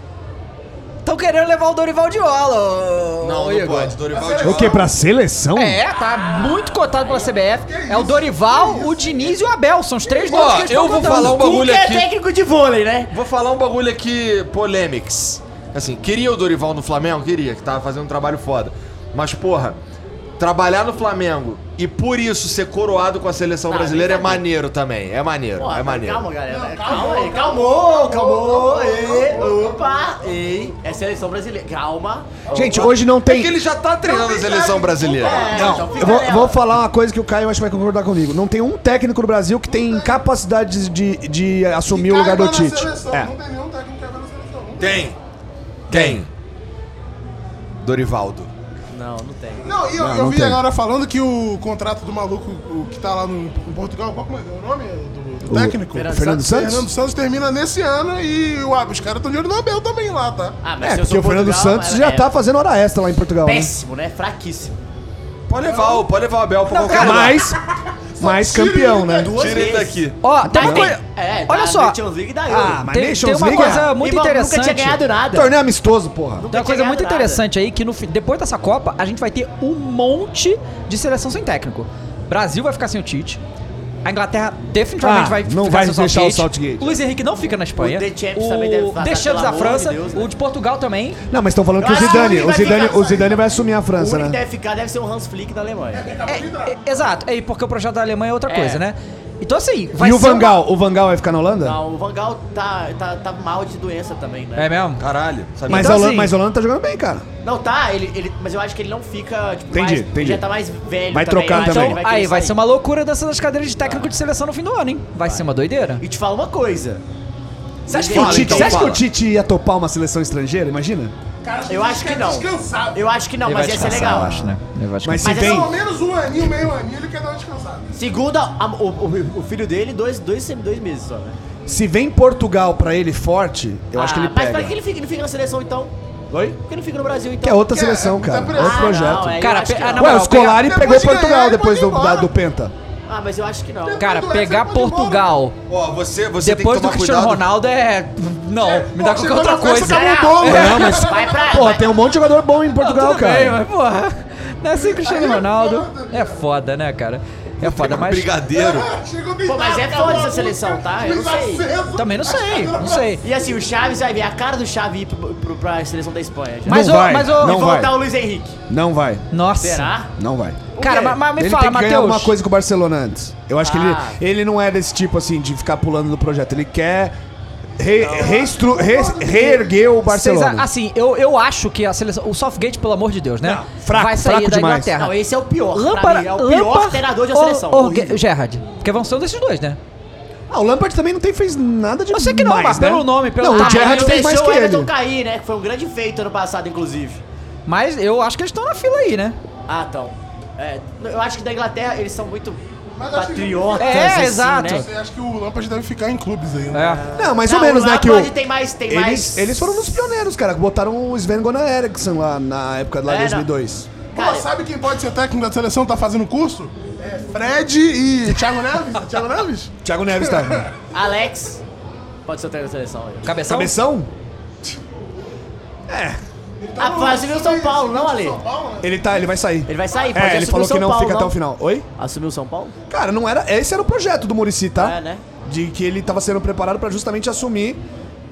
Speaker 2: estão querendo levar o Dorival Diola. ô- ô,
Speaker 4: Não, não
Speaker 2: Igor.
Speaker 4: pode. Dorival
Speaker 6: é
Speaker 4: de
Speaker 7: O que? Pra seleção?
Speaker 2: É, tá muito cotado pela CBF. É o Dorival, o Diniz e o Abel. São os três nomes
Speaker 4: Ó,
Speaker 2: que eles
Speaker 4: eu
Speaker 2: tão
Speaker 4: vou
Speaker 2: cotando.
Speaker 4: falar um bagulho-
Speaker 6: Porque
Speaker 4: Olha
Speaker 6: é
Speaker 4: aqui.
Speaker 6: técnico de vôlei, né?
Speaker 4: Vou falar um bagulho aqui polêmics. Assim, queria o Dorival no Flamengo? Queria, que tava fazendo um trabalho foda. Mas, porra, trabalhar no Flamengo e por isso ser coroado com a seleção
Speaker 6: Ah,
Speaker 4: brasileira é
Speaker 6: vem cá.
Speaker 4: maneiro também. É maneiro,
Speaker 6: Pô,
Speaker 4: é maneiro.
Speaker 6: Calma, galera. Calma aí. Calmou, calmou. Ei, opa. Ei. É seleção brasileira. Calma.
Speaker 5: Gente, hoje não
Speaker 4: É que
Speaker 5: tem.
Speaker 4: ele já tá treinando a seleção brasileira.
Speaker 6: É, então
Speaker 5: Não,
Speaker 6: fica
Speaker 5: eu vou,
Speaker 6: nela.
Speaker 5: vou falar uma coisa que o Caio acho que vai concordar comigo. Não tem um técnico no Brasil que tem capacidade de, de- de assumir o lugar do
Speaker 6: tá
Speaker 5: Tite. É.
Speaker 3: Não tem nenhum técnico que vai na seleção. Não
Speaker 4: Tem. Tem. Dorivaldo.
Speaker 6: Não, não tem.
Speaker 3: Não, e eu, eu
Speaker 5: não
Speaker 3: vi
Speaker 5: tem.
Speaker 3: a galera falando que o contrato do maluco o que tá lá no, em Portugal, qual que é o nome do, do
Speaker 5: O
Speaker 3: técnico?
Speaker 5: Fernando Fernando Santos?
Speaker 3: Fernando Santos termina nesse ano e ué, os caras estão de olho no Abel também lá, tá?
Speaker 6: Ah, mas se
Speaker 5: É,
Speaker 6: eu
Speaker 5: porque
Speaker 6: sou
Speaker 5: o Fernando
Speaker 6: Portugal,
Speaker 5: Santos
Speaker 6: mas
Speaker 5: já
Speaker 6: é
Speaker 5: tá fazendo hora extra lá em Portugal. Né?
Speaker 6: Péssimo, né? Fraquíssimo.
Speaker 4: Pode levar, o- pode levar o Abel pra qualquer lugar.
Speaker 5: Mas, mas campeão, né?
Speaker 6: Duas
Speaker 4: Tira ele
Speaker 6: vezes.
Speaker 4: daqui.
Speaker 2: Ó, tem
Speaker 6: Mas
Speaker 2: uma
Speaker 6: tem-
Speaker 2: coisa.
Speaker 6: É,
Speaker 2: Olha
Speaker 6: tá,
Speaker 2: só.
Speaker 6: Nations League da
Speaker 5: Ah,
Speaker 6: Euro.
Speaker 5: mas
Speaker 2: Tem,
Speaker 5: Nations
Speaker 2: tem uma
Speaker 5: League é-
Speaker 2: coisa muito
Speaker 6: E, bom,
Speaker 2: interessante.
Speaker 6: Nunca tinha ganhado nada.
Speaker 5: Torneio amistoso, porra.
Speaker 2: Tem uma
Speaker 6: Nunca tinha
Speaker 2: coisa muito
Speaker 6: ganhado nada.
Speaker 2: interessante aí que no fi- depois dessa Copa a gente vai ter um monte de seleção sem técnico. Brasil vai ficar sem o Tite. A Inglaterra definitivamente
Speaker 5: Ah,
Speaker 2: vai
Speaker 5: não
Speaker 2: ficar
Speaker 5: vai
Speaker 2: sem o
Speaker 5: deixar
Speaker 2: Southgate.
Speaker 5: o Southgate.
Speaker 2: Luiz Henrique não fica na Espanha.
Speaker 6: O De Champs também deve
Speaker 2: O
Speaker 6: ficar,
Speaker 2: De
Speaker 6: pelo
Speaker 2: Champs da
Speaker 6: amor de
Speaker 2: França.
Speaker 6: Deus, né?
Speaker 2: o de Portugal também.
Speaker 5: Não, mas estão falando que o
Speaker 6: Ah,
Speaker 5: Zidane,
Speaker 6: ele
Speaker 5: o
Speaker 6: vai
Speaker 5: Zidane,
Speaker 6: ficar,
Speaker 5: o Zidane vai assumir a
Speaker 6: O
Speaker 5: França,
Speaker 6: único que
Speaker 5: né?
Speaker 6: deve ficar deve ser o Hans Flick da Alemanha.
Speaker 2: É, é, exato. É, porque o projeto da Alemanha é outra
Speaker 6: É.
Speaker 2: coisa, né? Então assim, vai
Speaker 5: E o
Speaker 2: ser uma-
Speaker 5: Vangal, o Vangal vai ficar na Holanda?
Speaker 6: Não, o Vangal tá, tá, tá mal de doença também, né?
Speaker 2: É mesmo?
Speaker 4: Caralho. Sabia?
Speaker 5: Mas,
Speaker 2: Então,
Speaker 5: a Holanda,
Speaker 2: assim-
Speaker 5: mas a Holanda tá jogando bem, cara.
Speaker 6: Não, tá, ele, ele, mas eu acho que ele não fica, tipo,
Speaker 5: Entendi,
Speaker 6: mais,
Speaker 5: entendi.
Speaker 6: ele já tá mais velho
Speaker 5: Vai
Speaker 6: também,
Speaker 5: trocar
Speaker 6: eu acho que
Speaker 5: também.
Speaker 6: ele
Speaker 2: Então, aí
Speaker 6: querer
Speaker 2: vai
Speaker 6: sair.
Speaker 2: ser uma loucura dessa das cadeiras de técnico de seleção no fim do ano, hein? Vai ser uma doideira.
Speaker 6: E te fala uma coisa. então Você acha
Speaker 2: então,
Speaker 5: o Tite, você acha que o Tite ia topar uma seleção estrangeira? Imagina.
Speaker 6: Eu acho que não. Eu acho que não, mas ia ser legal.
Speaker 2: né?
Speaker 5: Mas se
Speaker 6: Mas é
Speaker 5: tem.
Speaker 3: Pelo menos um aninho, meio aninho, ele quer dar uma descansada.
Speaker 6: Segunda, a- o, o- o filho dele, dois, dois, dois meses só, né?
Speaker 5: Se vem Portugal pra ele forte, eu acho que
Speaker 6: Ah,
Speaker 5: ele
Speaker 6: Mas
Speaker 5: pega.
Speaker 6: pra que ele fica, ele fica na seleção, então?
Speaker 5: Oi?
Speaker 6: Por que ele fica no Brasil, então?
Speaker 5: Que é outra
Speaker 3: É,
Speaker 5: seleção,
Speaker 3: tá
Speaker 5: cara.
Speaker 3: preso.
Speaker 5: outro
Speaker 6: Ah,
Speaker 5: projeto.
Speaker 6: não, é, eu
Speaker 2: Cara,
Speaker 6: acho
Speaker 2: pe-
Speaker 6: que
Speaker 2: ah,
Speaker 6: não.
Speaker 2: não.
Speaker 5: Ué, o
Speaker 2: Mas
Speaker 5: Scolari
Speaker 3: pegar-
Speaker 5: pegou
Speaker 3: depois de ganhar,
Speaker 5: Portugal depois do,
Speaker 3: pode ir
Speaker 5: da-
Speaker 3: embora.
Speaker 5: do Penta.
Speaker 6: Ah, mas eu acho que não.
Speaker 2: Cara,
Speaker 5: é
Speaker 3: Depois do
Speaker 2: pegar
Speaker 3: Everton,
Speaker 2: Portugal
Speaker 4: Ó, você, você
Speaker 2: depois
Speaker 4: tem
Speaker 2: do
Speaker 4: que
Speaker 2: Cristiano
Speaker 4: tomar cuidado.
Speaker 2: Ronaldo é. Não, me dá
Speaker 3: Pô,
Speaker 2: qualquer
Speaker 3: chegou
Speaker 2: outra
Speaker 3: na festa,
Speaker 2: coisa.
Speaker 3: acabou o bolo, né?
Speaker 5: Não, mas.
Speaker 6: Vai pra...
Speaker 5: Porra,
Speaker 6: vai-
Speaker 5: tem um monte de jogador bom em Portugal,
Speaker 2: Tudo
Speaker 5: cara.
Speaker 2: bem, mas porra. Não é assim, Cristiano Ronaldo. É foda, né, cara? É foda, mas.
Speaker 4: um Brigadeiro.
Speaker 3: Chegou
Speaker 6: Pô, mas é foda essa seleção, tá? Eu não sei.
Speaker 2: Também não sei, não sei.
Speaker 6: E assim, o Chaves vai ver a cara do Chaves ir pro, pro, pra seleção da Espanha. Já.
Speaker 2: Mas,
Speaker 5: não
Speaker 2: ô,
Speaker 5: vai,
Speaker 2: mas, ô,
Speaker 5: não
Speaker 6: e
Speaker 5: vai,
Speaker 6: voltar o Luiz Henrique.
Speaker 5: não vai,
Speaker 2: Nossa.
Speaker 6: Será?
Speaker 5: não vai.
Speaker 2: Cara,
Speaker 6: quê?
Speaker 2: mas, mas me
Speaker 5: ele
Speaker 2: fala,
Speaker 5: tem que ganhar
Speaker 2: Matheus.
Speaker 5: alguma coisa com o Barcelona antes. Eu acho
Speaker 6: Ah.
Speaker 5: que ele, ele não é desse tipo, assim, de ficar pulando do projeto. Ele quer re, reestru- re- reerguer o
Speaker 2: Vocês a-
Speaker 5: Barcelona.
Speaker 2: assim, eu, eu acho que a seleção. O Southgate, pelo amor de Deus, né?
Speaker 5: Não, fraco,
Speaker 2: vai sair
Speaker 5: fraco
Speaker 2: da
Speaker 5: demais.
Speaker 2: Inglaterra.
Speaker 6: Não, esse é o pior. pra
Speaker 2: Lampard,
Speaker 6: mim, é o pior
Speaker 2: Lampard
Speaker 6: treinador de
Speaker 2: ou-
Speaker 6: seleção.
Speaker 2: ou
Speaker 6: Horrível.
Speaker 2: Ge- Gerrard. Porque vão ser um desses dois, né?
Speaker 5: Ah, o Lampard também não tem, fez nada de
Speaker 2: Eu sei que não,
Speaker 5: mais,
Speaker 2: mas
Speaker 5: né?
Speaker 2: pelo nome, pelo
Speaker 5: Não, o
Speaker 2: tamanho,
Speaker 5: Gerrard
Speaker 6: Ele
Speaker 5: fez mais
Speaker 6: Ah, deixou
Speaker 5: que
Speaker 6: o Everton
Speaker 5: ele.
Speaker 6: cair, né? Que foi um grande feito ano passado, inclusive.
Speaker 2: Mas eu acho que eles estão na fila aí, né?
Speaker 6: Ah, então. É, eu acho que da Inglaterra eles são muito
Speaker 3: Mas acho que-
Speaker 6: patriotas.
Speaker 2: É,
Speaker 6: assim,
Speaker 2: exato.
Speaker 6: né?
Speaker 3: Você acha que o Lampard deve ficar em clubes aí, né?
Speaker 2: É.
Speaker 5: Não, mais
Speaker 6: Não,
Speaker 5: ou menos,
Speaker 6: o
Speaker 5: né? Que o,
Speaker 6: Lampard tem mais, tem
Speaker 5: eles,
Speaker 6: mais...
Speaker 5: eles foram os pioneiros, cara. que Botaram o Sven Gonar Eriksson lá na época lá
Speaker 6: É,
Speaker 5: de
Speaker 6: não.
Speaker 5: 2002.
Speaker 3: Pô,
Speaker 6: Cara,
Speaker 3: sabe quem pode ser técnico da seleção tá fazendo curso? É Fred e Thiago Neves. Thiago Neves?
Speaker 5: Thiago Neves tá.
Speaker 6: Alex... Pode ser o treino da seleção. aí.
Speaker 2: Cabeção?
Speaker 5: Cabeção?
Speaker 6: Ah, vai assumir o São Paulo, não, Ale?
Speaker 5: Ele tá, ele vai sair.
Speaker 6: Ele vai sair, pode
Speaker 5: É, ele
Speaker 6: assumir
Speaker 5: falou
Speaker 6: o São
Speaker 5: que não
Speaker 6: Paulo,
Speaker 5: fica até o final. Oi?
Speaker 6: Assumiu o São Paulo?
Speaker 5: Cara, não era. Esse era o projeto do Murici, tá?
Speaker 6: É, né?
Speaker 5: De que ele tava sendo preparado pra justamente assumir,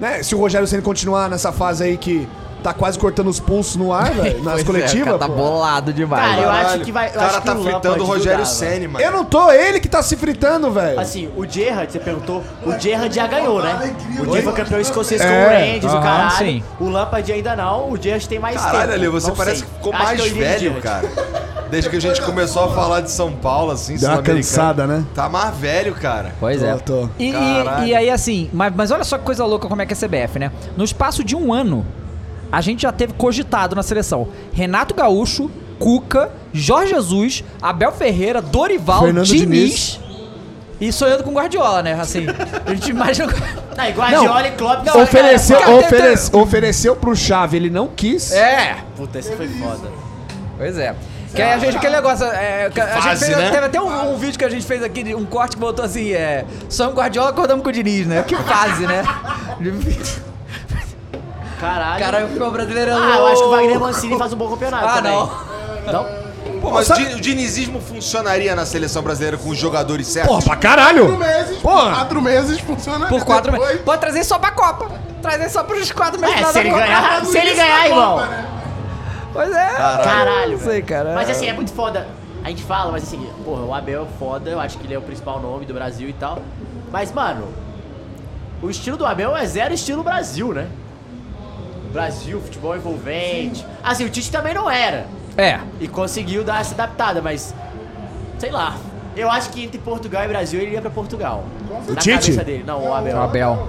Speaker 5: né? Se o Rogério Ceni continuar nessa fase aí que tá quase cortando os pulsos no ar, velho, nas
Speaker 2: Pois é,
Speaker 5: coletivas.
Speaker 2: cara, tá
Speaker 5: pô.
Speaker 2: bolado demais.
Speaker 6: Cara, eu
Speaker 2: velho.
Speaker 6: acho que vai... Eu
Speaker 4: o cara
Speaker 6: acho que
Speaker 4: tá fritando o Rogério
Speaker 6: Senna.
Speaker 4: Senni, mano.
Speaker 5: Eu não tô, ele que tá se fritando,
Speaker 4: É.
Speaker 5: velho.
Speaker 6: Assim, o Gerrard, você perguntou, o Gerrard já ganhou, né? O Gerrard foi campeão escocês com
Speaker 5: É,
Speaker 6: o Rangers,
Speaker 2: aham,
Speaker 6: o caralho.
Speaker 2: sim.
Speaker 6: O Lampard ainda não, o Gerrard tem mais
Speaker 4: Caralho,
Speaker 6: tempo.
Speaker 4: Ale, você
Speaker 6: Não
Speaker 4: parece
Speaker 6: sei.
Speaker 4: que ficou
Speaker 6: Acho
Speaker 4: mais
Speaker 6: eu iria de
Speaker 4: velho,
Speaker 6: Gerrard.
Speaker 4: cara. Desde que a gente começou a falar de São Paulo, assim,
Speaker 5: Deu uma
Speaker 4: sul-americano.
Speaker 5: cansada, né?
Speaker 4: Tá mais velho, cara.
Speaker 2: Pois
Speaker 5: Tô,
Speaker 2: é.
Speaker 5: tô.
Speaker 2: E, e-
Speaker 4: Caralho.
Speaker 2: e aí, assim, mas, mas olha só que coisa louca como é que é a CBF, né? No espaço de um ano, a gente já teve cogitado na seleção Renato Gaúcho, Cuca, Jorge Jesus, Abel Ferreira, Dorival,
Speaker 5: Fernando
Speaker 2: Diniz. E sonhando com Guardiola, né? Assim, a gente imagina.
Speaker 6: Não, é e Guardiola e Klopp... Não,
Speaker 5: ofereceu,
Speaker 2: cara, cara,
Speaker 5: oferece- ofereceu pro Chave, ele não quis.
Speaker 2: É!
Speaker 6: Puta, esse foi foda.
Speaker 2: Pois é. Que aí a gente, aquele negócio. É, que a gente
Speaker 4: fase,
Speaker 2: fez-
Speaker 4: né?
Speaker 2: Teve até um, um vídeo que a gente fez aqui, de um corte que botou assim: é. Somos Guardiola, acordamos com o Diniz, né? Que fase, né?
Speaker 6: Caralho.
Speaker 2: Caralho, ficou brasileiro é
Speaker 6: Ah, eu acho que o Wagner
Speaker 2: louco.
Speaker 6: Mancini faz um bom campeonato
Speaker 2: Ah,
Speaker 6: também.
Speaker 2: não.
Speaker 6: Não?
Speaker 4: Pô, mas o di- o dinizismo funcionaria na seleção brasileira com os jogadores certos?
Speaker 5: Porra, pra caralho!
Speaker 3: Quatro meses,
Speaker 5: Porra.
Speaker 3: quatro meses funciona.
Speaker 2: Por quatro
Speaker 3: Depois-
Speaker 2: meses. Pode trazer só pra Copa. Trazer só pros quatro meses.
Speaker 6: É,
Speaker 2: lá
Speaker 6: se
Speaker 2: da
Speaker 6: ele
Speaker 2: Copa.
Speaker 6: ganhar, se ele ganhar, irmão.
Speaker 2: Pois é.
Speaker 6: Caralho,
Speaker 2: Não sei,
Speaker 6: velho.
Speaker 2: cara.
Speaker 6: Mas assim, é muito foda. A gente fala, mas assim, porra, o Abel é foda, eu acho que ele é o principal nome do Brasil e tal. Mas, mano, o estilo do Abel é zero estilo Brasil, né? Brasil, futebol envolvente. Assim, o Tite também não era.
Speaker 2: É.
Speaker 6: E conseguiu dar essa adaptada, mas. Sei lá. Eu acho que entre Portugal e Brasil ele ia pra Portugal. O na
Speaker 5: Tite?
Speaker 6: cabeça dele. Não, o Abel.
Speaker 2: Abel.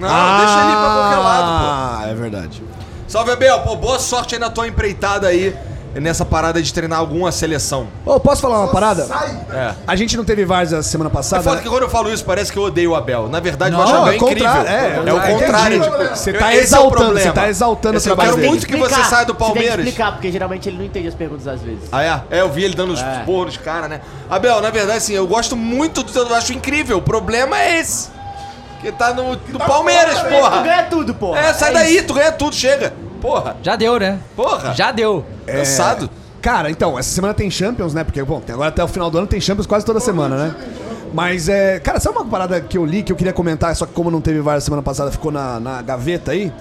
Speaker 4: Não, deixa ele ir pra qualquer lado, pô.
Speaker 5: Ah, é verdade.
Speaker 4: Salve, Abel. Pô, boa sorte aí na tua empreitada aí nessa parada de treinar alguma seleção.
Speaker 5: Ô, posso falar uma parada?
Speaker 4: É.
Speaker 5: A gente não teve várzea semana
Speaker 4: É foda
Speaker 5: passada?
Speaker 4: que quando eu falo isso parece que eu odeio o Abel. Na verdade, eu
Speaker 5: né? Não,
Speaker 4: acho o Abel
Speaker 5: é o
Speaker 4: incrível.
Speaker 5: contrário, é,
Speaker 4: É o
Speaker 5: eu entendi.
Speaker 4: contrário. tipo,
Speaker 5: Você tá
Speaker 4: esse é o
Speaker 5: exaltando,
Speaker 4: problema.
Speaker 5: você tá exaltando
Speaker 4: Esse
Speaker 5: o
Speaker 4: eu
Speaker 5: trabalho
Speaker 4: quero
Speaker 5: dele.
Speaker 4: muito que você saia do
Speaker 6: Você tem que
Speaker 4: Palmeiras.
Speaker 6: explicar, porque geralmente ele não entende as perguntas às vezes.
Speaker 4: Ah, é? É, eu vi ele dando os
Speaker 6: É.
Speaker 4: porros nos caras, né? Abel, na verdade, assim, eu gosto muito do teu. Eu acho incrível. O problema é esse. Que tá no, no Palmeiras,
Speaker 6: Tu
Speaker 4: porra.
Speaker 6: ganha tudo, porra.
Speaker 4: É, sai
Speaker 6: né? É
Speaker 4: daí, tu ganha tudo, chega. Porra,
Speaker 2: Já deu, né?
Speaker 4: porra. É.
Speaker 2: Já deu.
Speaker 4: Cansado.
Speaker 5: Cara, então, essa semana tem Champions, né? Porque, bom, tem- agora até o final do ano tem Champions quase toda semana, né? Mas, é, cara, sabe uma parada que eu li, que eu queria comentar, só que como não teve VAR semana passada, ficou na, na gaveta aí,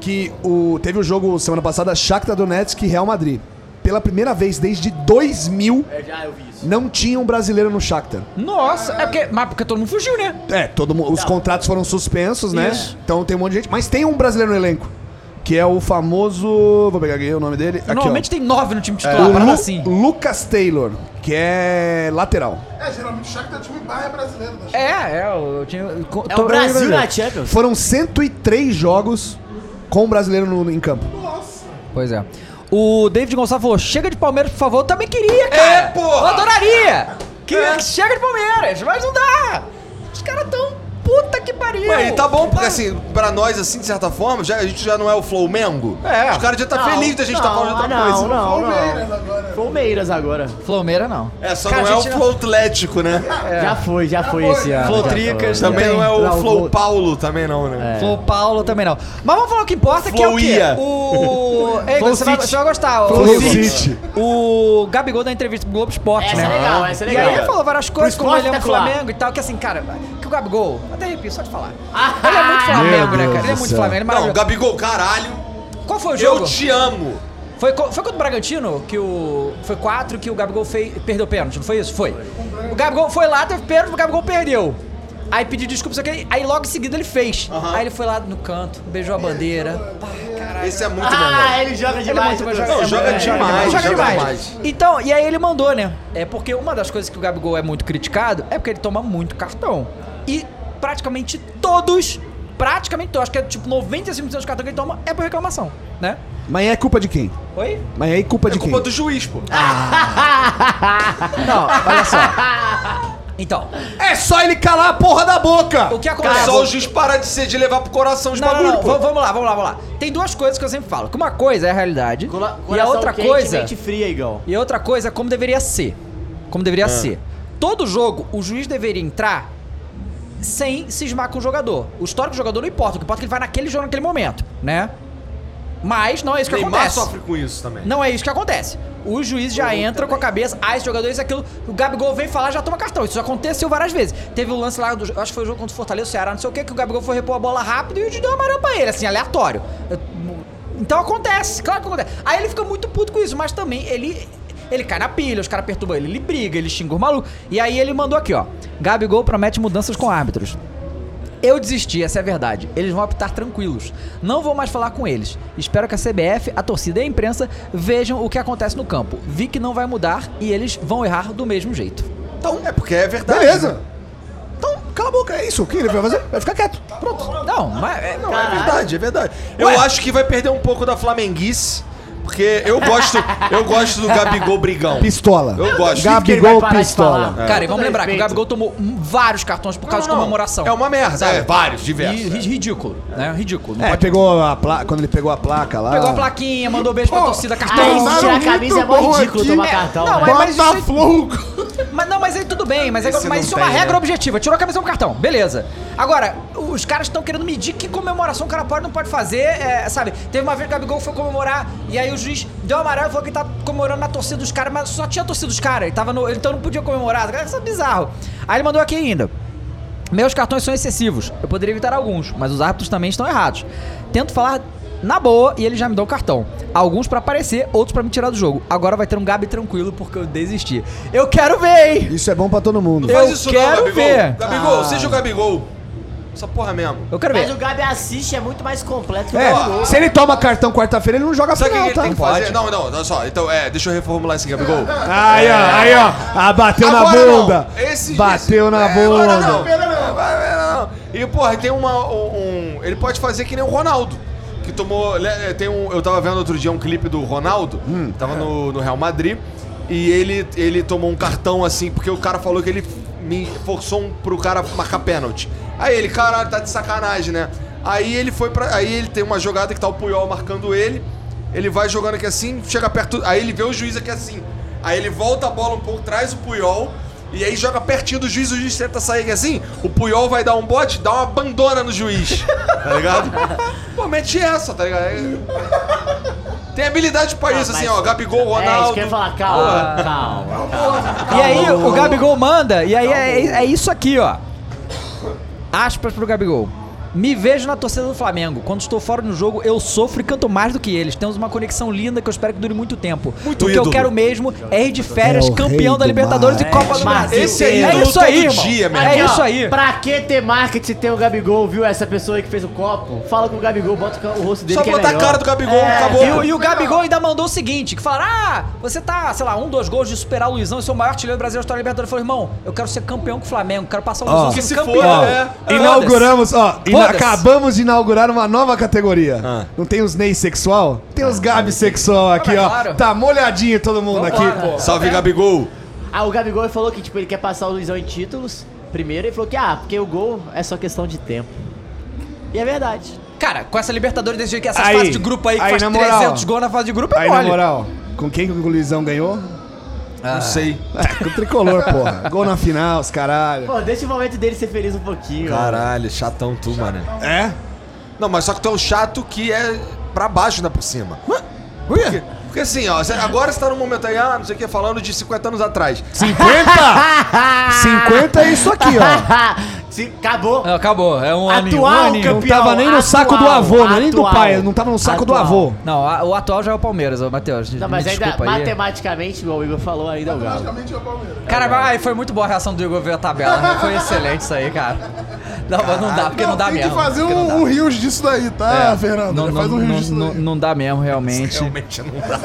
Speaker 5: que o, teve o jogo semana passada, Shakhtar Donetsk e Real Madrid. Pela primeira vez desde 2000,
Speaker 6: É, já eu vi isso.
Speaker 5: não tinha um brasileiro no Shakhtar.
Speaker 2: Nossa, é porque. Mas porque todo mundo fugiu, né?
Speaker 5: É, todo mu- os contratos foram suspensos, né?
Speaker 2: Isso.
Speaker 5: Então tem um monte de gente, mas tem um brasileiro no elenco, que é o famoso, vou pegar aqui o nome dele, aqui, ó. É.
Speaker 2: Normalmente tem nove no time
Speaker 4: Ah,
Speaker 2: titular,
Speaker 5: o
Speaker 2: parada
Speaker 5: Lu-
Speaker 2: assim.
Speaker 5: Lucas Taylor, que é lateral.
Speaker 3: É, geralmente o Shakhtar é time barra brasileiro. Né?
Speaker 2: É, é, eu tinha. eu co-
Speaker 6: É
Speaker 2: tô-
Speaker 6: o Brasil na Champions.
Speaker 5: Foram 103 jogos com o brasileiro no- em campo.
Speaker 2: Pois é. O David Gonçalves falou: chega de Palmeiras, por favor. Eu também queria, cara.
Speaker 4: É, porra! É.
Speaker 2: Eu adoraria! Queria que chega de Palmeiras, mas não dá! Os caras tão puta que pariu!
Speaker 4: Ué, e tá bom, porque assim, pra nós, assim, de certa forma, já, a gente já não é o Flamengo.
Speaker 2: É.
Speaker 4: Os caras já tá
Speaker 6: Não,
Speaker 4: felizes da gente
Speaker 6: não,
Speaker 4: tá falando de outra
Speaker 6: não,
Speaker 4: coisa.
Speaker 6: Não, não,
Speaker 3: Palmeiras agora.
Speaker 6: Palmeiras agora.
Speaker 2: Flomeira não.
Speaker 4: É, só
Speaker 2: Cara,
Speaker 4: não é
Speaker 2: a
Speaker 4: o
Speaker 2: gente
Speaker 4: Flow Atlético, né?
Speaker 6: Já foi, já foi esse ano. já
Speaker 2: Flotricas
Speaker 6: foi.
Speaker 4: Também
Speaker 2: tem.
Speaker 4: não é o
Speaker 2: Não,
Speaker 4: Flow
Speaker 2: o- É.
Speaker 4: Paulo, também não, né?
Speaker 2: Flow Paulo também não. Mas vamos falar o que importa, que é o quê?
Speaker 4: Flowia.
Speaker 2: O. Ei, você vai, você vai gostar, o
Speaker 5: Flow City.
Speaker 2: O Gabigol da entrevista pro Globo Esporte,
Speaker 6: Essa
Speaker 2: né?
Speaker 6: é legal, essa é
Speaker 2: E aí
Speaker 6: legal.
Speaker 2: ele falou várias coisas,
Speaker 6: Pro
Speaker 2: como ele é um
Speaker 6: esporte tá
Speaker 2: Flamengo e tal, que assim, cara, que o Gabigol, até arrepio, só de falar.
Speaker 6: Ah,
Speaker 2: ele é muito Flamengo, né, cara? Ele é muito Flamengo, ele é
Speaker 4: Não,
Speaker 2: maravilhoso.
Speaker 4: Gabigol, caralho,
Speaker 2: Qual foi o jogo?
Speaker 4: eu te amo.
Speaker 2: Foi, co- foi contra o Bragantino que o. Foi 4 que o Gabigol fez, perdeu pênalti, não foi isso? Foi. O Gabigol foi lá, teve pênalti, o Gabigol perdeu. Aí pediu desculpa, só que aí logo em seguida ele fez. Aí ele foi lá no canto, beijou a bandeira. Pá, caralho.
Speaker 4: Esse é muito melhor.
Speaker 6: Ah, ele joga
Speaker 2: Ele é
Speaker 6: demais.
Speaker 2: muito mais
Speaker 6: doutor.
Speaker 4: Não, joga demais,
Speaker 2: joga
Speaker 4: joga
Speaker 2: demais.
Speaker 4: demais.
Speaker 2: Então, e aí ele mandou, né? É porque uma das coisas que o Gabigol é muito criticado é porque ele toma muito cartão. E praticamente todos, praticamente todos, acho que é tipo 95% dos cartões que ele toma é por reclamação, né?
Speaker 5: Mas é culpa de quem?
Speaker 2: Oi?
Speaker 5: Mas é culpa
Speaker 4: É
Speaker 5: de quem?
Speaker 4: culpa do juiz, pô.
Speaker 2: Não, olha só. Então,
Speaker 5: É só ele calar a porra da boca!
Speaker 2: o que acontece?
Speaker 4: É só o juiz parar de ser de levar pro coração os
Speaker 2: Não, não,
Speaker 4: bagulho,
Speaker 2: não,
Speaker 4: pô.
Speaker 2: v- vamos lá, vamos lá, vamos lá. Tem duas coisas que eu sempre falo. Que uma coisa é a realidade
Speaker 6: Cola-
Speaker 2: e a
Speaker 6: coração
Speaker 2: outra
Speaker 6: quente,
Speaker 2: coisa
Speaker 6: Mente fria, Igão.
Speaker 2: e a outra coisa é como deveria ser. Como
Speaker 4: Ah.
Speaker 2: deveria ser. Todo jogo o juiz deveria entrar sem cismar com o jogador. O histórico do jogador não importa, o que importa é que ele vai naquele jogo naquele momento, né? Mas não é isso que
Speaker 4: Neymar
Speaker 2: acontece.
Speaker 4: sofre com isso também.
Speaker 2: Não é isso que acontece. O juiz já entra com a cabeça, ah, esse jogador, isso, aquilo. O Gabigol vem falar, já toma cartão. Isso já aconteceu várias vezes. Teve o lance lá, do, acho que foi o jogo contra o Fortaleza, o Ceará, não sei o que, que o Gabigol foi repor a bola rápido e o juiz deu amarelo pra ele, assim, aleatório. Eu- Então acontece, claro que acontece. Aí ele fica muito puto com isso, mas também ele. Ele cai na pilha, os caras perturbam ele, ele briga, ele xinga o maluco. E aí ele mandou aqui, ó. Gabigol promete mudanças com árbitros. Eu desisti, essa é a verdade. Eles vão optar tranquilos. Não vou mais falar com eles. Espero que a CBF, a torcida e a imprensa vejam o que acontece no campo. Vi que não vai mudar e eles vão errar do mesmo jeito.
Speaker 4: Então, é porque é verdade.
Speaker 5: Beleza! Então, cala a boca, é isso. O que ele vai fazer? Vai ficar quieto. Pronto.
Speaker 2: Não, mas. é-
Speaker 4: Não, é verdade, é verdade. Eu acho que vai perder um pouco da flamenguice, porque eu gosto, eu gosto do Gabigol brigão.
Speaker 5: Pistola.
Speaker 4: Eu gosto.
Speaker 6: Ele vai
Speaker 5: Gabigol
Speaker 6: parar de
Speaker 5: pistola.
Speaker 6: falar.
Speaker 2: Cara, e
Speaker 6: Com
Speaker 2: vamos
Speaker 6: todo
Speaker 2: lembrar que o
Speaker 6: respeito.
Speaker 2: Gabigol tomou hum, vários cartões por causa de comemoração.
Speaker 4: É uma merda, é, vários, diversos.
Speaker 2: Ri- ri- Ridículo, né? Ridículo. Não
Speaker 5: É,
Speaker 2: pode-
Speaker 5: pegou a placa. Quando ele pegou a placa lá.
Speaker 2: Pegou
Speaker 4: Ah.
Speaker 2: a plaquinha, mandou beijo pra torcida,
Speaker 6: Ah,
Speaker 2: cartão.
Speaker 6: isso, tirar a camisa é mó
Speaker 3: bom
Speaker 6: ridículo
Speaker 3: aqui.
Speaker 6: tomar
Speaker 2: É,
Speaker 6: cartão.
Speaker 2: não,
Speaker 6: né?
Speaker 2: mas- mas isso aí-
Speaker 3: Botafogo!
Speaker 2: Mas não, mas aí tudo bem, mas, é- mas
Speaker 4: Esse não
Speaker 2: isso é uma
Speaker 4: tem,
Speaker 2: regra
Speaker 4: né?
Speaker 2: objetiva. Tirou a camisa é um cartão, beleza. Agora, os caras estão querendo medir que comemoração o cara pode não pode fazer, é, sabe? Teve uma vez que o Gabigol foi comemorar e aí o juiz deu amarelo e falou que tá comemorando na torcida dos caras, mas só tinha a torcida dos caras, ele tava no- então não podia comemorar, cara, isso é bizarro. Aí ele mandou aqui ainda. Meus cartões são excessivos. Eu poderia evitar alguns, mas os árbitros também estão errados. Tento falar na boa e ele já me deu o cartão. Alguns pra aparecer, outros pra me tirar do jogo. Agora vai ter um Gabi tranquilo porque eu desisti. Eu quero ver, hein?
Speaker 5: Isso é bom pra todo mundo.
Speaker 4: Não faz
Speaker 2: Eu
Speaker 4: isso
Speaker 2: quero
Speaker 4: não, Gabigol.
Speaker 2: ver.
Speaker 4: Gabigol, seja o Gabigol. Essa porra mesmo.
Speaker 2: Eu quero
Speaker 6: Mas
Speaker 2: ver.
Speaker 6: o Gabi assiste, é muito mais completo que o Gabigol.
Speaker 5: É, se ele toma cartão quarta-feira, ele não joga
Speaker 4: Sabe o que,
Speaker 5: final,
Speaker 4: que ele
Speaker 5: tá?
Speaker 4: tem que fazer? Não, não, olha só. Então, é, deixa eu reformular esse Gabigol.
Speaker 5: Aí, ó, aí, ó. Ah, bateu
Speaker 4: Agora
Speaker 5: na
Speaker 4: não.
Speaker 5: bunda.
Speaker 4: Esse-
Speaker 5: bateu
Speaker 4: esse-
Speaker 5: na
Speaker 4: é,
Speaker 5: bunda.
Speaker 4: agora não, pera não, pera não. E, porra, tem uma. Um, um- ele pode fazer que nem o Ronaldo. Que tomou. le- eh, Tem um, eu tava vendo outro dia um clipe do Ronaldo.
Speaker 5: Hum. É.
Speaker 4: tava no, no Real Madrid. E ele, ele tomou um cartão assim, porque o cara falou que ele me forçou um, pro cara marcar pênalti. Aí ele, caralho, tá de sacanagem, né? Aí ele foi pra. Aí ele tem uma jogada que tá o Puyol marcando ele. Ele vai jogando aqui assim, chega perto. Aí ele vê o juiz aqui assim. Aí ele volta a bola um pouco, traz o Puyol. E aí joga pertinho do juiz, o juiz tenta sair aqui assim. O Puyol vai dar um bote, dá uma bandona no juiz. tá ligado? Pô, mete essa, tá ligado? É- Tem habilidade pra isso, assim,
Speaker 6: Ah, mas-
Speaker 4: ó. Gabigol,
Speaker 6: É, isso
Speaker 4: Ronaldo.
Speaker 6: que eu ia falar, calma, calma.
Speaker 2: E aí o Gabigol manda, e aí é, é isso aqui, ó. Aspas pro Gabigol. Me vejo na torcida do Flamengo. Quando estou fora no jogo, eu sofro e canto mais do que eles. Temos uma conexão linda que eu espero que dure muito tempo.
Speaker 4: Muito
Speaker 2: o que
Speaker 4: ídolo.
Speaker 2: eu quero mesmo é ir de
Speaker 5: É
Speaker 2: férias,
Speaker 5: o
Speaker 2: campeão
Speaker 5: rei
Speaker 2: da
Speaker 5: do
Speaker 2: Libertadores e
Speaker 5: mar.
Speaker 2: Copa do
Speaker 6: Mas
Speaker 2: Brasil.
Speaker 4: esse
Speaker 2: é
Speaker 4: é ídolo
Speaker 2: isso aí,
Speaker 4: todo
Speaker 2: irmão.
Speaker 4: dia, meu
Speaker 2: É
Speaker 6: Aqui, ó,
Speaker 2: isso aí.
Speaker 6: Pra que ter marketing se tem o Gabigol, viu? Essa pessoa aí que fez o copo. Fala com o Gabigol, bota o ca- o rosto dele
Speaker 4: Só
Speaker 6: que é
Speaker 4: bota a
Speaker 6: melhor.
Speaker 4: cara do Gabigol, acabou.
Speaker 2: E o, e o Gabigol ainda mandou o seguinte: que falaram, ah, você tá, sei lá, um, dois gols de superar o Luizão, esse é o maior artilheiro brasileiro da história da Libertadores. Ele falou, irmão, eu quero ser campeão com o Flamengo, quero passar o Luizão
Speaker 4: que
Speaker 2: sendo
Speaker 4: se
Speaker 2: campeão.
Speaker 4: foda, né?
Speaker 2: Foda-se.
Speaker 5: Inauguramos, ó, ina-
Speaker 2: É, Foda-se.
Speaker 5: acabamos de inaugurar uma nova categoria.
Speaker 4: Ah.
Speaker 5: Não tem os Ney sexual? Tem
Speaker 2: Ah,
Speaker 5: os Gabi sexual aqui,
Speaker 2: mas
Speaker 5: ó.
Speaker 2: claro.
Speaker 5: Tá molhadinho todo mundo aqui.
Speaker 2: Vambora.
Speaker 4: Salve, Gabigol.
Speaker 6: Ah, o Gabigol falou que, tipo, ele quer passar o Luizão em títulos primeiro e falou que, ah, porque o gol é só questão de tempo. E é verdade.
Speaker 2: Cara, com essa Libertadores desse jeito, que essas
Speaker 5: Aí,
Speaker 2: fases de grupo aí, que
Speaker 5: aí,
Speaker 2: faz
Speaker 5: na moral.
Speaker 2: 300 gols na fase de grupo, é
Speaker 5: Aí, na
Speaker 2: mole.
Speaker 5: moral, com quem que o Luizão ganhou?
Speaker 6: Ah,
Speaker 4: Não sei.
Speaker 5: É, com o tricolor, porra. Gol na final, os caralho.
Speaker 6: Pô, deixa o momento dele ser feliz um pouquinho. ó.
Speaker 4: Caralho, chatão tu, mano.
Speaker 5: É?
Speaker 4: Não, mas só que tu é um chato que é pra baixo, não é por cima. Porque, porque assim, ó, cê- agora você tá num momento aí, ah, não sei o que, falando de 50 anos atrás.
Speaker 5: 50? 50 é isso aqui, ó.
Speaker 6: Se- Acabou.
Speaker 2: Ah, Acabou, é um ano um
Speaker 6: Atual
Speaker 2: aninho.
Speaker 6: campeão.
Speaker 5: Não tava nem no
Speaker 6: atual,
Speaker 5: saco do avô, não é nem do
Speaker 6: atual,
Speaker 5: pai, não tava no saco do
Speaker 6: atual.
Speaker 5: avô.
Speaker 2: Não, a- o atual já é o Palmeiras, ô, Matheus.
Speaker 6: Não, mas
Speaker 2: me
Speaker 6: ainda,
Speaker 2: desculpa aí.
Speaker 6: matematicamente, igual o Igor falou, ainda é o Galo.
Speaker 3: Basicamente é o Palmeiras.
Speaker 2: Cara, mas ai, foi muito boa a reação do Igor ver a tabela, né? Foi excelente isso aí, cara. Não, mas não dá, porque não, dá
Speaker 3: tem
Speaker 2: mesmo.
Speaker 3: Ah, que fazer
Speaker 2: porque não dá.
Speaker 3: um, um rios disso daí, tá, Fernando?
Speaker 2: Não,
Speaker 3: Faz
Speaker 2: não,
Speaker 3: um rios
Speaker 2: não-
Speaker 3: disso
Speaker 2: não-
Speaker 3: daí.
Speaker 2: não dá mesmo, realmente.
Speaker 4: Realmente não dá.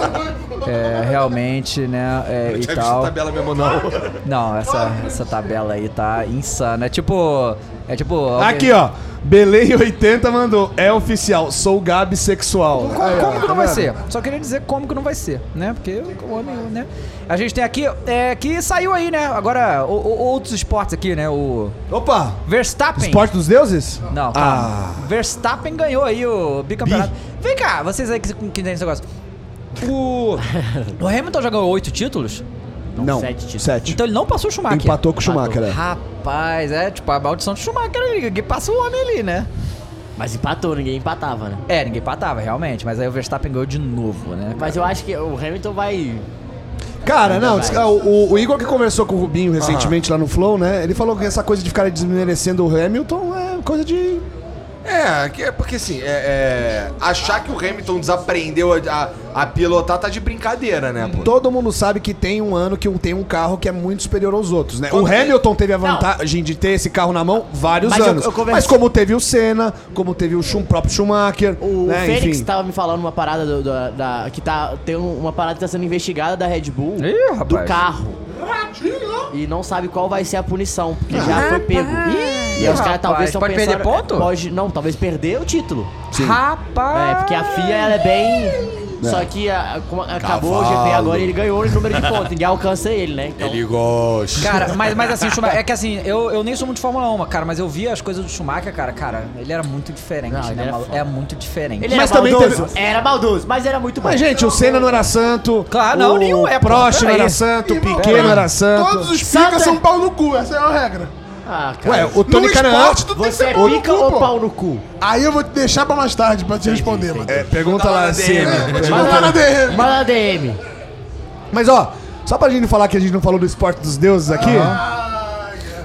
Speaker 2: É, realmente, né? é,
Speaker 4: Não
Speaker 2: e
Speaker 4: tinha visto
Speaker 2: tal.
Speaker 4: tabela mesmo, não.
Speaker 2: Não, essa, essa tabela aí tá insana. É tipo. É tipo. alguém-
Speaker 5: Aqui, ó. Belém80 mandou. É oficial, sou Gabi sexual.
Speaker 2: Como, como que não vai ser? Só queria dizer como que não vai ser, né? Porque o homem, né? A gente tem aqui, é, que saiu aí, né? Agora, o- o- outros esportes aqui, né? O
Speaker 5: Opa!
Speaker 2: Verstappen.
Speaker 5: Esporte dos deuses? Ah.
Speaker 2: Não, calma. Verstappen ganhou aí o bicampeonato. Vem cá, vocês aí que, que entendem esse negócio. O, o Hamilton já ganhou oito títulos,
Speaker 5: Não.
Speaker 6: sete títulos.
Speaker 5: Sete.
Speaker 2: então ele não passou o Schumacher.
Speaker 5: Empatou com o Schumacher. é.
Speaker 2: Rapaz, é tipo a maldição de Schumacher, ali, que passa o homem ali, né?
Speaker 6: Mas empatou, ninguém empatava, né?
Speaker 2: É, ninguém patava, realmente, mas aí o Verstappen ganhou de novo, né? cara?
Speaker 6: Mas eu acho que o Hamilton vai.
Speaker 5: Cara, não, diz- ah, o, o Igor que conversou com o Rubinho recentemente lá no Flow, né? Ele falou que essa coisa de ficar desmerecendo o Hamilton é coisa de.
Speaker 4: É, que é porque assim, é, é, achar que o Hamilton desaprendeu a, a- a pilotar tá de brincadeira, né, pô?
Speaker 5: Todo mundo sabe que tem um ano que um- tem um carro que é muito superior aos outros, né?
Speaker 4: Todo-
Speaker 5: o Hamilton teve a vantagem de ter esse carro na mão vários
Speaker 6: Mas eu-
Speaker 5: anos.
Speaker 6: eu conversei-
Speaker 5: Mas como teve o Senna, como teve o Schum- próprio Schumacher,
Speaker 6: O tá-
Speaker 5: né?
Speaker 6: Fênix
Speaker 5: Enfim.
Speaker 6: tava me falando uma parada do- da, da- que tá. Tem um- uma parada que tá sendo investigada da Red Bull
Speaker 2: Ih,
Speaker 6: do
Speaker 2: rapaz.
Speaker 6: carro. E não sabe qual vai ser a punição, porque já foi pego.
Speaker 2: Ih,
Speaker 6: e aí os
Speaker 2: rapaz,
Speaker 6: caras talvez estão
Speaker 2: pode perder
Speaker 6: pensando- é,
Speaker 2: ponto?
Speaker 6: Pode, não, talvez perder o título.
Speaker 2: Rapaz!
Speaker 6: É, porque a FIA ela é bem. Só que a- como acabou o GP agora e ele ganhou o número de pontos. Ninguém alcança ele, né? Então,
Speaker 4: Ele gosta.
Speaker 2: Cara, mas, mas assim, o Schumacher, é que assim, eu, eu nem sou muito de Fórmula 1, cara, mas eu vi as coisas do Schumacher, cara, cara, ele era muito diferente,
Speaker 6: Não, ele
Speaker 2: né,
Speaker 6: era
Speaker 2: maluco?
Speaker 6: foda.
Speaker 2: É muito diferente.
Speaker 6: ele
Speaker 5: Mas
Speaker 6: era
Speaker 5: também
Speaker 6: maldoso.
Speaker 5: teve-
Speaker 6: Era maldoso, mas era muito bom.
Speaker 5: Mas, gente, o Senna não era santo.
Speaker 2: Claro, não,
Speaker 5: o
Speaker 2: nenhum é, pô,
Speaker 5: Prost não
Speaker 2: peraí.
Speaker 5: era santo, o
Speaker 3: Irmão,
Speaker 5: Piquet não era santo.
Speaker 3: Todos os
Speaker 6: Santa-
Speaker 3: picas são pau no cu, essa é a regra.
Speaker 6: Ah, cara.
Speaker 5: Ué, É, o Tony
Speaker 3: no
Speaker 5: Canaan.
Speaker 3: esporte, tu tem que
Speaker 6: Você
Speaker 3: ser
Speaker 6: é
Speaker 3: pau no
Speaker 6: pica
Speaker 3: cu,
Speaker 6: ou
Speaker 3: pô.
Speaker 6: pau no cu?
Speaker 3: Aí eu vou te deixar pra mais tarde pra te responder, mano. é
Speaker 5: É, pergunta lá, Senna.
Speaker 3: Vamos lá na DM.
Speaker 6: Manda DM.
Speaker 5: Mas ó, só pra gente não falar que a gente não falou do esporte dos deuses aqui,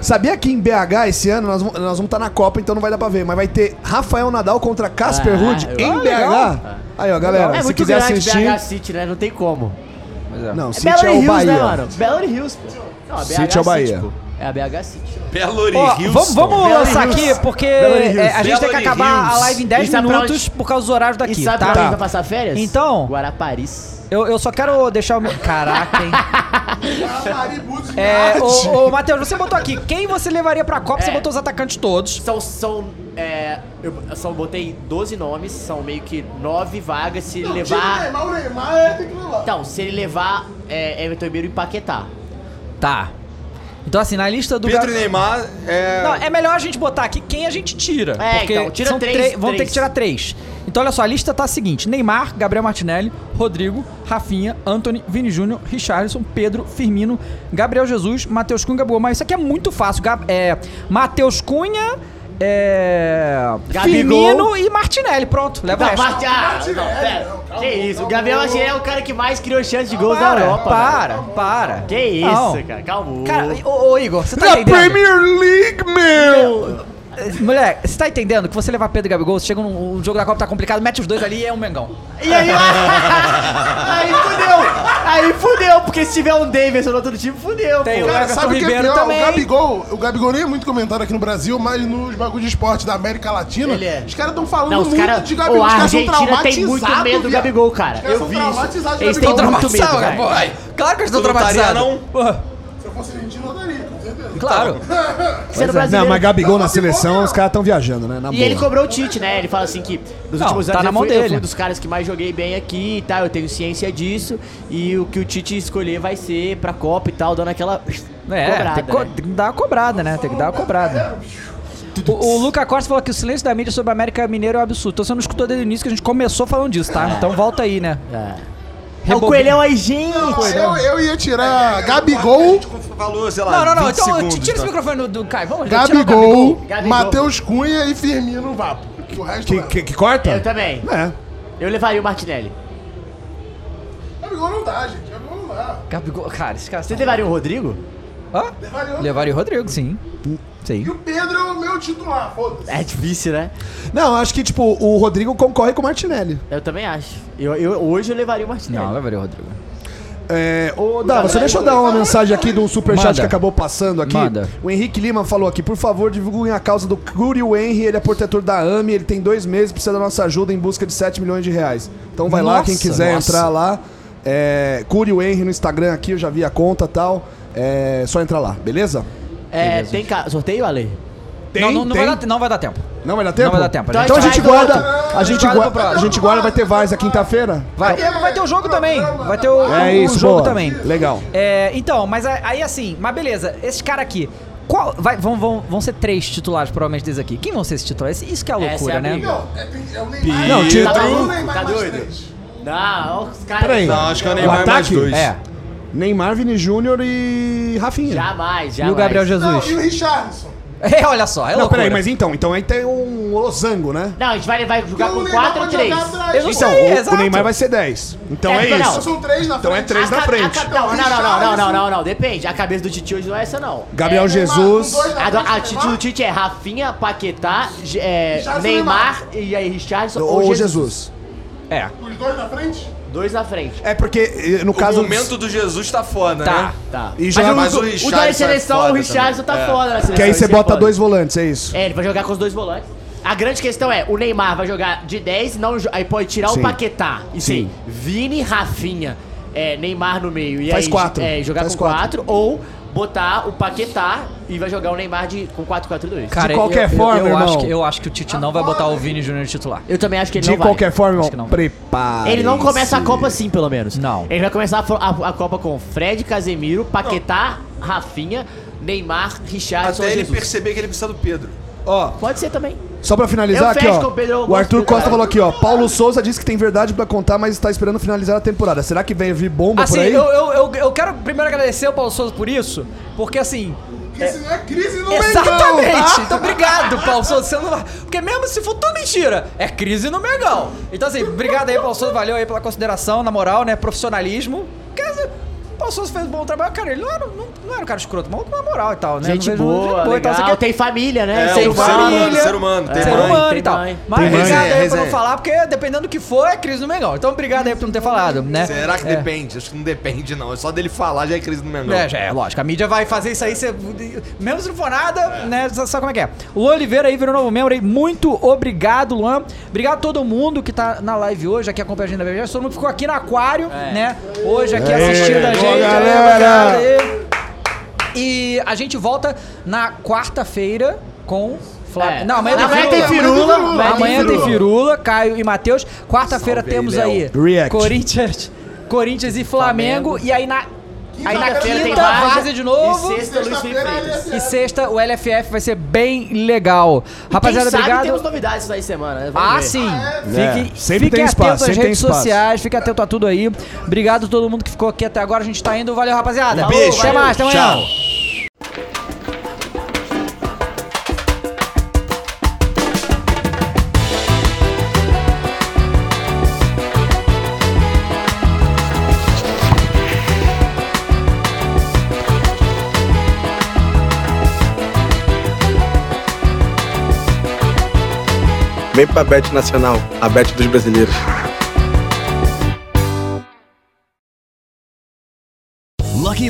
Speaker 5: Sabia que em BH esse ano nós, vamos- nós vamos estar na Copa, então não vai dar pra ver. Mas vai ter Rafael Nadal contra Casper
Speaker 6: Ah,
Speaker 5: Ruud
Speaker 6: eu-
Speaker 5: em
Speaker 6: Ah,
Speaker 5: BH.
Speaker 6: legal.
Speaker 5: Aí, ó, galera,
Speaker 6: é
Speaker 5: se
Speaker 6: muito
Speaker 5: quiser
Speaker 6: grande
Speaker 5: assistir.
Speaker 6: BH City, né? Não tem como.
Speaker 5: Não,
Speaker 6: É
Speaker 5: City
Speaker 6: Belo
Speaker 5: é o
Speaker 6: Hills,
Speaker 5: Bahia.
Speaker 6: né, mano? Belo Hills, pô. Não, é BH
Speaker 5: City é o Bahia.
Speaker 6: pô. É a BH City.
Speaker 4: Belo
Speaker 2: Ó,
Speaker 4: Hills.
Speaker 2: vamos, vamos
Speaker 6: Hills.
Speaker 2: lançar aqui, porque é, a gente tem que
Speaker 4: Hills.
Speaker 2: acabar a live em 10
Speaker 6: E sabe é pra
Speaker 2: minutos por causa do horário daqui,
Speaker 6: e sabe
Speaker 2: tá?
Speaker 6: pra onde vai passar férias?
Speaker 2: Então-
Speaker 6: Guaraparis.
Speaker 2: Eu, eu só quero deixar o meu... Caraca, hein? é, ô, ô, Matheus, você botou aqui. Quem você levaria pra Copa? Você
Speaker 6: É.
Speaker 2: botou os atacantes todos.
Speaker 6: São, são, é, eu eu só botei 12 nomes, são meio que 9 vagas se ele levar...
Speaker 3: O Neymar é, tem que levar.
Speaker 6: Então, se ele levar é, Everton Ribeiro e Paquetá.
Speaker 2: Tá. Então, assim, na lista do...
Speaker 4: Pedro
Speaker 2: gar-
Speaker 4: e Neymar é.
Speaker 2: Não, é melhor a gente botar aqui quem a gente tira.
Speaker 6: É, então, tira
Speaker 2: são
Speaker 6: três,
Speaker 2: tre- Vamos ter
Speaker 6: três.
Speaker 2: que tirar três. Então, olha só, a lista tá a seguinte: Neymar, Gabriel Martinelli, Rodrigo, Rafinha, Anthony, Vini Júnior, Richarlison, Pedro, Firmino, Gabriel Jesus, Matheus Cunha, Gabigol. Mas isso aqui é muito fácil. Gab- é, Matheus Cunha, é,
Speaker 6: Gabigol.
Speaker 2: Firmino e Martinelli. Pronto, leva o
Speaker 6: Não,
Speaker 2: resto.
Speaker 6: Marte- ah, não, pera. que isso, o Gabriel Martinelli é o cara que mais criou chance de gols é da
Speaker 2: Ah, Para,
Speaker 6: Europa.
Speaker 2: para,
Speaker 6: mano.
Speaker 2: para.
Speaker 6: Que isso,
Speaker 2: Não.
Speaker 6: cara, calma.
Speaker 2: Cara, ô, ô, Igor, você tá entendendo?
Speaker 5: League, meu!
Speaker 2: Mulher, você tá entendendo que você levar Pedro e Gabigol, você chega num um jogo da Copa tá complicado, mete os dois ali e é um Mengão.
Speaker 6: E aí, aí fudeu, aí fudeu, porque se tiver um Davidson no outro time, fudeu,
Speaker 2: Tem
Speaker 6: pô.
Speaker 2: o
Speaker 3: Cara,
Speaker 2: Everton
Speaker 3: sabe o que é
Speaker 2: Ribeiro
Speaker 3: pior?
Speaker 2: também.
Speaker 3: O Gabigol, o Gabigol nem é muito comentado aqui no Brasil, mas nos bagulhos de esporte da América Latina,
Speaker 6: Ele é.
Speaker 3: os caras estão falando
Speaker 6: Não, os
Speaker 3: muito
Speaker 6: caras.
Speaker 3: de Gabigol.
Speaker 6: a
Speaker 3: Os caras são
Speaker 6: Argentina tem muito
Speaker 3: traumatizados,
Speaker 6: medo do
Speaker 3: viado.
Speaker 6: Gabigol,
Speaker 3: Os
Speaker 6: cara.
Speaker 3: caras
Speaker 6: Eu
Speaker 3: são
Speaker 6: vi. isso.
Speaker 3: traumatizados do
Speaker 6: Eles têm
Speaker 3: Gabigol.
Speaker 6: muito medo,
Speaker 2: Traumatizados,
Speaker 6: cara.
Speaker 2: cara, pô. Claro que eles estão
Speaker 4: Tu não estaria,
Speaker 2: traumatizados.
Speaker 4: não?
Speaker 2: Porra,
Speaker 3: Se eu fosse argentino, eu daria, com certeza.
Speaker 2: Claro.
Speaker 3: é.
Speaker 6: Sendo
Speaker 5: Não,
Speaker 6: brasileiro. tá
Speaker 5: mas Gabigol na seleção, os caras estão viajando, né? Na
Speaker 6: E
Speaker 5: boa.
Speaker 6: ele cobrou o Tite, né? Ele fala assim que nos
Speaker 2: Não,
Speaker 6: últimos
Speaker 2: tá
Speaker 6: anos
Speaker 2: na
Speaker 6: eu,
Speaker 2: mão
Speaker 6: fui, eu
Speaker 2: dele.
Speaker 6: fui um dos caras que mais joguei bem aqui e tal, eu tenho ciência disso. E o que o Tite escolher vai ser pra Copa e tal, dando aquela
Speaker 2: É, tem, que co-
Speaker 6: cobrada. né?
Speaker 2: tem que dar uma cobrada, né? Tem que dar uma cobrada. O, o Luca Costa falou que o silêncio da mídia sobre a América Mineira é um absurdo. Então você não escutou desde o início que a gente começou falando disso, tá? Então volta aí, né?
Speaker 6: É. O
Speaker 2: Rebobina.
Speaker 6: coelhão aí, gente!
Speaker 3: Eu,
Speaker 6: é
Speaker 3: eu ia tirar Gabigol,
Speaker 4: Falou, sei
Speaker 2: Não,
Speaker 4: lá.
Speaker 2: não, não.
Speaker 4: 20
Speaker 2: Então
Speaker 4: segundos,
Speaker 2: tira esse
Speaker 4: tá?
Speaker 2: microfone do, do Caio. Vamos já tirar o
Speaker 3: Gabigol,
Speaker 6: Gabigol.
Speaker 3: Matheus Cunha e Firmino Vapo. O resto
Speaker 5: Que,
Speaker 3: não. é.
Speaker 5: que- que corta?
Speaker 6: Eu também.
Speaker 5: É.
Speaker 6: Eu levaria o Martinelli.
Speaker 3: Gabigol não dá, gente. Gabigol não dá.
Speaker 2: Gabigol, cara, esse cara...
Speaker 6: Você levaria o Rodrigo?
Speaker 2: Hã?
Speaker 3: Levaria o-
Speaker 2: Levaria o Rodrigo, sim.
Speaker 5: Hum.
Speaker 2: Sim.
Speaker 3: E o Pedro é o meu titular, foda-se.
Speaker 6: É difícil, né?
Speaker 5: Não, acho que, tipo, o Rodrigo concorre com o Martinelli.
Speaker 6: Eu também acho. Eu, eu- hoje eu levaria o Martinelli.
Speaker 2: Não, levaria o Rodrigo.
Speaker 5: É, ô, Dava, só deixa eu dar uma mensagem aqui de um superchat
Speaker 2: Manda.
Speaker 5: que acabou passando aqui.
Speaker 2: Manda.
Speaker 5: O Henrique Lima falou aqui, por favor, divulguem a causa do Curio Henry, ele é protetor da AMI, ele tem dois meses, precisa da nossa ajuda em busca de 7 milhões de reais. Então vai lá,
Speaker 2: Nossa,
Speaker 5: quem quiser
Speaker 2: nossa.
Speaker 5: entrar lá, é, Curio Henry no Instagram aqui, eu já vi a conta e tal, é só entrar lá, beleza?
Speaker 6: é, tem ca... sorteio, Ale?
Speaker 5: Tem,
Speaker 2: não, não, não
Speaker 5: tem.
Speaker 2: vai dar, não vai dar tempo.
Speaker 5: Não vai dar tempo?
Speaker 2: Não vai dar tempo,
Speaker 5: Então,
Speaker 2: gente.
Speaker 5: a gente
Speaker 6: Então a gente
Speaker 5: guarda,
Speaker 6: guarda
Speaker 5: a gente
Speaker 2: guarda
Speaker 5: guarda,
Speaker 2: pro
Speaker 5: a gente guarda, vai ter Vars na quinta-feira?
Speaker 2: Vai, é, vai ter o jogo também. Vai ter o,
Speaker 5: É
Speaker 2: o
Speaker 5: isso,
Speaker 2: jogo
Speaker 5: boa.
Speaker 2: também.
Speaker 5: Legal.
Speaker 2: É, então, mas a- aí assim, mas beleza, esse cara aqui. Qual, vai, vão, vão, vão ser três titulares, provavelmente, desses aqui. Quem vão ser esses titulares? Isso que é a
Speaker 6: Essa
Speaker 2: loucura,
Speaker 6: é a
Speaker 2: né?
Speaker 6: briga.
Speaker 3: Não, é, tem- é o Neymar.
Speaker 5: Não,
Speaker 3: e-
Speaker 5: Pedro-
Speaker 6: Tá
Speaker 3: o
Speaker 6: doido?
Speaker 3: Neymar
Speaker 6: Tá
Speaker 3: mais
Speaker 6: doido?
Speaker 3: três.
Speaker 6: Não, os caras.
Speaker 5: Peraí.
Speaker 4: Não, acho que é o Neymar mais
Speaker 5: ataque?
Speaker 4: dois.
Speaker 2: É.
Speaker 5: Neymar, Vini Júnior e Rafinha.
Speaker 6: Jamais,
Speaker 2: E
Speaker 6: jamais.
Speaker 2: o Gabriel
Speaker 3: Não, e
Speaker 2: Jesus.
Speaker 3: o Richarlison.
Speaker 2: É, olha só, é
Speaker 5: Não,
Speaker 2: loucura.
Speaker 5: peraí, mas então, então aí tem um losango, né?
Speaker 6: Não, a gente vai, vai jogar
Speaker 3: E o
Speaker 6: com
Speaker 3: Neymar
Speaker 6: 4 ou
Speaker 3: pode
Speaker 6: 3.
Speaker 3: jogar atrás.
Speaker 2: Eu não
Speaker 5: Então,
Speaker 2: sei,
Speaker 5: o- o,
Speaker 2: exato.
Speaker 5: Neymar vai ser 10. Então
Speaker 6: É,
Speaker 5: é,
Speaker 6: não,
Speaker 5: isso.
Speaker 6: não.
Speaker 3: São três na
Speaker 5: Então é
Speaker 3: frente.
Speaker 5: três na frente.
Speaker 6: Não, não, não, não, não, não, não, não, depende. A cabeça do Titi hoje não é essa, não.
Speaker 5: Gabriel
Speaker 6: É,
Speaker 5: Jesus.
Speaker 3: com dois na
Speaker 6: A,
Speaker 3: frente,
Speaker 6: a
Speaker 3: Neymar.
Speaker 6: atitude do Tite é Rafinha, Paquetá, G- é,
Speaker 3: Richarlison,
Speaker 6: Neymar e aí Richardson
Speaker 5: Ou Jesus.
Speaker 2: É.
Speaker 3: Os dois na frente?
Speaker 6: Dois na frente.
Speaker 5: É porque, eh, no
Speaker 4: O
Speaker 5: caso.
Speaker 4: momento do Jesus tá foda,
Speaker 2: Tá.
Speaker 4: né?
Speaker 6: Tá.
Speaker 5: E já,
Speaker 4: Mas
Speaker 5: mas
Speaker 4: o
Speaker 5: o...
Speaker 6: O da
Speaker 4: Richarlison é
Speaker 6: seleção, o
Speaker 4: foda
Speaker 6: Richardson tá
Speaker 4: também. É.
Speaker 6: foda na seleção.
Speaker 5: Que aí
Speaker 6: isso
Speaker 5: você
Speaker 6: é
Speaker 5: bota
Speaker 6: foda.
Speaker 5: dois volantes, é isso.
Speaker 6: É, ele vai jogar com os dois volantes. A grande questão é, o Neymar vai jogar de 10, não, jo- aí pode tirar
Speaker 5: Sim.
Speaker 6: o Paquetá. Isso
Speaker 5: Sim.
Speaker 6: aí. Vini, Rafinha, é, Neymar no meio. E
Speaker 5: Faz
Speaker 6: aí,
Speaker 5: quatro.
Speaker 6: É, jogar
Speaker 5: Faz
Speaker 6: com 4 ou botar o Paquetá e vai jogar o Neymar de, com 4-4-2.
Speaker 2: Cara,
Speaker 5: qualquer
Speaker 2: eu, eu-
Speaker 5: forma,
Speaker 2: eu, acho
Speaker 5: irmão.
Speaker 2: que, eu acho que o Tite não vai botar o Vini Júnior de titular.
Speaker 6: Eu também acho que ele
Speaker 5: De
Speaker 6: não vai.
Speaker 5: qualquer forma,
Speaker 2: Acho que
Speaker 5: irmão,
Speaker 2: não.
Speaker 5: prepara.
Speaker 6: Ele não começa a Copa assim, pelo menos.
Speaker 2: Não.
Speaker 6: Ele vai começar a, fo- a- a Copa com Fred, Casemiro, Paquetá, Rafinha, Neymar,
Speaker 2: é
Speaker 6: Richardson,
Speaker 4: Até ele
Speaker 6: Jesus.
Speaker 4: perceber que ele precisa do Pedro.
Speaker 5: Ó,
Speaker 6: Pode ser também.
Speaker 5: só pra finalizar
Speaker 6: Eu
Speaker 5: aqui,
Speaker 6: fecho
Speaker 5: ó.
Speaker 6: com o Pedro Augusto,
Speaker 5: o Arthur
Speaker 6: Pedro
Speaker 5: Costa
Speaker 6: Augusto.
Speaker 5: falou aqui, ó. Paulo Souza disse que tem verdade pra contar, mas está esperando finalizar a temporada. Será que vem vir bomba
Speaker 2: Assim,
Speaker 5: por aí?
Speaker 2: eu, eu, eu, eu quero primeiro agradecer ao Paulo Souza por isso, porque assim,
Speaker 3: Porque se não é crise no tá?
Speaker 2: Exatamente!
Speaker 3: Mengão.
Speaker 2: Então, obrigado, Paulo Souza. Você não vai- Porque mesmo se for tudo mentira, é crise no Mengão. Então, assim, obrigado aí, Paulo Souza. Valeu aí pela consideração, na moral, né? Profissionalismo. Caso- Paulo Souza fez um bom trabalho, cara, ele não era, não, não era um cara escroto, mas uma moral e tal, né?
Speaker 6: Gente
Speaker 2: Não vejo-
Speaker 6: boa,
Speaker 2: e tal,
Speaker 6: legal.
Speaker 2: não sei o quê.
Speaker 6: tem família, né?
Speaker 4: É,
Speaker 6: Tem
Speaker 4: um ser
Speaker 6: família.
Speaker 4: humano, ser humano, tem
Speaker 2: ser
Speaker 4: mãe.
Speaker 2: humano
Speaker 6: tem é,
Speaker 2: e tal.
Speaker 6: mãe.
Speaker 2: Mas
Speaker 4: Tem mãe.
Speaker 2: obrigado aí por
Speaker 4: Resenha.
Speaker 2: não falar, porque dependendo do que for, é crise no Mengão. Então obrigado aí por não ter falado, né?
Speaker 4: Será que
Speaker 2: É.
Speaker 4: depende? Acho que não depende, não. É só dele falar já é crise no Mengão.
Speaker 2: É, já é, lógico. A mídia vai fazer isso aí, você... menos se não for nada, né? Sabe sabe como é que é? Luan Oliveira aí virou novo membro aí. Muito obrigado, Luan. Obrigado a todo mundo que tá na live hoje, aqui acompanha a gente da BBS. Todo mundo que ficou aqui no Aquário,
Speaker 6: É.
Speaker 2: né? Hoje aqui assistindo a
Speaker 3: boa,
Speaker 2: gente. Aí,
Speaker 3: galera!
Speaker 2: obrigado aí. E a gente volta na quarta-feira com. Flá-
Speaker 6: É.
Speaker 2: Não, amanhã tem
Speaker 6: Amanhã
Speaker 2: firula.
Speaker 6: tem firula,
Speaker 2: Amanhã tem
Speaker 6: amanhã tem
Speaker 2: firula. Firula, Caio e Matheus. Quarta-feira temos aí,
Speaker 7: React.
Speaker 2: Corinthians, Corinthians e Flamengo.
Speaker 6: Flamengo.
Speaker 2: E aí na Aí na
Speaker 6: Quinta-feira tem
Speaker 2: quinta,
Speaker 6: Várzea
Speaker 2: Várzea de novo.
Speaker 6: E sexta, Luiz Felipe
Speaker 3: é
Speaker 6: Freitas.
Speaker 2: E sexta, o LFF vai ser bem legal. Rapaziada,
Speaker 6: Quem sabe
Speaker 2: obrigado.
Speaker 6: temos novidades na semana. né? Vamos
Speaker 2: Ah,
Speaker 6: ver.
Speaker 2: sim.
Speaker 7: é?
Speaker 2: Fique,
Speaker 7: É. Sempre
Speaker 2: fique
Speaker 7: tem espaço,
Speaker 2: atento às
Speaker 7: sempre tem
Speaker 2: redes
Speaker 7: espaço.
Speaker 2: sociais, fique atento a tudo aí. Obrigado a todo mundo que ficou aqui até agora. A gente tá indo. Valeu, rapaziada.
Speaker 6: Falou, beijo.
Speaker 2: Até mais, até amanhã.
Speaker 6: Tchau.
Speaker 1: Vem pra Bet Nacional, a Bet dos brasileiros.
Speaker 8: Lucky